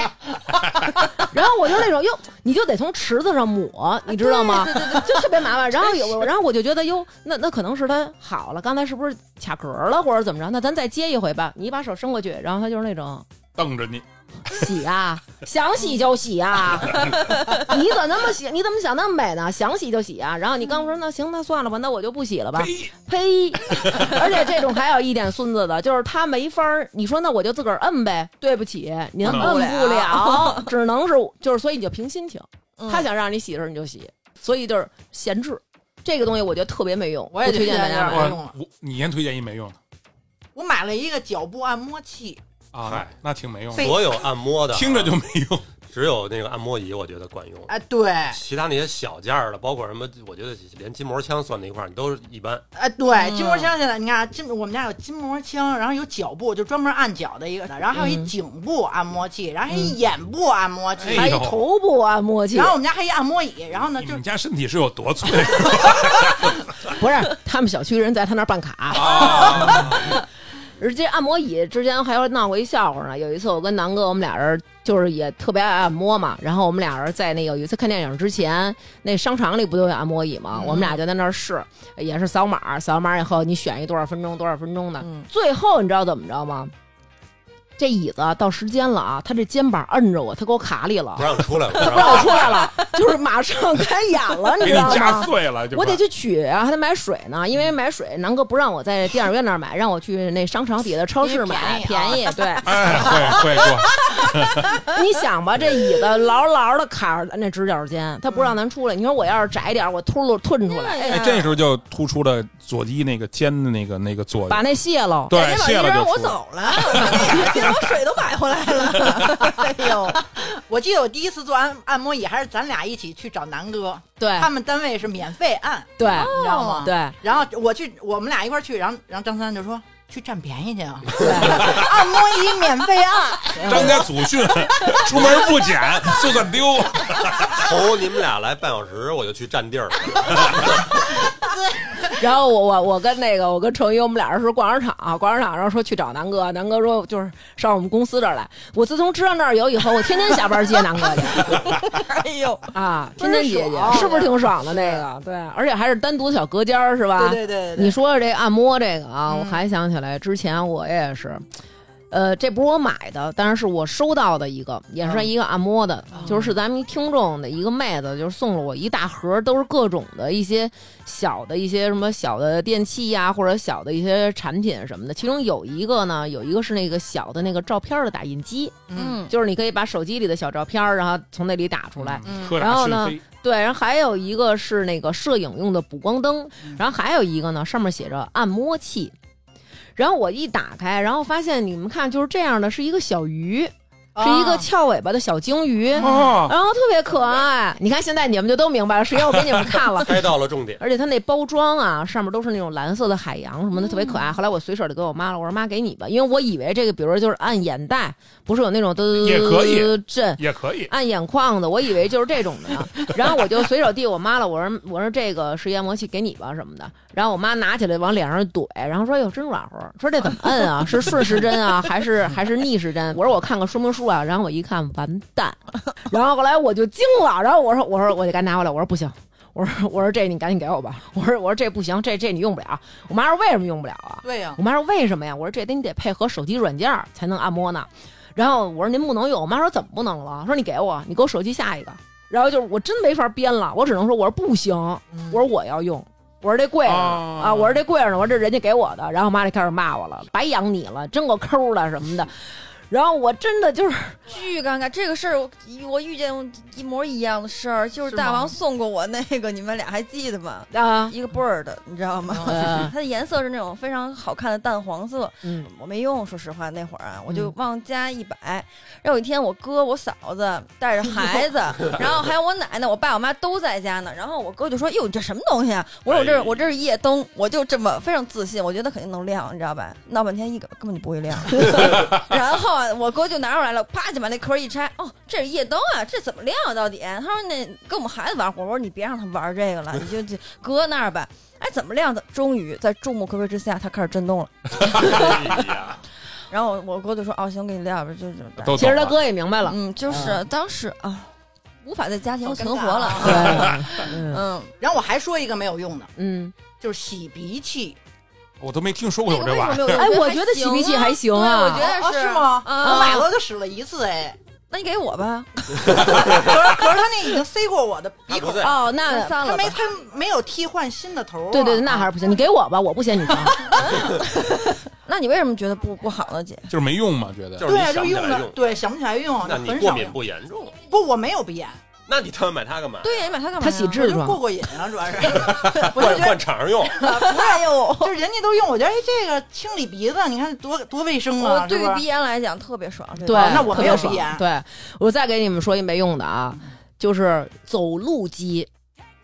Speaker 2: 然后我就那种哟，你就得从池子上
Speaker 1: 啊
Speaker 2: 抹，你知道吗？就特别麻烦。然后有，然后我就觉得哟，那那可能是他好了，刚才是不是卡壳了或者怎么着？那咱再接一回吧。你一把手伸过去，然后他就是那种。
Speaker 3: 瞪着你，
Speaker 2: 洗啊，想洗就洗啊！你怎么那么洗？你怎么想那么美呢？想洗就洗啊！然后你刚说那行，那算了吧，那我就不洗了吧。呸！ 而且这种还有一点孙子的，就是他没法儿。你说那我就自个儿摁呗，对不起，您摁
Speaker 3: 摁
Speaker 1: 不
Speaker 2: 不
Speaker 1: 了
Speaker 2: 了， 只能是就是，所以你就凭心情。
Speaker 1: 嗯
Speaker 2: 他想让你洗的时候你就洗，所以就是闲置。这个东西我觉得特别没用，
Speaker 4: 我也
Speaker 2: 不推荐大
Speaker 4: 觉得
Speaker 2: 家买。
Speaker 4: 没用了
Speaker 3: 我我你先推荐一没用的
Speaker 4: 我买了一个脚部按摩器，
Speaker 3: 啊
Speaker 5: 嗨，
Speaker 3: 那挺没用的，
Speaker 5: 所有按摩的啊
Speaker 3: 听着就没用。
Speaker 5: 只有那个按摩仪，我觉得管用。
Speaker 4: 哎，对，
Speaker 5: 其他那些小件儿的，包括什么，我觉得连筋膜枪算在一块儿，你都是一般。
Speaker 4: 哎，
Speaker 1: 嗯
Speaker 4: 对，筋膜枪现在你看筋，我们家有筋膜枪，然后有脚部，就专门按脚的一个，然后还有
Speaker 1: 嗯
Speaker 4: 一颈部按摩器，
Speaker 1: 哎
Speaker 4: 然后还有一眼部按摩器，
Speaker 3: 哎
Speaker 2: 还
Speaker 3: 呦
Speaker 2: 有头部按摩器
Speaker 4: 然，后我们家还有一按摩椅，然后呢
Speaker 3: 你
Speaker 4: 就
Speaker 3: 们家身体是有多脆
Speaker 2: 不是他们小区人在他那儿办卡。
Speaker 3: 啊？
Speaker 2: 而这按摩椅之前还有闹过一笑话呢。有一次我跟南哥，我们俩人就是也特别爱按摩嘛。然后我们俩人在那个有一次看电影之前，那商场里不都有按摩椅吗？我们俩就在那儿试，也是扫码，扫完码以后你选一多少分钟多少分钟的。
Speaker 1: 嗯
Speaker 2: 最后你知道怎么着吗？这椅子到时间了啊，他这肩膀摁着我，他给我卡里了
Speaker 5: 不，让 出来了，不
Speaker 2: 不
Speaker 5: 让
Speaker 2: 让我出来了，就是马上开演了，你
Speaker 3: 给
Speaker 2: 知
Speaker 3: 你
Speaker 2: 道吗
Speaker 3: 夹？碎了就
Speaker 2: 我
Speaker 3: 快，
Speaker 2: 得去取啊，还得买水呢，因为买水南哥不让我在电影院那儿买，让我去那商场底下的超市买，
Speaker 4: 因为
Speaker 2: 便宜。对
Speaker 3: 哎，会会过，
Speaker 2: 你想吧，这椅子牢牢的卡着咱那直角尖，他不让咱出来。你说我要是窄点儿，我秃噜吞出来，
Speaker 1: 哎
Speaker 3: 哎，
Speaker 1: 呀
Speaker 3: 这时候就突出了左肌那个肩的那个那个作
Speaker 2: 把
Speaker 3: 用。
Speaker 2: 那卸喽。
Speaker 3: 对，
Speaker 1: 姐
Speaker 3: 卸
Speaker 1: 这把就
Speaker 3: 了就
Speaker 1: 让
Speaker 3: 出
Speaker 1: 我。走了，我今儿我水都买回来了， 哎呦，
Speaker 4: 我记得我第一次做按按摩椅还是咱俩一起去找南哥，
Speaker 2: 对
Speaker 4: 他们单位是免费按，
Speaker 2: 对
Speaker 4: 你知道吗？
Speaker 2: 哎哦对
Speaker 4: 然后我去，我们俩一块儿去，然后然后张三就说去占便宜去啊，
Speaker 2: 对，
Speaker 4: 按摩椅免费按，
Speaker 3: 张家祖训，出门不捡就算丢。
Speaker 5: 头你们俩来半小时，我就去占地儿 了。
Speaker 2: 然后我我我跟那个我跟程一，我们俩人是逛商场、逛商场，然后说去找南哥，南哥说就是上我们公司这儿来。我自从知道那儿有以后，我天天下班接南 哥去。
Speaker 1: 哎呦，
Speaker 2: 啊，
Speaker 4: 不
Speaker 2: 天
Speaker 4: 是
Speaker 2: 天姐
Speaker 4: 爽
Speaker 2: 姐是不是挺爽的那个？对，而且还是单独小隔间儿是吧？
Speaker 4: 对对对对对
Speaker 2: 你说这按摩这个啊，
Speaker 4: 嗯
Speaker 2: 我还想起来之前我也是，呃，这不是我买的，但是是我收到的一个，也
Speaker 4: 嗯
Speaker 2: 是一个按摩
Speaker 4: 啊
Speaker 2: 的，就是咱们一听众的一个妹子，就是送了我一大盒，都是各种的一些小的一些什么小的电器呀、或者小的一些产品什么的。其中有一个呢，有一个是那个小的那个照片儿的打印机，
Speaker 4: 嗯，
Speaker 2: 就是你可以把手机里的小照片儿，然后从那里打出来。
Speaker 3: 科
Speaker 2: 然
Speaker 3: 大
Speaker 2: 后
Speaker 3: 是
Speaker 2: 呢
Speaker 3: 非，
Speaker 2: 对，然后还有一个是那个摄影用的补光灯，然后还有一个呢，上面写着按摩器。然后我一打开，然后发现你们看就是这样的，是一个小鱼，
Speaker 4: 哦
Speaker 2: 是
Speaker 4: 啊
Speaker 2: 一个翘尾巴的小鲸鱼，
Speaker 3: 哦，
Speaker 2: 然后特别可爱。你看现在你们就都明白了，是因为我给你们看 了。
Speaker 5: 猜到了重点。
Speaker 2: 而且它那包装啊，上面都是那种蓝色的海洋什么的，特别可
Speaker 3: 嗯
Speaker 2: 爱。后来我随手就给我妈了，我说妈给你吧，因为我以为这个，比如说就是按眼袋，不是有那种呃的
Speaker 3: 也可以
Speaker 2: 震。
Speaker 3: 也可以，
Speaker 2: 按眼眶的，我以为就是这种的呢， 然后我就随手递我妈了，我说我说这个是研磨器给你吧什么的，然后我妈拿起来往脸上怼，然后说哟真软和，说这怎么摁啊？是顺时针啊，还是还是逆时针？我说我看看说明书啊，然后我一看完蛋，然后后来我就惊了，然后我说我说我得赶紧拿回来，我说不行。我说我说这你赶紧给我吧，我说我说这不行，这这你用不了。我妈说为什么用不了啊？
Speaker 4: 对呀、
Speaker 2: 我妈说为什么呀？我说这得你得配合手机软件儿才能按摩呢。然后我说您不能用，我妈说怎么不能了？说你给我，你给我手机下一个。然后就是我真没法编了，我只能说我说不行，我说我要用，我说这贵着呢、
Speaker 3: 嗯哦
Speaker 2: 啊，我说这贵着呢，我说这人家给我的。然后我妈就开始骂我了，白养你了，真够抠的什么的。然后我真的就是
Speaker 1: 巨尴尬，这个事儿我我遇见一模一样的事儿，就是
Speaker 2: 是
Speaker 1: 大
Speaker 2: 吗
Speaker 1: 王送过我那个，你们俩还记得吗？
Speaker 2: 啊，
Speaker 1: 一个 bird，你知道吗？
Speaker 2: 呃，
Speaker 1: 它的颜色是那种非常好看的淡黄色，
Speaker 2: 嗯
Speaker 1: 我没用，说实话，那会儿啊，我就
Speaker 2: 嗯
Speaker 1: 往加一百。然后有一天，我哥、我嫂子带着孩子，然后还有我奶奶、我爸、我妈都在家呢。然后我哥就说：“哟，你这什么东西啊？”我说：“我这是、
Speaker 5: 哎
Speaker 1: 我这是夜灯。”我就这么非常自信，我觉得肯定能亮，你知道吧？闹半天一个根本就不会亮。 然后啊我哥就拿出来了，啪就把那壳一拆，哦，这是夜灯啊，这怎么亮啊？到底？他说：“那跟我们孩子玩会儿。”我说：“你别让他玩这个了，你就就搁那儿吧。”哎，怎么亮的？终于在众目睽睽之下，它开始震动了。
Speaker 5: 哎呀，
Speaker 1: 然后我我哥就说：“哦，行，给你撂吧，就是。
Speaker 3: 都
Speaker 2: 其实他
Speaker 3: 懂了
Speaker 2: 哥也明白了，
Speaker 1: 嗯，就是当时啊，无法在家庭存活了。
Speaker 2: 对，
Speaker 1: 嗯，
Speaker 4: 然后我还说一个没有用的，
Speaker 2: 嗯，
Speaker 4: 就是洗鼻器。
Speaker 3: 我都没听说过
Speaker 1: 那
Speaker 3: 有
Speaker 1: 个
Speaker 3: 这
Speaker 1: 为什么
Speaker 3: 玩意
Speaker 1: 没有用？
Speaker 2: 哎
Speaker 3: 儿，
Speaker 2: 我觉得洗鼻器还行啊
Speaker 1: 对
Speaker 4: 哦
Speaker 1: 我觉得
Speaker 4: 是吗？我买
Speaker 1: 啊，
Speaker 4: 过就使了一次哎，
Speaker 1: 那你给我吧。
Speaker 4: 可是可是他那已经塞过我的鼻孔
Speaker 5: 他不，在
Speaker 2: 哦，那
Speaker 1: 散
Speaker 4: 他
Speaker 1: 了吧
Speaker 4: 没他没有替换新的头儿啊。
Speaker 2: 对对对，那还是不行，你给我吧，我不嫌你脏。
Speaker 1: 那你为什么觉得不不好呢，姐？
Speaker 3: 就是没用嘛，觉得
Speaker 5: 就是你
Speaker 4: 对
Speaker 5: 想
Speaker 4: 就
Speaker 5: 不起来
Speaker 4: 的
Speaker 5: 用，
Speaker 4: 对想不起来用，
Speaker 5: 那你
Speaker 4: 很
Speaker 5: 过
Speaker 4: 少
Speaker 5: 敏
Speaker 4: 用。
Speaker 5: 不严重，
Speaker 4: 不，我没有鼻炎，
Speaker 5: 那你他妈买它干嘛？
Speaker 1: 对呀，你买它干嘛呀？
Speaker 2: 他喜
Speaker 4: 我
Speaker 2: 痔
Speaker 4: 就过
Speaker 2: 疮，
Speaker 4: 过瘾啊，主要 是。我就
Speaker 5: 换
Speaker 4: 觉得
Speaker 5: 换场上用，
Speaker 1: 哎呦，
Speaker 4: 就是人家都用，我觉得哎，这个清理鼻子，你看多多卫生
Speaker 1: 我
Speaker 4: 啊，
Speaker 1: 对
Speaker 4: 是不
Speaker 1: 于
Speaker 4: 是
Speaker 1: 鼻炎来讲特别爽。这
Speaker 2: 对，
Speaker 1: 个
Speaker 4: 那我
Speaker 2: 特
Speaker 4: 没
Speaker 2: 别
Speaker 4: 有
Speaker 2: 爽
Speaker 4: 鼻炎
Speaker 2: 对我再给你们说一没用的啊，就是走路机，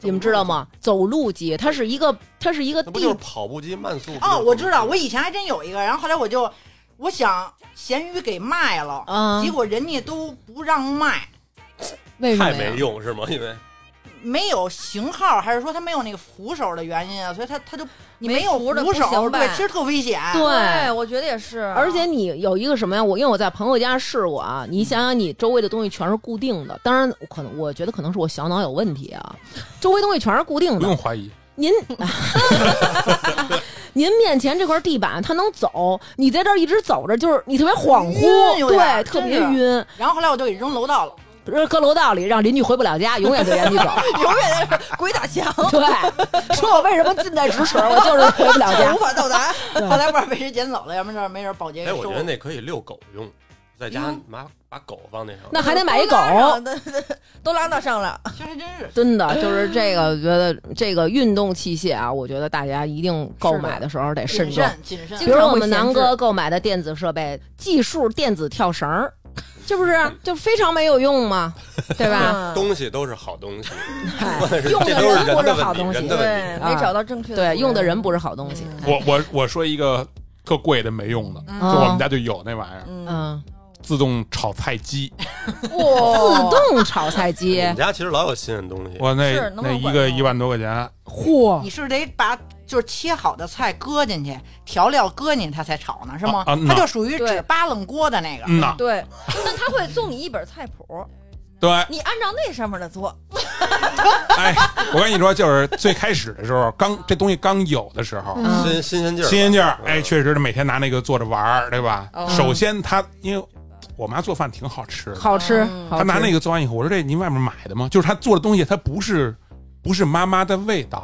Speaker 2: 你们知道吗？走路机，它是一个，它是一个
Speaker 5: 那不就是
Speaker 2: 地，
Speaker 5: 跑步机慢速？
Speaker 4: 哦，我知道，我以前还真有一个，然后后来我就我想咸鱼给卖了，
Speaker 2: 嗯
Speaker 4: 结，果人家都不让卖，
Speaker 2: 为什
Speaker 5: 太
Speaker 2: 么
Speaker 5: 没
Speaker 2: 呀？
Speaker 5: 用是吗？因为
Speaker 4: 没有型号，还是说他没有那个扶手的原因啊？所以他他就你
Speaker 1: 没
Speaker 4: 没有
Speaker 1: 扶着
Speaker 4: 扶
Speaker 1: 不行
Speaker 4: 手，
Speaker 1: 呗
Speaker 4: 对，其实特危险。
Speaker 2: 对
Speaker 1: 对，我觉得也是。啊
Speaker 2: 而且你有一个什么呀？我因为我在朋友家试过啊，你想想，你周围的东西全是固定的。当然，可能我觉得可能是我小脑有问题啊，周围东西全是固定
Speaker 3: 不
Speaker 2: 的。
Speaker 3: 用怀疑，
Speaker 2: 您， 您面前这块地板它能走，你在这儿一直走着，就是你特别恍
Speaker 4: 晕
Speaker 2: 惚，
Speaker 4: 有点
Speaker 2: 对，
Speaker 4: 儿
Speaker 2: 特别
Speaker 4: 真是
Speaker 2: 晕。
Speaker 4: 然后后来我就给扔楼道了，
Speaker 2: 搁搁楼道里，让邻居回不 了家，永远在原地走。
Speaker 1: 永远在这儿鬼打墙，
Speaker 2: 对，说我为什么近在咫尺，我就是回不了
Speaker 1: 就
Speaker 2: 家
Speaker 1: 无。法到 达。
Speaker 4: 后来不知道被谁捡走了，要不然就是没人保洁给
Speaker 5: 哎，我
Speaker 4: 收
Speaker 5: 觉
Speaker 4: 了。
Speaker 5: 得那可以遛狗用，在家拿把狗放那上。
Speaker 2: 那还得买一狗
Speaker 1: 都，拉上了，都拉到上了。
Speaker 4: 其实还真是
Speaker 2: 真的就是这个，我觉得这个运动器械啊，我觉得大家一定购买的时候得慎
Speaker 4: 谨
Speaker 2: 重。
Speaker 4: 慎谨慎
Speaker 2: 比。如我们南哥购买的电子设备，计数电子跳绳儿，是不是就非常没有用嘛？对吧？
Speaker 1: 嗯
Speaker 5: 东西都是好东西，
Speaker 2: 哎
Speaker 5: 这
Speaker 2: 用
Speaker 5: 都
Speaker 2: 的
Speaker 5: 是
Speaker 2: 人不
Speaker 5: 人
Speaker 2: 是
Speaker 5: 的
Speaker 2: 好
Speaker 5: 问题，
Speaker 2: 东西
Speaker 5: 人的问
Speaker 1: 对，
Speaker 2: 啊
Speaker 1: 没找到正确的主
Speaker 2: 对，用的人不是好东西。
Speaker 1: 嗯
Speaker 3: 我我我说一个特贵的没用的，就
Speaker 4: 嗯
Speaker 3: 我们家就有那玩意儿，
Speaker 1: 嗯，
Speaker 2: 嗯，
Speaker 3: 自动炒菜机，
Speaker 1: 哇
Speaker 2: 自动炒菜
Speaker 5: 题。
Speaker 2: 机
Speaker 5: 我，们家其实老有新的东西，
Speaker 3: 我那
Speaker 1: 是能不
Speaker 3: 那
Speaker 1: 能
Speaker 3: 一
Speaker 1: 管
Speaker 3: 个
Speaker 1: 用
Speaker 3: 一万多块钱，
Speaker 2: 嚯
Speaker 4: 你！是得把就是切好的菜搁进去，调料搁进去，它才炒呢，是吗？
Speaker 3: 啊啊嗯呐
Speaker 4: 它就属于
Speaker 1: 对
Speaker 4: 只扒楞锅的那个。
Speaker 3: 嗯呐，
Speaker 1: 对，那他会送你一本菜谱，
Speaker 3: 对，
Speaker 1: 你按照那上面的做。
Speaker 3: 哎， 我跟你说，就是最开始的时候，刚这东西刚有的时候，
Speaker 2: 嗯
Speaker 5: 新新鲜劲儿，
Speaker 3: 新鲜劲儿，
Speaker 5: 嗯
Speaker 3: 哎，确实每天拿那个坐着玩儿，对吧？
Speaker 1: 哦
Speaker 3: 首先他因为我妈做饭挺好吃的，
Speaker 2: 好吃，
Speaker 1: 嗯
Speaker 2: 好
Speaker 3: 她拿
Speaker 2: 吃
Speaker 3: 那个做完以后，我说这您外面买的吗？就是她做的东西，它不是不是妈妈的味道，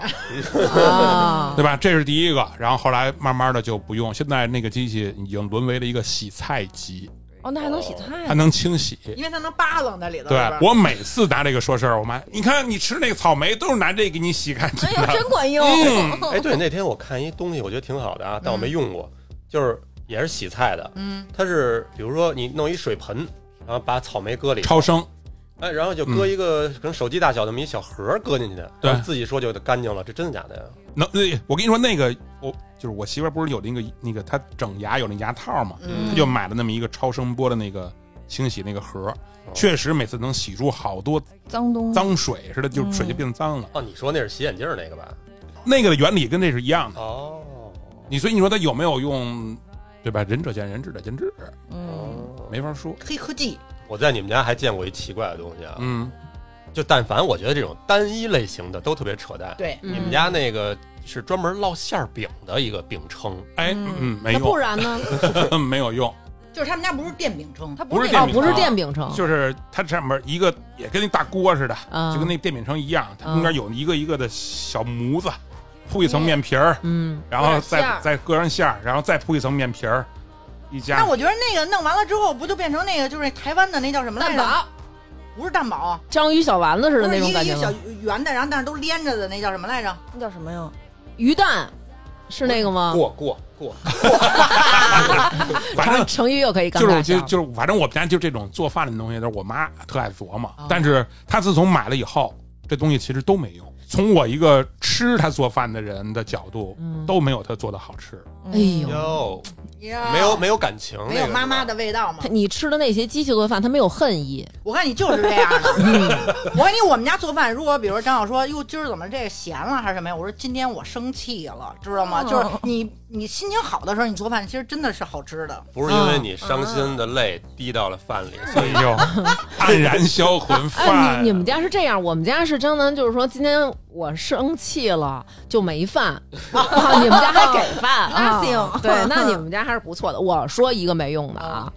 Speaker 2: 啊，
Speaker 3: 对吧？这是第一个。然后后来慢慢的就不用，现在那个机器已经沦为了一个洗菜机，
Speaker 1: 哦，那还能洗菜呢？
Speaker 3: 它能清洗。
Speaker 4: 因为它能扒楞在里头。
Speaker 3: 对
Speaker 4: 是吧
Speaker 3: 我每次拿这个说事儿，我妈，你看你吃那个草莓都是拿这给你洗干净
Speaker 1: 哎呦，
Speaker 3: 的，
Speaker 1: 真管用！
Speaker 3: 嗯
Speaker 5: 哎，对，那天我看一东西，我觉得挺好的啊，但我没用过，就是也是洗菜的。
Speaker 4: 嗯，
Speaker 5: 它是比如说你弄一水盆，然后把草莓搁里，
Speaker 3: 超声，
Speaker 5: 哎，然后就搁一个可能手机大小那么一小盒儿搁进去的，
Speaker 3: 对
Speaker 5: 然后自己说就干净了，这真的假的呀？
Speaker 3: 能，那我跟你说那个，我就是我媳妇儿不是有那个那个她整牙有那牙套嘛，她
Speaker 4: 嗯，
Speaker 3: 就买了那么一个超声波的那个清洗那个盒儿，
Speaker 5: 哦
Speaker 3: 确实每次能洗出好多
Speaker 1: 脏东西，
Speaker 3: 脏水似的，就水就变脏了。
Speaker 5: 哦，你说那是洗眼镜儿那个吧？
Speaker 3: 那个的原理跟这是一样的，
Speaker 5: 哦，
Speaker 3: 你所以你说它有没有用，对吧？仁者见仁，智者见智，
Speaker 1: 嗯，
Speaker 5: 没，
Speaker 3: 没法说。
Speaker 4: 黑科技，
Speaker 5: 哦我在你们家还见过一奇怪的东西啊，
Speaker 3: 嗯，
Speaker 5: 就但凡我觉得这种单一类型的都特别扯淡。
Speaker 4: 对，
Speaker 2: 嗯
Speaker 5: 你们家那个是专门烙馅儿饼的一个饼铛，
Speaker 3: 哎，
Speaker 1: 嗯
Speaker 3: 嗯，没
Speaker 2: 那不
Speaker 3: 用，
Speaker 2: 然呢？
Speaker 3: 没有用，
Speaker 4: 就是他们家不是电饼铛，
Speaker 1: 它
Speaker 3: 不是
Speaker 1: 那
Speaker 2: 哦
Speaker 1: 种
Speaker 3: 电，饼铛啊
Speaker 2: 不是电饼铛，
Speaker 3: 就是它上面一个也跟那大锅似的，
Speaker 2: 啊，
Speaker 3: 就跟那电饼铛一样，它
Speaker 2: 嗯
Speaker 3: 中间有一个一个的小模子，铺一层面皮儿，
Speaker 2: 嗯，
Speaker 3: 然后
Speaker 1: 搁点馅
Speaker 3: 再
Speaker 1: 儿
Speaker 3: 再搁上馅儿，然后再铺一层面皮儿，一
Speaker 4: 那
Speaker 3: 加
Speaker 4: 我觉得那个弄完了之后，不就变成那个就是台湾的那叫什么来
Speaker 1: 蛋
Speaker 4: 着？
Speaker 1: 堡，
Speaker 4: 不是蛋堡，啊
Speaker 2: 章鱼小丸子似的
Speaker 4: 不是
Speaker 2: 那
Speaker 4: 一
Speaker 2: 种
Speaker 4: 个
Speaker 2: 感
Speaker 4: 一
Speaker 2: 觉
Speaker 4: 个小
Speaker 2: 吗？
Speaker 4: 圆的，然后但是都连着的那叫什么来着？
Speaker 1: 那叫什么呀？
Speaker 2: 鱼蛋是那个吗？
Speaker 5: 过过过，
Speaker 3: 反正
Speaker 2: 成语又可以尴
Speaker 3: 就是我
Speaker 2: 尬
Speaker 3: 就
Speaker 2: 笑。
Speaker 3: 就是，反正我们家就这种做饭的东西，都是我妈特爱琢磨
Speaker 2: 哦。
Speaker 3: 但是她自从买了以后，这东西其实都没用。从我一个吃她做饭的人的角度，
Speaker 2: 嗯
Speaker 3: 都没有她做的好 吃。
Speaker 1: 嗯
Speaker 2: 哎呦
Speaker 5: 哟，
Speaker 4: 呀
Speaker 5: 没有没有感情，
Speaker 4: 没有妈妈的味道嘛
Speaker 2: 他？你吃的那些机器做的饭，他没有恨意，
Speaker 4: 我看你就是这样的。
Speaker 2: 嗯
Speaker 4: 我看你我们家做饭，如果比如张小说，哟，今儿怎么这咸了还是什么呀？我说今天我生气了，知道吗？
Speaker 1: 哦
Speaker 4: 就是你你心情好的时候，你做饭其实真的是好吃的。
Speaker 5: 不是因为你伤心的泪滴到了饭里，
Speaker 4: 嗯
Speaker 5: 所
Speaker 3: 哎
Speaker 5: 以
Speaker 3: 呦，黯然销魂
Speaker 2: 哎，
Speaker 3: 饭。啊
Speaker 2: 你你们家是这样，我们家是张楠，就是说今天我生气了就没饭，啊、你们家还给饭 啊
Speaker 1: Nothing
Speaker 2: 对，那你们家还是不错的。我说一个没用的啊。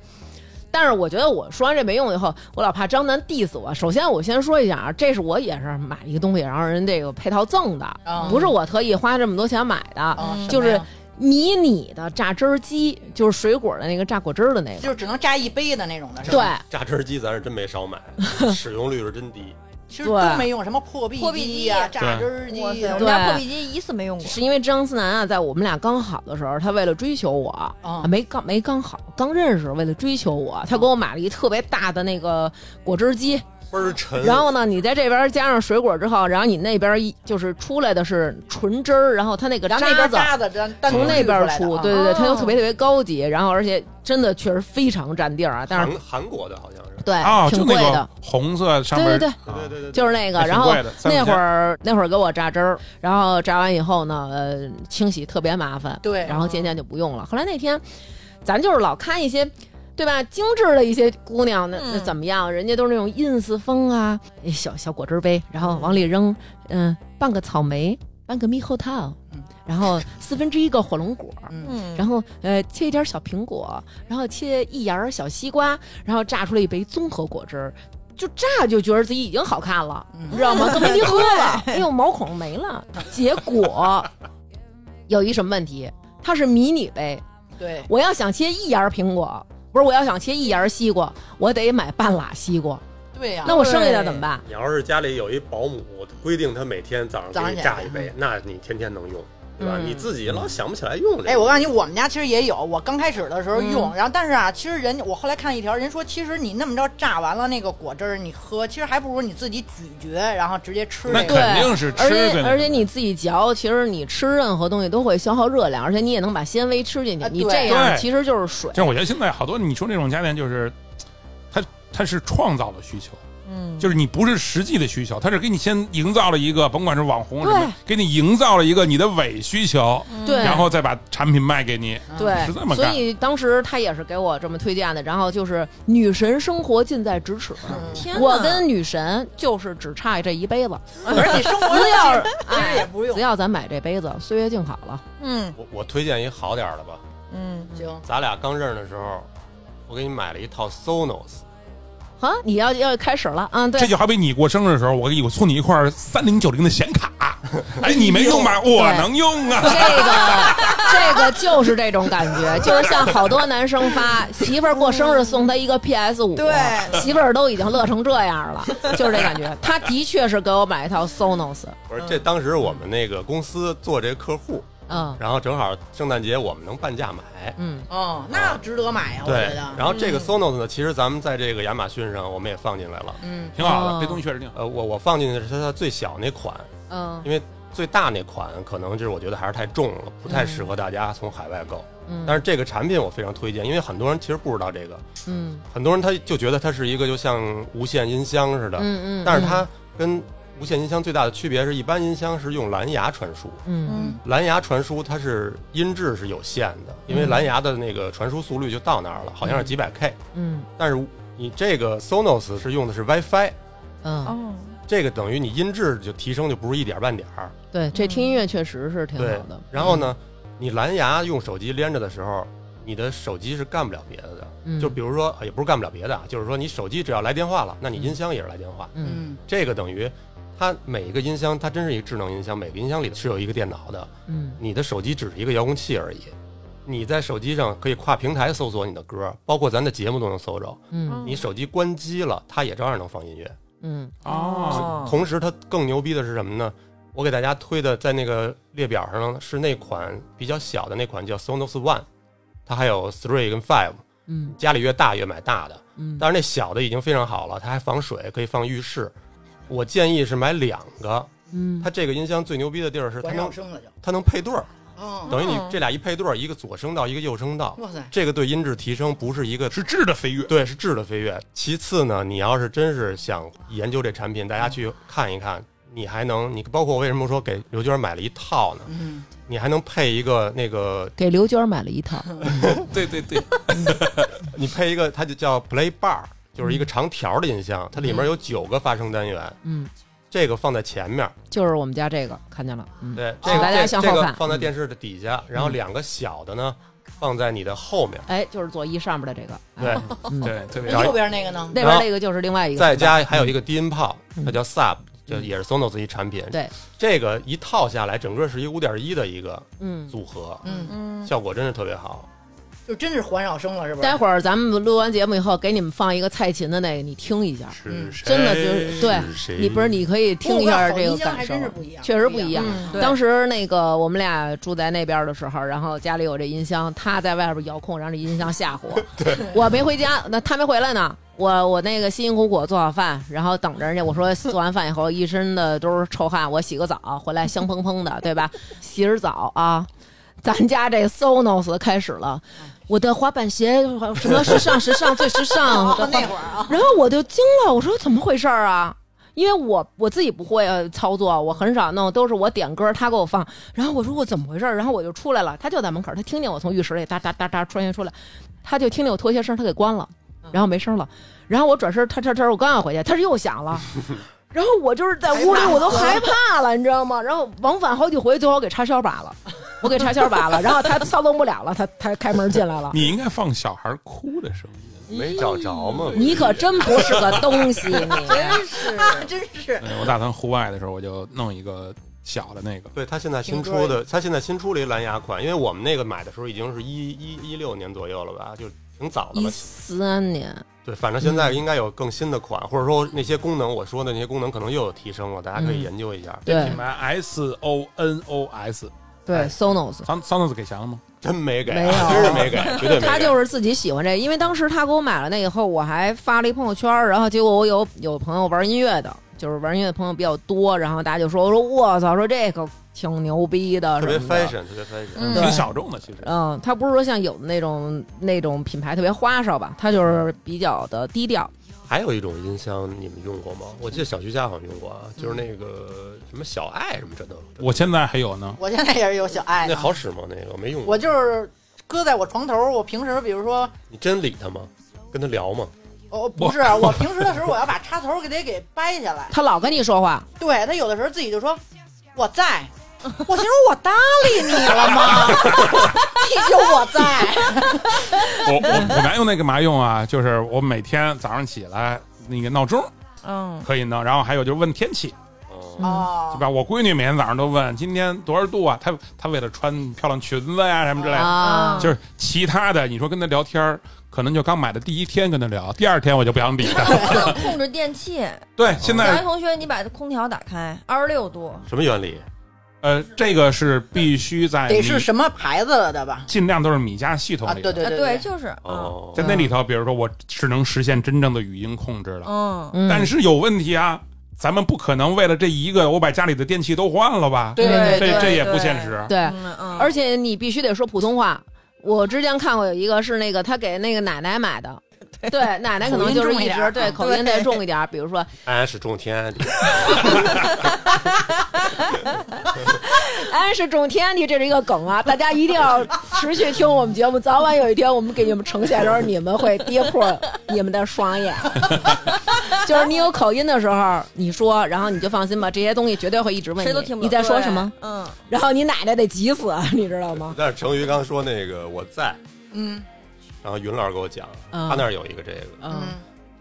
Speaker 2: 但是我觉得我说完这没用的以后，我老怕张楠 diss 我。首先，我先说一下啊，这是我也是买一个东西，然后人这个配套赠的，
Speaker 4: 啊
Speaker 2: 不是我特意花这么多钱买的，
Speaker 4: 啊，什么呀
Speaker 2: 就是迷你的榨汁儿机，就是水果的那个榨果汁儿的那个。
Speaker 4: 就是只能榨一杯的那种的，是
Speaker 2: 对
Speaker 4: 吧？，
Speaker 5: 榨汁机咱是真没少买，使用率是真低。
Speaker 4: 对，其实
Speaker 2: 对
Speaker 4: 都没用，什么破壁
Speaker 1: 破壁
Speaker 4: 机
Speaker 1: 机
Speaker 4: 呀、
Speaker 1: 呀
Speaker 4: 榨汁儿机啊
Speaker 1: 哇塞，
Speaker 4: 呀
Speaker 1: 我
Speaker 2: 对
Speaker 1: 们家破壁机一次没用过。
Speaker 2: 是因为张思楠啊，在我们俩刚好的时候，他为了追求我，啊
Speaker 4: 啊，
Speaker 2: 没刚没刚好，刚认识，为了追求我，他给我买了一特别大的那个果汁机。
Speaker 5: 倍儿
Speaker 3: 哎
Speaker 5: 沉，
Speaker 2: 然后呢，你在这边加上水果之后，然后你那边一就是出来的是纯汁儿，然后它那个
Speaker 4: 然
Speaker 2: 渣
Speaker 4: 后那边
Speaker 2: 子
Speaker 4: 渣子单单独
Speaker 2: 从那边
Speaker 4: 滤出
Speaker 2: 出，
Speaker 4: 来的啊
Speaker 2: 对对对，
Speaker 1: 哦
Speaker 2: 它就特别特别高级，然后而且真的确实非常占地儿啊，但
Speaker 5: 韩
Speaker 2: 是
Speaker 5: 韩国的好像是，
Speaker 2: 对，
Speaker 3: 哦，就
Speaker 2: 挺
Speaker 3: 那
Speaker 2: 贵
Speaker 3: 个
Speaker 2: 的。
Speaker 3: 红色上
Speaker 2: 对
Speaker 3: 面，
Speaker 2: 对对，
Speaker 3: 啊
Speaker 5: 对对对，
Speaker 2: 就是那个，
Speaker 3: 还挺
Speaker 2: 然后
Speaker 3: 贵的三
Speaker 2: 那
Speaker 3: 五
Speaker 2: 会
Speaker 3: 千
Speaker 2: 儿那会儿给我榨汁儿，然后榨完以后呢，呃，清洗特别麻烦，
Speaker 4: 对嗯
Speaker 2: 然后渐渐就不用了。后来那天，咱就是老看一些，对吧？精致的一些姑娘，那那
Speaker 1: 嗯
Speaker 2: 怎么样？人家都是那种 ins 风啊，哎小小果汁杯，然后往里扔，嗯、半个草莓，半个猕猴桃
Speaker 4: 嗯，
Speaker 2: 然后四分之一个火龙果。
Speaker 4: 嗯，
Speaker 1: 嗯，
Speaker 2: 然后，呃，切一点小苹果，然后切一芽儿小西瓜，然后榨出来一杯综合果汁儿，就榨就觉得自己已经好看了，
Speaker 4: 嗯
Speaker 2: 你 知道吗？都没地儿喝了，哎呦，毛孔没了。结果有一什么问题？它是迷你杯，
Speaker 4: 对，
Speaker 2: 我要想切一芽儿苹果，不是我要想切一芽儿西瓜，我得买半拉西瓜，
Speaker 4: 啊对呀、
Speaker 2: 那我剩下的怎么办？
Speaker 5: 你要是家里有一保姆，规定他每天早
Speaker 4: 早
Speaker 5: 上
Speaker 4: 上
Speaker 5: 给你
Speaker 4: 起
Speaker 5: 榨
Speaker 4: 来
Speaker 5: 一杯，那你天天能用，对吧？
Speaker 2: 嗯
Speaker 5: 你自己老想不起来用这个。
Speaker 4: 哎，我告诉你，我们家其实也有，我刚开始的时候用，
Speaker 2: 嗯
Speaker 4: 然后但是啊，其实人我后来看一条，人说其实你那么着榨完了那个果汁儿，你喝，其实还不如你自己咀嚼，然后直接吃
Speaker 3: 那
Speaker 4: 这
Speaker 5: 嗯
Speaker 3: 肯
Speaker 4: 个。嗯
Speaker 3: 定是吃
Speaker 2: 而
Speaker 3: 对
Speaker 2: 且
Speaker 3: 那
Speaker 2: 而且
Speaker 3: 个
Speaker 2: 你自己嚼，其实你吃任何东西都会消耗热量，而且你也能把纤维吃进去
Speaker 4: 啊。
Speaker 2: 你
Speaker 4: 对
Speaker 2: 这样
Speaker 3: 对
Speaker 2: 其实就是水。
Speaker 3: 就是我觉得现在好多你说那种家电，就是它它是创造的需求，
Speaker 1: 嗯，
Speaker 3: 就是你不是实际的需求，它是给你先营造了一个，甭管是网红什
Speaker 2: 对
Speaker 3: 么，给你营造了一个你的伪需求，
Speaker 2: 对，
Speaker 3: 然后再把产品卖给你，
Speaker 2: 对，
Speaker 3: 啊是这么
Speaker 2: 所
Speaker 3: 干
Speaker 2: 以当时他也是给我这么推荐的，然后就是女神生活近在咫尺，
Speaker 1: 天哪
Speaker 2: 我跟女神就是只差这一杯子，
Speaker 4: 而且你生活
Speaker 2: 只要
Speaker 4: 其实也
Speaker 2: 哎，
Speaker 4: 不用
Speaker 2: 只。要咱买这杯子，岁月静好了。
Speaker 1: 嗯
Speaker 5: 我我推荐一好点儿的吧，
Speaker 1: 嗯，
Speaker 4: 行，
Speaker 5: 咱俩刚认识的时候，我给你买了一套 Sonos，
Speaker 2: 啊，你要要开始了啊？
Speaker 3: 这
Speaker 2: 对，
Speaker 3: 就好比你过生日的时候，我给你我送你一块三零九零的显 卡，哎，你没用吧？我能用啊！
Speaker 2: 这个 这个就是这种感 觉，就是像好多男生发媳妇儿过生日送他一个 PS 五，
Speaker 1: 对
Speaker 2: 媳妇儿都已经乐成这样了，就是这 感觉。他的确是给我买一套 Sonos
Speaker 5: 我说这当时我们那个公司做这客户，
Speaker 2: 嗯
Speaker 5: 然后正好圣诞节我们能半价买。
Speaker 2: 嗯
Speaker 4: 哦，那值得买呀，我
Speaker 5: 对
Speaker 4: 觉，得。嗯
Speaker 5: 然后这个 Sonos 呢，其实咱们在这个亚马逊上我们也放进来了。
Speaker 4: 嗯，
Speaker 3: 挺好
Speaker 2: 哦
Speaker 3: 的，这东西确实挺好。
Speaker 5: 呃，我我放进去的是它最小那款，
Speaker 2: 嗯
Speaker 5: 因为最大那款可能就是我觉得还是太重了，不太适合大家从海外购。
Speaker 2: 嗯，
Speaker 5: 但是这个产品我非常推荐，因为很多人其实不知道这个，
Speaker 2: 嗯
Speaker 5: 很多人他就觉得它是一个就像无线音箱似的，
Speaker 2: 嗯嗯，
Speaker 5: 但是它跟无线音箱最大的区别是一般音箱是用蓝牙传输，
Speaker 2: 嗯
Speaker 4: 嗯
Speaker 5: 蓝牙传输它是音质是有限的，因为
Speaker 2: 嗯
Speaker 5: 蓝牙的那个传输速率就到那儿了，好像是几百 K，
Speaker 2: 嗯
Speaker 5: 但是你这个 Sonos 是用的是 WiFi，
Speaker 2: 嗯，
Speaker 1: 哦，
Speaker 5: 这个等于你音质就提升就不是一点半点儿，
Speaker 2: 对，
Speaker 4: 嗯
Speaker 2: 这听音乐确实是挺好
Speaker 5: 对
Speaker 2: 的。。嗯
Speaker 5: 然后呢，你蓝牙用手机连着的时候，你的手机是干不了别的的，
Speaker 2: 嗯，
Speaker 5: 就比如说也不是干不了别的，啊，就是说你手机只要来电话了，那你音箱也是来电话，
Speaker 2: 嗯
Speaker 4: 嗯
Speaker 5: 这个等于。它每一个音箱，它真是一个智能音箱，每个音箱里是有一个电脑的，
Speaker 2: 嗯
Speaker 5: 你的手机只是一个遥控器而已。你在手机上可以跨平台搜索你的歌，包括咱的节目都能搜着。
Speaker 2: 嗯
Speaker 5: 你手机关机了，它也照样能放音乐。
Speaker 2: 嗯
Speaker 3: 哦，
Speaker 5: 同时，它更牛逼的是什么呢？我给大家推的在那个列表上是那款比较小的那款叫 Sonos One，它还有 Three 跟 Five。
Speaker 2: 嗯
Speaker 5: 家里越大越买大的，
Speaker 2: 嗯，
Speaker 5: 但是那小的已经非常好了，它还防水，可以放浴室。我建议是买两个。
Speaker 2: 嗯
Speaker 5: 它这个音箱最牛逼的地儿是它
Speaker 4: 管上
Speaker 5: 能
Speaker 4: 升了就。
Speaker 5: 它能配对儿，
Speaker 4: 哦，
Speaker 5: 等于你这俩一配对儿，一个左声道，一个右声道，
Speaker 4: 哇塞，
Speaker 5: 这个对音质提升不是一个
Speaker 3: 是质的飞跃。
Speaker 5: 对是质的飞跃。其次呢，你要是真是想研究这产品，大家去看一看，你还能你包括我为什么说给刘娟买了一套呢？
Speaker 4: 嗯，
Speaker 5: 你还能配一个那个，
Speaker 2: 给刘娟买了 一套，
Speaker 3: 对对对，
Speaker 5: 你配一个，它就叫 Play Bar，就是一个长条的音箱，它里面有九个发声单元，
Speaker 2: 嗯，
Speaker 5: 这个放在前面，
Speaker 2: 就是我们家这个看见了，嗯，
Speaker 5: 对，这个
Speaker 2: 大家
Speaker 5: 这
Speaker 2: 向
Speaker 5: 个
Speaker 2: 后
Speaker 5: 这个
Speaker 2: 看
Speaker 5: 放在
Speaker 2: 嗯
Speaker 5: 电视的底下，然后两个小的呢放在你的后面，
Speaker 2: 哎，就是左一上边的这个，
Speaker 5: 对
Speaker 2: 哎，，嗯
Speaker 3: 对，特别
Speaker 5: 然
Speaker 4: 那
Speaker 5: 后
Speaker 4: 右边那个呢？
Speaker 2: 那边那个就是另外一个，
Speaker 5: 再加还有一个低音炮，
Speaker 2: 嗯
Speaker 5: 它叫 Sub，这也是 Sonos 一产品。
Speaker 2: 对，
Speaker 5: 这个一套下来，整个是一五点一的一个
Speaker 2: 嗯。啊
Speaker 5: 组合，
Speaker 3: 哦
Speaker 4: 嗯，
Speaker 1: 嗯，
Speaker 5: 效果真是特别好。
Speaker 4: 就真是环绕声了，是不是？
Speaker 2: 待会儿咱们录完节目以后，给你们放一个蔡琴的那个，你听一下。
Speaker 4: 嗯
Speaker 3: 是
Speaker 2: 真的就是对
Speaker 5: 谁
Speaker 2: 你不是你可以听一下
Speaker 4: 不
Speaker 2: 这
Speaker 4: 过我告诉你音
Speaker 2: 个
Speaker 4: 箱
Speaker 2: 感
Speaker 4: 还
Speaker 2: 受啊
Speaker 4: 真，是不一样，
Speaker 2: 确实不一样。
Speaker 4: 嗯
Speaker 1: 对
Speaker 2: 当时那个我们俩住在那边的时候，然后家里有这音箱，他在外边遥控，让这音箱吓唬我。我没回家，那他没回来呢。我我那个辛辛苦苦做好饭，然后等着人家。我说做完饭以后一身的都是臭汗，我洗个澡回来香喷喷的，对吧？洗着澡啊，咱家这 Sonos 开始了，我的滑板鞋什么时尚时尚最时尚，
Speaker 4: 哦
Speaker 2: 我的滑
Speaker 4: 那会儿 啊，
Speaker 2: 然后我就惊了，我说怎么回事儿啊？因为我我自己不会呃操作，我很少弄，都是我点歌，他给我放。然后我说我怎么回事儿？然后我就出来了，他就在门口，他听见我从浴室里哒哒哒哒穿越出来，他就听见我拖鞋声，他给关了，然后没声了。然后我转身，他这这我刚要回去，他又响了。然后我就是在屋里，我都害怕了，你知道吗？然后往返好几回，最后给插销拔了，我给插销拔了，然后他操作不了了，他他开门进来了。
Speaker 3: 你应该放小孩哭的声音。
Speaker 5: 没找着吗？
Speaker 2: 你可真不是个东西，你
Speaker 4: 啊真是
Speaker 3: 嗯我打算户外的时候，我就弄一个小的那个。
Speaker 5: 对，它现在新
Speaker 4: 听
Speaker 5: 出
Speaker 4: 歌
Speaker 5: 的，它现在新出了一蓝牙款，因为我们那个买的时候已经是一一一六年左右了吧，就挺早的
Speaker 2: 一嗯
Speaker 5: 了。
Speaker 2: 三年，
Speaker 5: 对，反正现在应该有更新的款，或者说那些功能，我说的那些功能可能又有提升了，大家可以
Speaker 2: 嗯
Speaker 5: 研究一下。
Speaker 2: 对
Speaker 3: 品牌 S O N O S，
Speaker 2: 对
Speaker 5: 哎
Speaker 2: ，Sonos。
Speaker 3: 桑桑诺斯给翔吗？
Speaker 5: 真没给
Speaker 2: 没有
Speaker 5: 啊，真是没给，绝对没给。
Speaker 2: 他就是自己喜欢这个，因为当时他给我买了那以后，我还发了一朋友圈儿，然后结果我有有朋友玩音乐的，就是玩音乐的朋友比较多，然后大家就说，我说我操，说这个挺牛逼的，
Speaker 5: 特别
Speaker 2: 什么的
Speaker 5: fashion，特别 fashion。
Speaker 2: 嗯
Speaker 3: 挺小众的，其实。
Speaker 2: 嗯，它不是说像有的那种那种品牌特别花哨吧，它就是比较的低调。
Speaker 5: 还有一种音箱，你们用过吗？我记得小徐家好像用过啊，就是那个什么小爱什么这都，
Speaker 3: 我现在还有 呢，
Speaker 4: 我现在也是有小爱啊的，
Speaker 5: 那好使吗？那个我没用过
Speaker 4: 我，就是搁在我床头，我平时比如说。
Speaker 5: 你真理他吗？跟他聊吗？
Speaker 4: 哦，不是，我平时的时候我要把插头给得给掰下来。
Speaker 2: 他老跟你说话，
Speaker 4: 对他有的时候自己就说我在，我
Speaker 1: 哦
Speaker 4: 心说我搭理你了吗？你就我在，
Speaker 3: 我我我男用那干嘛用啊？就是我每天早上起来那个闹钟
Speaker 1: 嗯，
Speaker 3: 可以弄，然后还有就是问天气，
Speaker 5: 哦，
Speaker 4: 哦
Speaker 3: 对，吧？我闺女每天早上都问今天多少度啊？她她为了穿漂亮裙子呀、什么之
Speaker 5: 哎
Speaker 3: 类的，
Speaker 4: 哦
Speaker 2: 啊，
Speaker 3: 就是其他的，你说跟她聊天儿，可能就刚买的第一天跟她聊，第二天我就不想理她。
Speaker 1: 还 能啊控制电器。
Speaker 3: 对，现
Speaker 1: 小爱
Speaker 4: 哦
Speaker 3: 在
Speaker 1: 同学，你把空调打开，二十六度，
Speaker 5: 什么原理？
Speaker 3: 呃，这个是必须在
Speaker 4: 得
Speaker 3: 你
Speaker 4: 是什么牌子了的吧？
Speaker 3: 尽量都是米家系统
Speaker 4: 啊，
Speaker 3: 里
Speaker 4: 对
Speaker 3: 头，
Speaker 4: 对嗯
Speaker 1: 啊，
Speaker 4: 对
Speaker 1: 对，就是啊，
Speaker 5: 哦，
Speaker 3: 在那里头，比如说我是能实现真正的语音控制了，
Speaker 1: 嗯，
Speaker 2: 嗯
Speaker 3: 但是有问题啊，咱们不可能为了这一个我把家里的电器都换了吧？
Speaker 4: 对
Speaker 2: 对
Speaker 3: 这这也不
Speaker 1: 嗯对
Speaker 3: 现实。
Speaker 2: 对，
Speaker 1: 嗯嗯
Speaker 2: 而且你必须得说普通话。我之前看过有一个是那个他给那个奶奶买的，对，奶奶可能就是一
Speaker 4: 口音重一点
Speaker 2: 直
Speaker 4: 儿
Speaker 2: 对口音再重一点儿，比如说
Speaker 5: 安是种田，
Speaker 2: 安哎是种天地，这是一个梗啊， 大家一定要持续听我们节目，早晚有一天我们给你们呈现的时候，你们会跌破你们的双眼。就是你有口音的时候，你说，然后你就放心吧，这些东西绝对会一直问你，
Speaker 1: 谁都听不懂
Speaker 2: 你在说什么，？
Speaker 1: 对嗯，
Speaker 2: 然后你奶奶得急死，啊你知道吗？
Speaker 5: 但是成瑜刚说那个我在，
Speaker 4: 嗯
Speaker 5: 然后云老师给我讲，
Speaker 2: 嗯
Speaker 5: 他那儿有一个这个，
Speaker 2: 嗯
Speaker 4: 嗯，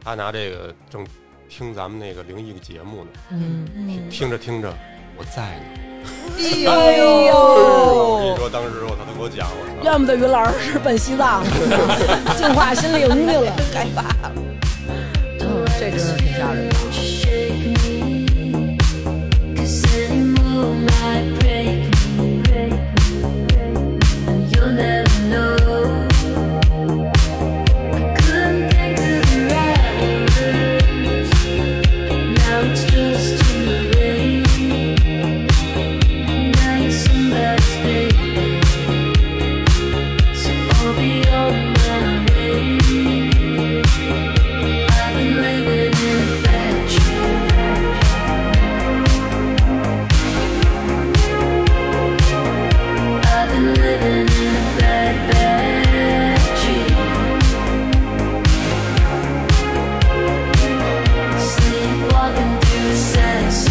Speaker 5: 他拿这个正听咱们那个灵异节目呢，
Speaker 2: 嗯，
Speaker 5: 听着听着我在呢。
Speaker 2: 哎
Speaker 5: 我跟
Speaker 2: 呦
Speaker 5: 你。说，当时我他都给我讲，我操
Speaker 2: 怨不得云老师是奔西藏去了， 净化心灵去了，害怕了。嗯，这真是挺吓人的。
Speaker 7: Sleepwalking through the senses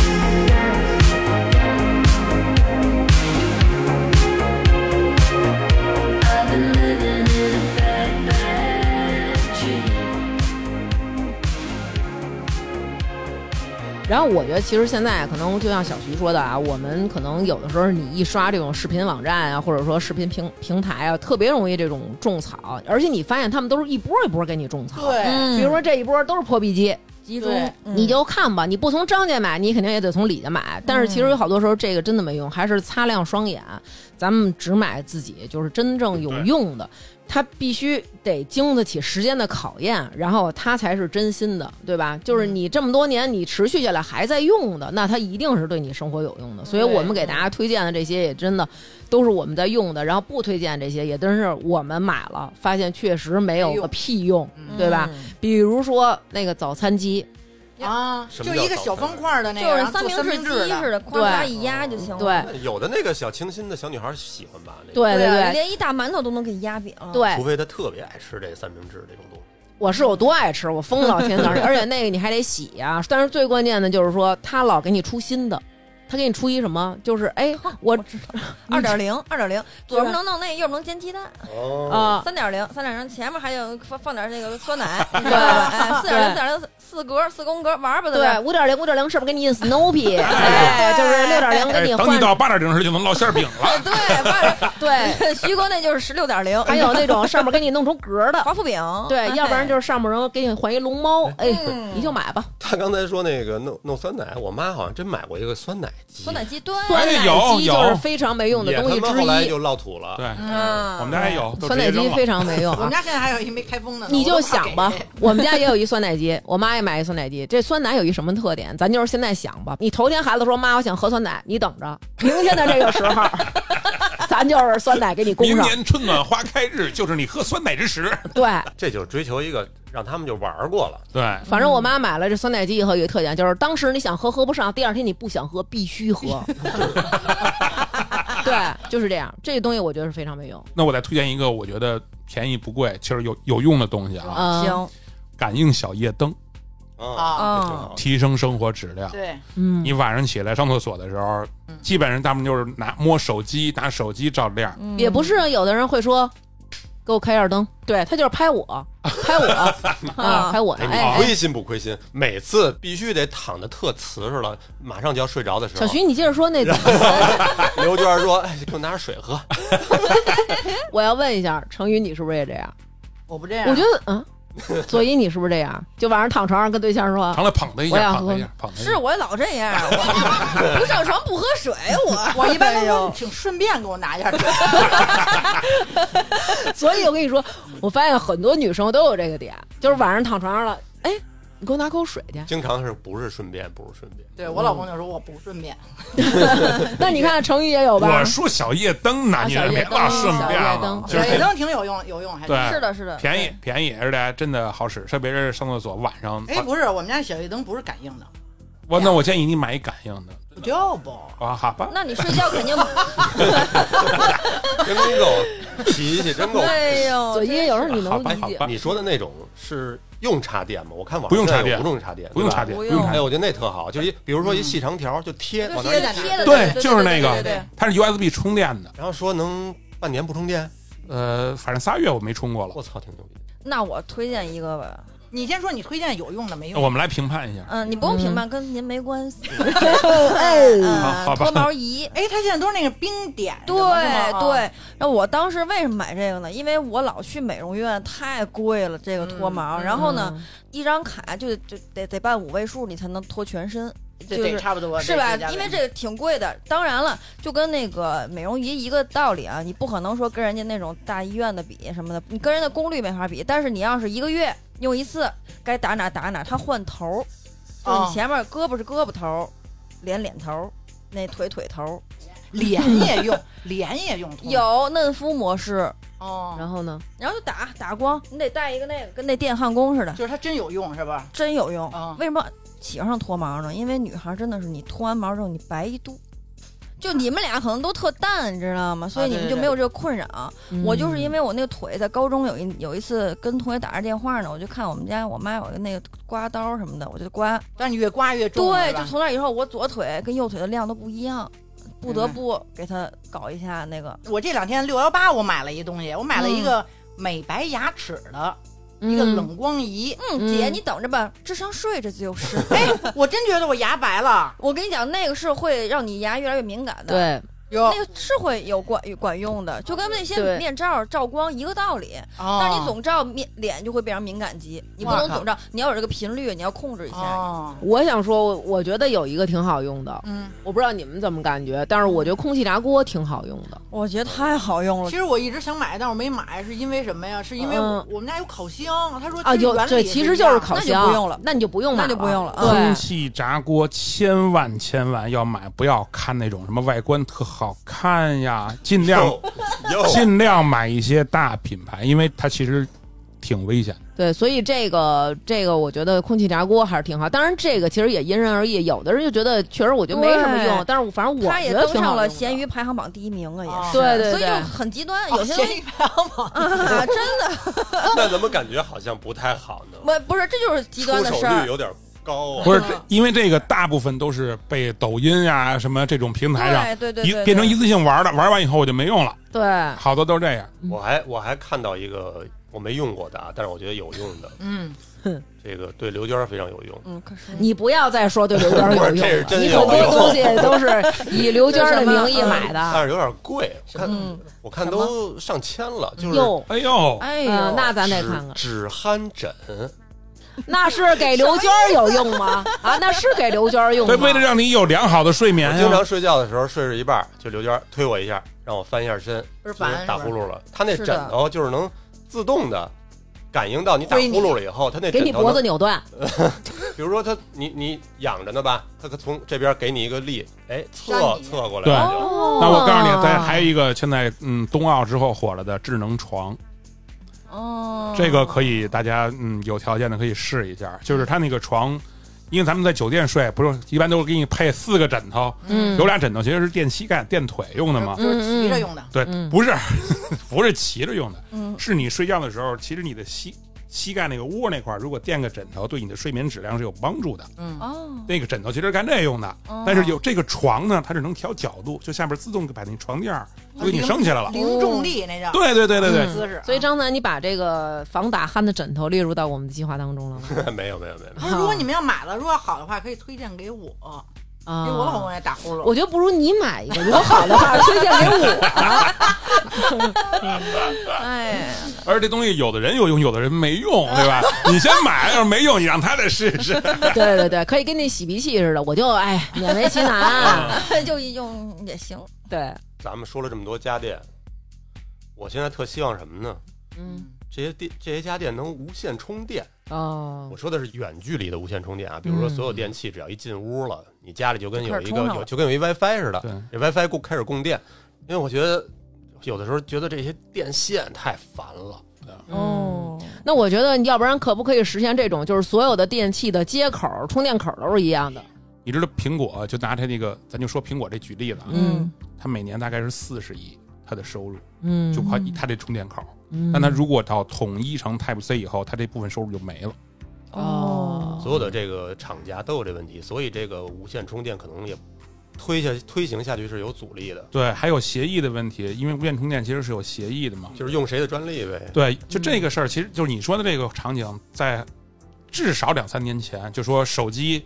Speaker 7: I've been living in a bad, bad dream.
Speaker 2: 然后我觉得，其实现在可能就像小徐说的啊，我们可能有的时候你一刷这种视频网站啊，或者说视频平平台啊，特别容易这种种草，而且你发现他们都是一波一波给你种草。
Speaker 4: 对，
Speaker 1: 嗯
Speaker 2: 比如说这一波都是破壁机，
Speaker 1: 集中
Speaker 4: 对，
Speaker 1: 嗯
Speaker 2: 你就看吧，你不从张家买，你肯定也得从李家买。但是其实有好多时候这个真的没用，还是擦亮双眼，咱们只买自己就是真正有用的。它必须得经得起时间的考验，然后它才是真心的，对吧？
Speaker 1: 嗯
Speaker 2: 就是你这么多年你持续下来还在用的，那它一定是对你生活有用的。所以我们给大家推荐的这些也真的都是我们在用的，然后不推荐这些也真是我们买了发现确实没有个屁用，
Speaker 1: 嗯
Speaker 2: 对吧？比如说那个早餐机，
Speaker 4: 啊，
Speaker 5: 什
Speaker 4: 就
Speaker 5: 么叫
Speaker 4: 一个小方块的那个，
Speaker 1: 就是
Speaker 4: 然后
Speaker 1: 三
Speaker 4: 做三
Speaker 1: 明治
Speaker 4: 明
Speaker 1: 机
Speaker 4: 治
Speaker 1: 似
Speaker 4: 的，
Speaker 1: 的，哐嚓一压就行了。
Speaker 2: 对，
Speaker 5: 有的那个小清新的小女孩喜欢吧，那个，
Speaker 2: 对对
Speaker 1: 啊
Speaker 2: 对
Speaker 1: 连一大馒头都能给压扁了。，
Speaker 5: 除
Speaker 2: 对，
Speaker 5: 非她特别爱吃这三明治这种东西。
Speaker 2: 我是有多爱吃，我疯了，天天早上，而且那个你还得洗呀、但是最关键的就是说，他老给你出新的，他给你出一什么，就是哎，我
Speaker 1: 知道。 二 点零，二点零，左边能弄那，右边能煎鸡蛋。
Speaker 5: 哦，
Speaker 2: 啊、
Speaker 1: 三点零，三点零，前面还有放放点那个酸 奶，你知
Speaker 2: 对
Speaker 1: 道吧？哎，四点零，四
Speaker 2: 对
Speaker 1: 点零，四格，四宫格，玩吧，在这
Speaker 2: 对，
Speaker 1: 儿。
Speaker 2: 五点零，五点零是不是给你印 Snoopy？哎，就是六点零
Speaker 3: 哎
Speaker 2: 给，你
Speaker 3: 等
Speaker 2: 换
Speaker 3: 你，到八点零时就能烙馅饼 了。
Speaker 1: 对，八
Speaker 2: 对，
Speaker 1: 点， 徐哥那就是十六点零，
Speaker 2: 还有那种上面给你弄成格的，
Speaker 1: 华夫饼，
Speaker 2: 对， 要不然
Speaker 1: 就
Speaker 2: 就是上面人给你换一龙猫，哎，
Speaker 1: 嗯
Speaker 2: 你就买吧。
Speaker 5: 她刚才说那个弄弄酸奶，我妈好像真买过一个酸奶机，
Speaker 1: 酸奶鸡端，
Speaker 2: 酸奶
Speaker 3: 有
Speaker 2: 机
Speaker 3: 有
Speaker 2: 就是非常没用的
Speaker 5: 也
Speaker 2: 东西
Speaker 5: 他妈后来
Speaker 2: 之一
Speaker 5: 就，落土了。
Speaker 3: 对，
Speaker 1: 嗯
Speaker 3: 我们家也有，都
Speaker 2: 酸
Speaker 3: 直
Speaker 2: 奶
Speaker 3: 接
Speaker 2: 机
Speaker 3: 扔了
Speaker 2: 非。常没用
Speaker 4: 我
Speaker 2: 啊
Speaker 4: 们。家现在还有一没开封的呢，
Speaker 2: 你
Speaker 4: 我
Speaker 2: 就
Speaker 4: 都怕
Speaker 2: 想吧
Speaker 4: 给人，
Speaker 2: 我们家也有一酸奶机，我妈也买一酸奶机。这酸奶有一什么特点？咱就是现在想吧。你头天孩子说妈，我想喝酸奶，你等着，明天的这个时候， 咱就是酸奶给你供
Speaker 3: 明
Speaker 2: 上。
Speaker 3: 年春暖花开日，就是你喝酸奶 之时。
Speaker 2: 对，
Speaker 5: 这就是追求一个让他们就玩过了，
Speaker 3: 对，
Speaker 2: 反正我妈买了这酸奶机以后，有一个特点就是，当时你想喝喝不上，第二天你不想喝必须喝。 对，就是这样。这东西我觉得是非常没用。
Speaker 3: 那我再推荐一个，我觉得便宜不贵，其实有有用的东西啊，
Speaker 2: 嗯、
Speaker 1: 行，
Speaker 3: 感应小夜灯，
Speaker 5: 啊，这挺
Speaker 1: 啊
Speaker 5: 好，
Speaker 3: 提升生活质量。
Speaker 4: 对，
Speaker 2: 嗯，
Speaker 3: 你晚上起来上厕所的时候，基本上他们就是拿摸手机，拿手机照亮。
Speaker 2: 也不是有的人会说，给我开一下灯。对他就是拍我，拍 我啊，拍我呢。
Speaker 5: 哎，
Speaker 2: 哎
Speaker 5: 你亏心不亏心？每次必须得躺的特瓷实了，马上就要睡着的时候，
Speaker 2: 小徐，你接着说那，
Speaker 5: 刘娟说：“哎，给我拿点水喝。
Speaker 2: 我要问一下，成宇，你是不是也这样？
Speaker 4: 我不这样，
Speaker 2: 我觉得，嗯，所以你是不是这样？就晚上躺床上跟对象 说
Speaker 3: 成，了捧他一
Speaker 2: 我想
Speaker 3: 下，捧他
Speaker 2: 喝
Speaker 3: 一下，捧他一下
Speaker 1: 是。我老这 样，我不上床不喝水，我
Speaker 4: 我一般都
Speaker 1: 哎
Speaker 4: 说
Speaker 1: 呦
Speaker 4: 你请顺便给我拿一下水，
Speaker 2: 所以我跟你说，我发现很多女生都有这个点，就是晚上躺床上了，哎，你给我拿口水 去。
Speaker 5: 经常是不是顺便，不是顺便。
Speaker 4: 对我老公就说我不顺便，
Speaker 2: 那你看成语也有吧
Speaker 3: 我？说小夜灯呢，
Speaker 2: 啊
Speaker 3: 你
Speaker 2: 小夜
Speaker 3: 别
Speaker 2: 灯
Speaker 3: 老顺
Speaker 2: 小
Speaker 3: 便
Speaker 2: 夜
Speaker 3: 了
Speaker 2: 灯，
Speaker 3: 就
Speaker 4: 水
Speaker 3: 是
Speaker 4: 灯挺哎有用，有用还
Speaker 3: 对
Speaker 1: 是的，是的，
Speaker 3: 便宜便宜，而且真的好使，特别是上厕所晚上。
Speaker 4: 哎，不是，我们家小夜灯不是感应的，
Speaker 3: 我那我建议你买一感应的
Speaker 4: 就不。
Speaker 3: 啊，好吧。
Speaker 1: 那你睡觉肯定，
Speaker 5: 真够脾气，真够。
Speaker 1: 哎呦，
Speaker 2: 所以有时候你
Speaker 3: 好
Speaker 2: 能
Speaker 3: 吧
Speaker 2: 理
Speaker 3: 好
Speaker 2: 解
Speaker 3: 吧，
Speaker 5: 你说的那种是用插电吗？我看网上
Speaker 3: 不用插
Speaker 5: 现在有
Speaker 3: 电
Speaker 5: 不用插电，
Speaker 3: 不用
Speaker 5: 对吧
Speaker 3: 插电，
Speaker 1: 不
Speaker 3: 用
Speaker 1: 用
Speaker 3: 插
Speaker 5: 哎，
Speaker 3: 电。
Speaker 5: 我觉得那特好，就是一，比如说一细长条就贴往那
Speaker 1: 嗯
Speaker 5: 儿
Speaker 1: 贴
Speaker 5: 一
Speaker 1: 的贴的，
Speaker 3: 对，就是那
Speaker 1: 对对
Speaker 3: 个
Speaker 1: 对，
Speaker 3: 它是 USB 充电的。
Speaker 5: 然后说能半年不充电，
Speaker 3: 呃，反正仨月我没充过了。
Speaker 5: 我操，挺牛逼。
Speaker 1: 那我推荐一个吧，
Speaker 4: 你先说你推荐有用的没用的？
Speaker 3: 我们来评判一下，
Speaker 1: 嗯，你不用评判，跟您没关系。
Speaker 3: 好
Speaker 1: 嗯
Speaker 3: 好吧
Speaker 1: 脱毛仪，
Speaker 4: 哎，它现在都是那个冰点的
Speaker 1: 对
Speaker 4: 嘛，是吗啊
Speaker 1: 对，，那我当时为什么买这个呢？因为我老去美容院，太贵了这个脱
Speaker 2: 嗯
Speaker 1: 毛，嗯然后呢，一张卡就就得得办五位数，你才能脱全身，
Speaker 4: 对
Speaker 1: 就是
Speaker 4: 差不多
Speaker 1: 是吧？因为这个挺贵的。当然了，就跟那个美容仪一个道理啊，你不可能说跟人家那种大医院的比什么的，你跟人家功率没法比。但是你要是一个月用一次，该打哪打哪，它换头儿，就是
Speaker 4: 哦
Speaker 1: 你前面胳膊是胳膊头儿，脸脸头儿，那腿腿头
Speaker 4: 哦
Speaker 1: 儿，
Speaker 4: 脸也用，脸也用，
Speaker 1: 有嫩肤模式，
Speaker 4: 哦，
Speaker 2: 嗯然后呢？
Speaker 1: 然后就打打光，你得带一个那个，跟那电焊工似的，
Speaker 4: 就是它真有用是吧？
Speaker 1: 真有用。
Speaker 4: 啊
Speaker 1: 为什么喜欢上脱毛呢？因为女孩真的是你脱完毛之后你白一嘟，就你们俩可能都特淡，你知道吗？所以你
Speaker 4: 啊对对嗯
Speaker 1: 们就
Speaker 4: 对
Speaker 1: 没有这个困扰。我就是因
Speaker 2: 为
Speaker 1: 为我那个腿，在高中有一有一次跟同学打着电话呢，我就看我们家我妈有一个那个刮刀什么的，我就刮。
Speaker 4: 但是你越刮越重，
Speaker 1: 对，
Speaker 4: 是吧
Speaker 1: 就从那以后，我左腿跟右腿的量都不一样，不得
Speaker 4: 嗯
Speaker 1: 不给它搞一下那个。
Speaker 4: 我这两天六幺八我买了一东西，我买了
Speaker 1: 嗯
Speaker 4: 一个美白牙齿的一
Speaker 2: 一
Speaker 4: 个冷光 仪，
Speaker 1: 嗯，
Speaker 2: 嗯
Speaker 1: 姐，你等着吧，智商税 这就是。哎
Speaker 4: 我真觉得我牙白了
Speaker 1: 我跟你讲，那个是会让你牙越来越敏感的。
Speaker 2: 对，
Speaker 4: 哟。
Speaker 1: 那个是会有管管用的，就跟那
Speaker 2: 哦对哦
Speaker 1: 些面罩照光一个道理。但
Speaker 4: 但
Speaker 1: 是你总照面脸就会变成敏感肌，你不
Speaker 4: 哇
Speaker 1: 能
Speaker 4: 靠
Speaker 1: 总照，你要有这个频率，你要控制一下。
Speaker 4: 哦，
Speaker 2: 我想说，我我觉得有一个挺好用的，
Speaker 4: 嗯，
Speaker 2: 我不知道你们怎么感觉，但是我觉得空气炸锅挺好用的。
Speaker 1: 我觉得太好用
Speaker 4: 其。实我一直想买，但我没买，是因为什么呀？是因为
Speaker 2: 嗯
Speaker 4: 我们家有烤箱，他说
Speaker 2: 啊，
Speaker 4: 其实
Speaker 2: 有
Speaker 4: 原理
Speaker 2: 对，
Speaker 4: 是
Speaker 2: 其
Speaker 4: 一
Speaker 2: 实就是
Speaker 4: 样
Speaker 2: 烤
Speaker 1: 那
Speaker 2: 箱，
Speaker 1: 就不用了
Speaker 2: 那你就不用买，
Speaker 1: 那就不用了嗯
Speaker 2: 对
Speaker 3: 空，气炸锅千万千万要买，不要看那种什么外观特好看呀，尽量
Speaker 5: 哟哟，
Speaker 3: 尽量买一些大品牌，因为它其实挺危险的。
Speaker 2: 对，所以这个这个，我觉得空气炸锅还是挺好。当然，这个其实也因人而异，有的人就觉得确实我觉得没什么用
Speaker 1: 对，
Speaker 2: 但是我反正我
Speaker 1: 它也
Speaker 2: 觉得
Speaker 1: 登
Speaker 2: 挺好
Speaker 1: 上了
Speaker 2: 用的
Speaker 1: 咸鱼排行榜第一名了，
Speaker 4: 哦
Speaker 1: 也
Speaker 2: 对
Speaker 1: 是，所
Speaker 2: 对哦
Speaker 1: 以
Speaker 2: 对
Speaker 1: 就很极端。有些东
Speaker 4: 咸
Speaker 1: 西
Speaker 4: 鱼排行榜
Speaker 1: 啊， 真的
Speaker 5: 那怎么感觉好像不太好呢？
Speaker 1: 不不是，这就是 极端的
Speaker 5: 出
Speaker 1: 事
Speaker 5: 手率
Speaker 1: 儿。
Speaker 5: 有点高啊。
Speaker 3: 不是
Speaker 4: 嗯，
Speaker 3: 这因为这个大部分都是被抖音呀、什么这种平台上
Speaker 1: 对对对
Speaker 3: 一
Speaker 1: 对，
Speaker 3: 变成
Speaker 1: 对
Speaker 3: 一次性玩的，玩完以后我就没用了，
Speaker 2: 对，
Speaker 3: 好多都是这样。
Speaker 5: 我还我还看到一个我没用过的啊，但是我觉得有用的，
Speaker 4: 嗯，
Speaker 5: 这个对刘娟儿非常有用。
Speaker 1: 嗯，可是
Speaker 2: 你不要再说对刘娟儿有
Speaker 5: 不是
Speaker 2: 用
Speaker 5: 这是
Speaker 2: 了，
Speaker 5: 真
Speaker 2: 你
Speaker 5: 有
Speaker 2: 很多
Speaker 5: 用
Speaker 2: 东西都是以刘娟儿的名义买
Speaker 5: 但
Speaker 2: 的。
Speaker 5: 是有点贵，我看
Speaker 1: 嗯
Speaker 5: 我看都上千了，就是
Speaker 2: 哟，
Speaker 3: 哎呦，
Speaker 1: 哎呦，
Speaker 2: 嗯，那咱得看
Speaker 5: 止
Speaker 2: 看，
Speaker 5: 止鼾枕，
Speaker 2: 那是给刘娟儿有用吗？啊，那是给刘娟儿用
Speaker 3: 对，
Speaker 2: 吗？
Speaker 3: 为了让你有良好的睡眠
Speaker 5: 我经
Speaker 3: 呀
Speaker 5: 常，睡觉的时候睡着一半儿，就刘娟儿推我一下，让我翻一下身，
Speaker 4: 不是
Speaker 5: 就
Speaker 4: 烦
Speaker 5: 打
Speaker 4: 是吧
Speaker 5: 呼噜了。他那
Speaker 1: 是
Speaker 5: 枕
Speaker 1: 的
Speaker 5: 头就是能自动的感应到你打
Speaker 4: 推你
Speaker 5: 呼噜了以后，他那
Speaker 2: 给
Speaker 5: 枕
Speaker 2: 你
Speaker 5: 头
Speaker 2: 脖
Speaker 5: 能
Speaker 2: 子扭断，
Speaker 5: 比如说他你你仰着呢吧，他可从这边给你一个力，哎，
Speaker 4: 扇
Speaker 5: 侧
Speaker 4: 你
Speaker 5: 侧过来
Speaker 3: 对
Speaker 5: 了就。
Speaker 2: 哦
Speaker 3: 那我告诉你，咱还有一个现在嗯冬奥之后火了的智能床，
Speaker 1: 哦，嗯
Speaker 3: 这个可以大家嗯有条件的可以试一下，就是它那个床。因为咱们在酒店睡，不是一般都是给你配四个枕头，
Speaker 2: 嗯
Speaker 3: 有俩枕头其实是垫膝盖、垫腿用的嘛。
Speaker 1: 嗯
Speaker 4: 就是骑着用的，
Speaker 3: 对，
Speaker 2: 嗯
Speaker 3: 不是 不是骑着用的，
Speaker 1: 嗯
Speaker 3: 是你睡觉的时候，其实你的膝膝盖那个窝那块儿，如果垫个枕头，对你的睡眠质量是有帮助的。
Speaker 4: 嗯，
Speaker 1: 哦，
Speaker 3: 那个枕头其实是干这用的，但是有这个床呢，它是能调角度，就下边自动把那床垫儿就给你升起来了。
Speaker 4: 零重力那叫
Speaker 3: 哦对对对对对，
Speaker 4: 姿势啊。
Speaker 2: 嗯所以张楠，你把这个防打鼾的枕头列入到我们的计划当中了吗？ 嗯
Speaker 5: 没有没有没有没有，
Speaker 4: 不是，如果你们要买了，如果好的话，可以推荐给我。
Speaker 2: 啊
Speaker 4: 因哎为我老公也打呼噜。
Speaker 2: 我觉得不如你买一个，如果好的 话推荐给我。
Speaker 1: 哎，
Speaker 3: 而这东西有的人有用，有的人没用，对吧？你先买，要是没用，你让他再试试。
Speaker 2: 对对对，可以跟那洗鼻器似的，我就哎勉为其难。
Speaker 1: 就一用也行。
Speaker 2: 啊 对，
Speaker 5: 咱们说了这么多家电，我现在特希望什么呢？
Speaker 2: 嗯
Speaker 5: 这些电这些家电能无线充电。
Speaker 2: 哦
Speaker 1: 嗯
Speaker 5: 我，说的是远距离的无线充电啊，比如说所有电器只要一进屋了，你家里就跟有一
Speaker 1: 就开始
Speaker 5: 个
Speaker 1: 充上
Speaker 5: 有
Speaker 1: 了
Speaker 5: 就跟有一 WiFi 似的，
Speaker 3: 对，
Speaker 5: 这 WiFi 供开始供电。因为我觉得有的时候觉得这些电线太烦了，
Speaker 2: 哦，那我觉得要不然可不可以实现这种，就是所有的电器的接口、充电口都是一样的？
Speaker 3: 你知道苹果就拿它那个，咱就说苹果这举例子啊，
Speaker 2: 嗯
Speaker 3: 它每年大概是四十亿它的收入，
Speaker 2: 嗯，
Speaker 3: 就靠它这充电口。
Speaker 2: 嗯，
Speaker 3: 但它如果到统一成 Type C 以后，它这部分收入就没了。
Speaker 1: 嗯
Speaker 2: 哦，
Speaker 5: 所有的这个厂家都有这问题，所以这个无线充电可能也推下推行下去是有阻力的，
Speaker 3: 对，还有协议的问题，因为无线充电其实是有协议的嘛。
Speaker 5: 就是用谁的专利呗。
Speaker 3: 对，就这
Speaker 2: 嗯
Speaker 3: 个事儿，其实就是你说的这个场景，在至少两三年前，就说手机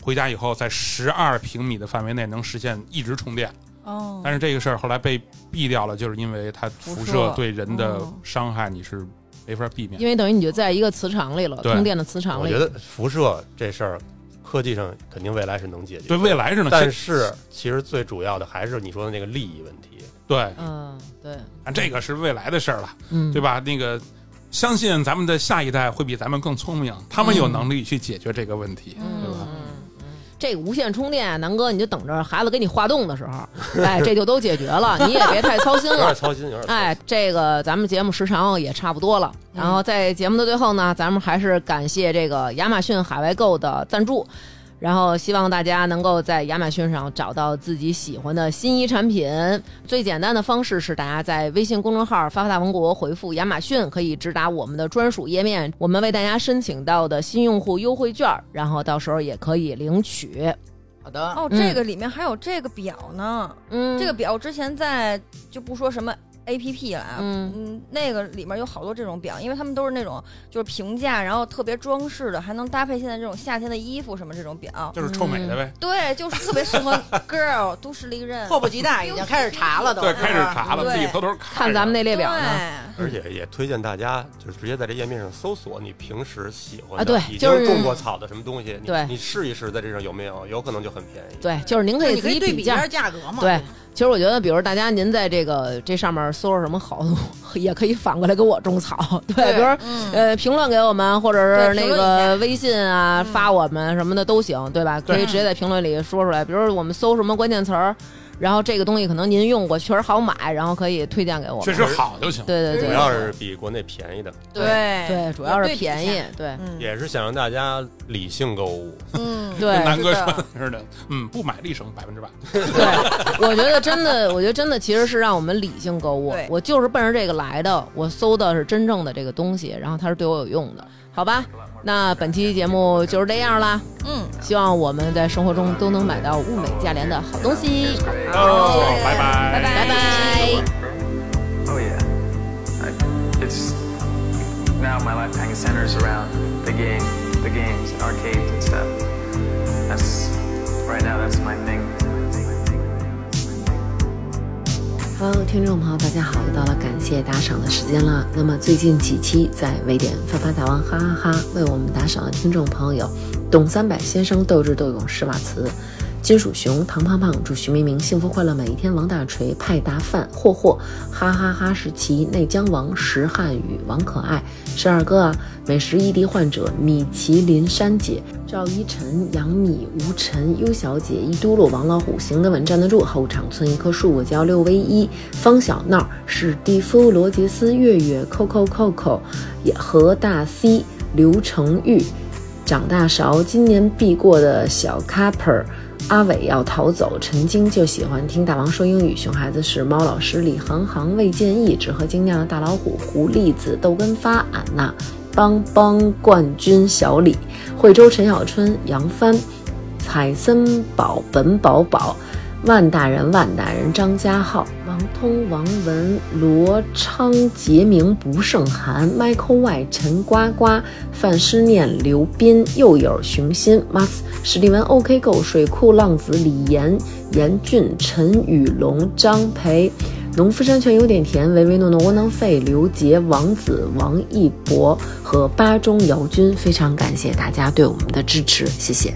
Speaker 3: 回家以后，在十二平米的范围内能实现一直充电，
Speaker 2: 嗯
Speaker 1: 哦，
Speaker 3: 但是这个事儿后来被避掉了，就是因为它辐
Speaker 1: 射
Speaker 3: 射对人的
Speaker 1: 哦
Speaker 3: 伤害，你是没法避免
Speaker 2: 嗯因。为等于你就在一个磁场里了，
Speaker 3: 对
Speaker 2: 通电的磁场
Speaker 5: 我
Speaker 2: 里
Speaker 5: 觉。得辐射这事儿，科技上肯定未来是能解决
Speaker 3: 对
Speaker 5: 的，
Speaker 3: 未来是呢，
Speaker 5: 但
Speaker 3: 这
Speaker 5: 是其实最主要的还是你说的那个利益问题。
Speaker 3: 对，
Speaker 2: 嗯，对，
Speaker 3: 但这个是未来的事儿了，
Speaker 2: 嗯，
Speaker 3: 对吧？那个。相信咱们的下一代会比咱们更聪明，他们有能力去解决这个问题。
Speaker 2: 嗯？
Speaker 3: 对吧
Speaker 2: 嗯这个无线充电啊，南哥，你就等着孩子给你化冻的时候，哎，这就都解决了，你也别太操心
Speaker 5: 有点
Speaker 2: 了。
Speaker 5: 操心，
Speaker 4: 呃
Speaker 5: 有点操心。
Speaker 2: 哎，这个咱们节目时长也差不多了。
Speaker 4: 嗯
Speaker 2: 然后在节目的最后呢，咱们还是感谢这个亚马逊海外购的赞助。然后希望大家能够在亚马逊上找到自己喜欢的新衣产品。最简单的方式是大家在微信公众号“发发大王国”回复“亚马逊”，可以直达我们的专属页面。我们为大家申请到的新用户优惠券，然后到时候也可以领取。
Speaker 4: 好的，
Speaker 1: 哦，这个里面还有这个表呢。
Speaker 2: 嗯
Speaker 1: 这个表之前在就不说什么 A P P 了啊，
Speaker 2: 嗯
Speaker 1: 那个里面有好多这种表，因为他们都是那种就是平价，然后特别装饰的，还能搭配现在这种夏天的衣服什么这种表。
Speaker 3: 就是臭美的呗，
Speaker 1: 对，就是特别适 合 girl 都市丽人。
Speaker 4: 迫不及待，已经开始查了都。
Speaker 3: 对，开始查了，
Speaker 1: 对
Speaker 3: 自己偷偷看
Speaker 2: 看咱们
Speaker 3: 那
Speaker 2: 那列
Speaker 1: 对，
Speaker 2: 表呢。
Speaker 5: 而且也推荐大家，就是直接在这页面上搜索你平时喜欢的，
Speaker 2: 啊对
Speaker 5: 已
Speaker 2: 就是
Speaker 5: 经种过草的什么东西，你
Speaker 2: 对
Speaker 5: 你试一试，在这上有没有，有可能就很便宜。
Speaker 2: 对，就是您可
Speaker 4: 对
Speaker 2: 以
Speaker 4: 你可
Speaker 2: 自
Speaker 4: 以
Speaker 2: 己
Speaker 4: 对比
Speaker 2: 比
Speaker 4: 一
Speaker 2: 价
Speaker 4: 下。价格嘛。
Speaker 2: 对，其实我觉得，比如大家您在这个这上面搜着什么好， 也可以反过来给我种草。 对，
Speaker 4: 对
Speaker 2: 比如、呃评论给我们，或者是
Speaker 1: 嗯对
Speaker 2: 那
Speaker 1: 评论嗯
Speaker 2: 个微信啊、发我们什么的都行，对吧？可以直接在评论里说出来。比如我们搜什么关键词儿，然后这个东西可能您用过，确实好买，然后可以推荐给我们。
Speaker 3: 确实好就行。
Speaker 2: 对对
Speaker 5: 主
Speaker 2: 对
Speaker 5: 要是比国内便宜的，
Speaker 1: 对
Speaker 2: 对，主要是
Speaker 1: 对比一下
Speaker 2: 便宜，对
Speaker 1: 嗯
Speaker 5: 也是想让大家理性购物。
Speaker 1: 嗯，
Speaker 2: 对
Speaker 3: 跟南
Speaker 1: 是
Speaker 3: 哥
Speaker 1: 的
Speaker 3: 说的似的，嗯，不买立省百分之百。
Speaker 2: 对，我觉得真的，我觉得真的其实是让我们理性购物
Speaker 1: 对。
Speaker 2: 我就是奔着这个来的，我搜的是真正的这个东西，然后它是对我有用的，好吧？那本期节目就是这样啦，
Speaker 1: 嗯，
Speaker 2: 希望我们在生活中都能买到物美价廉的好东西。
Speaker 3: 哦，拜拜，拜
Speaker 2: 拜
Speaker 3: 拜
Speaker 2: 拜。
Speaker 8: Oh yeah. I, it's now my life kind of centers around the game, the games, and arcades and stuff. That's right now. That's my thing.
Speaker 9: Hello，听众朋友，大家好，又到了感谢打赏的时间了。那么最近几期在微点发发大王哈哈哈为我们打赏的听众朋友有：董三百先生、斗智斗勇、史瓦茨、金属熊、唐胖胖、祝徐明明幸福快乐每一天、王大锤、派达范、霍霍、哈哈哈士奇、内江王、石汉语、王可爱、十二哥啊、美食异地患者、米其林珊姐、赵一晨、杨幂、吴晨、优小姐、一嘟噜、王老虎、行得稳站得住、后场村一棵树、我叫六 V 一、方小闹、史蒂夫、罗杰斯、月月、Coco Coco、也何大 C、刘成玉、长大勺，今年必过的小 Capper，阿伟要逃走，陈晶就喜欢听大王说英语，熊孩子是猫老师，李航航未建议，只喝精酿的大老虎，狐狸子豆根发，俺娜，邦邦冠军小李，惠州陈小春，杨帆，彩森宝本宝宝，万大人万大人张家浩，汪通、王文、罗昌、杰明、不胜寒、Michael Y、陈呱呱、范诗念、刘斌、又友、熊心、Max、史蒂文、OK 购、水库浪子、李岩、严俊、陈宇龙、张培。农夫山泉有点甜，唯唯诺诺窝囊废，刘杰、王子、王一博和巴中姚军，非常感谢大家对我们的支持，谢谢。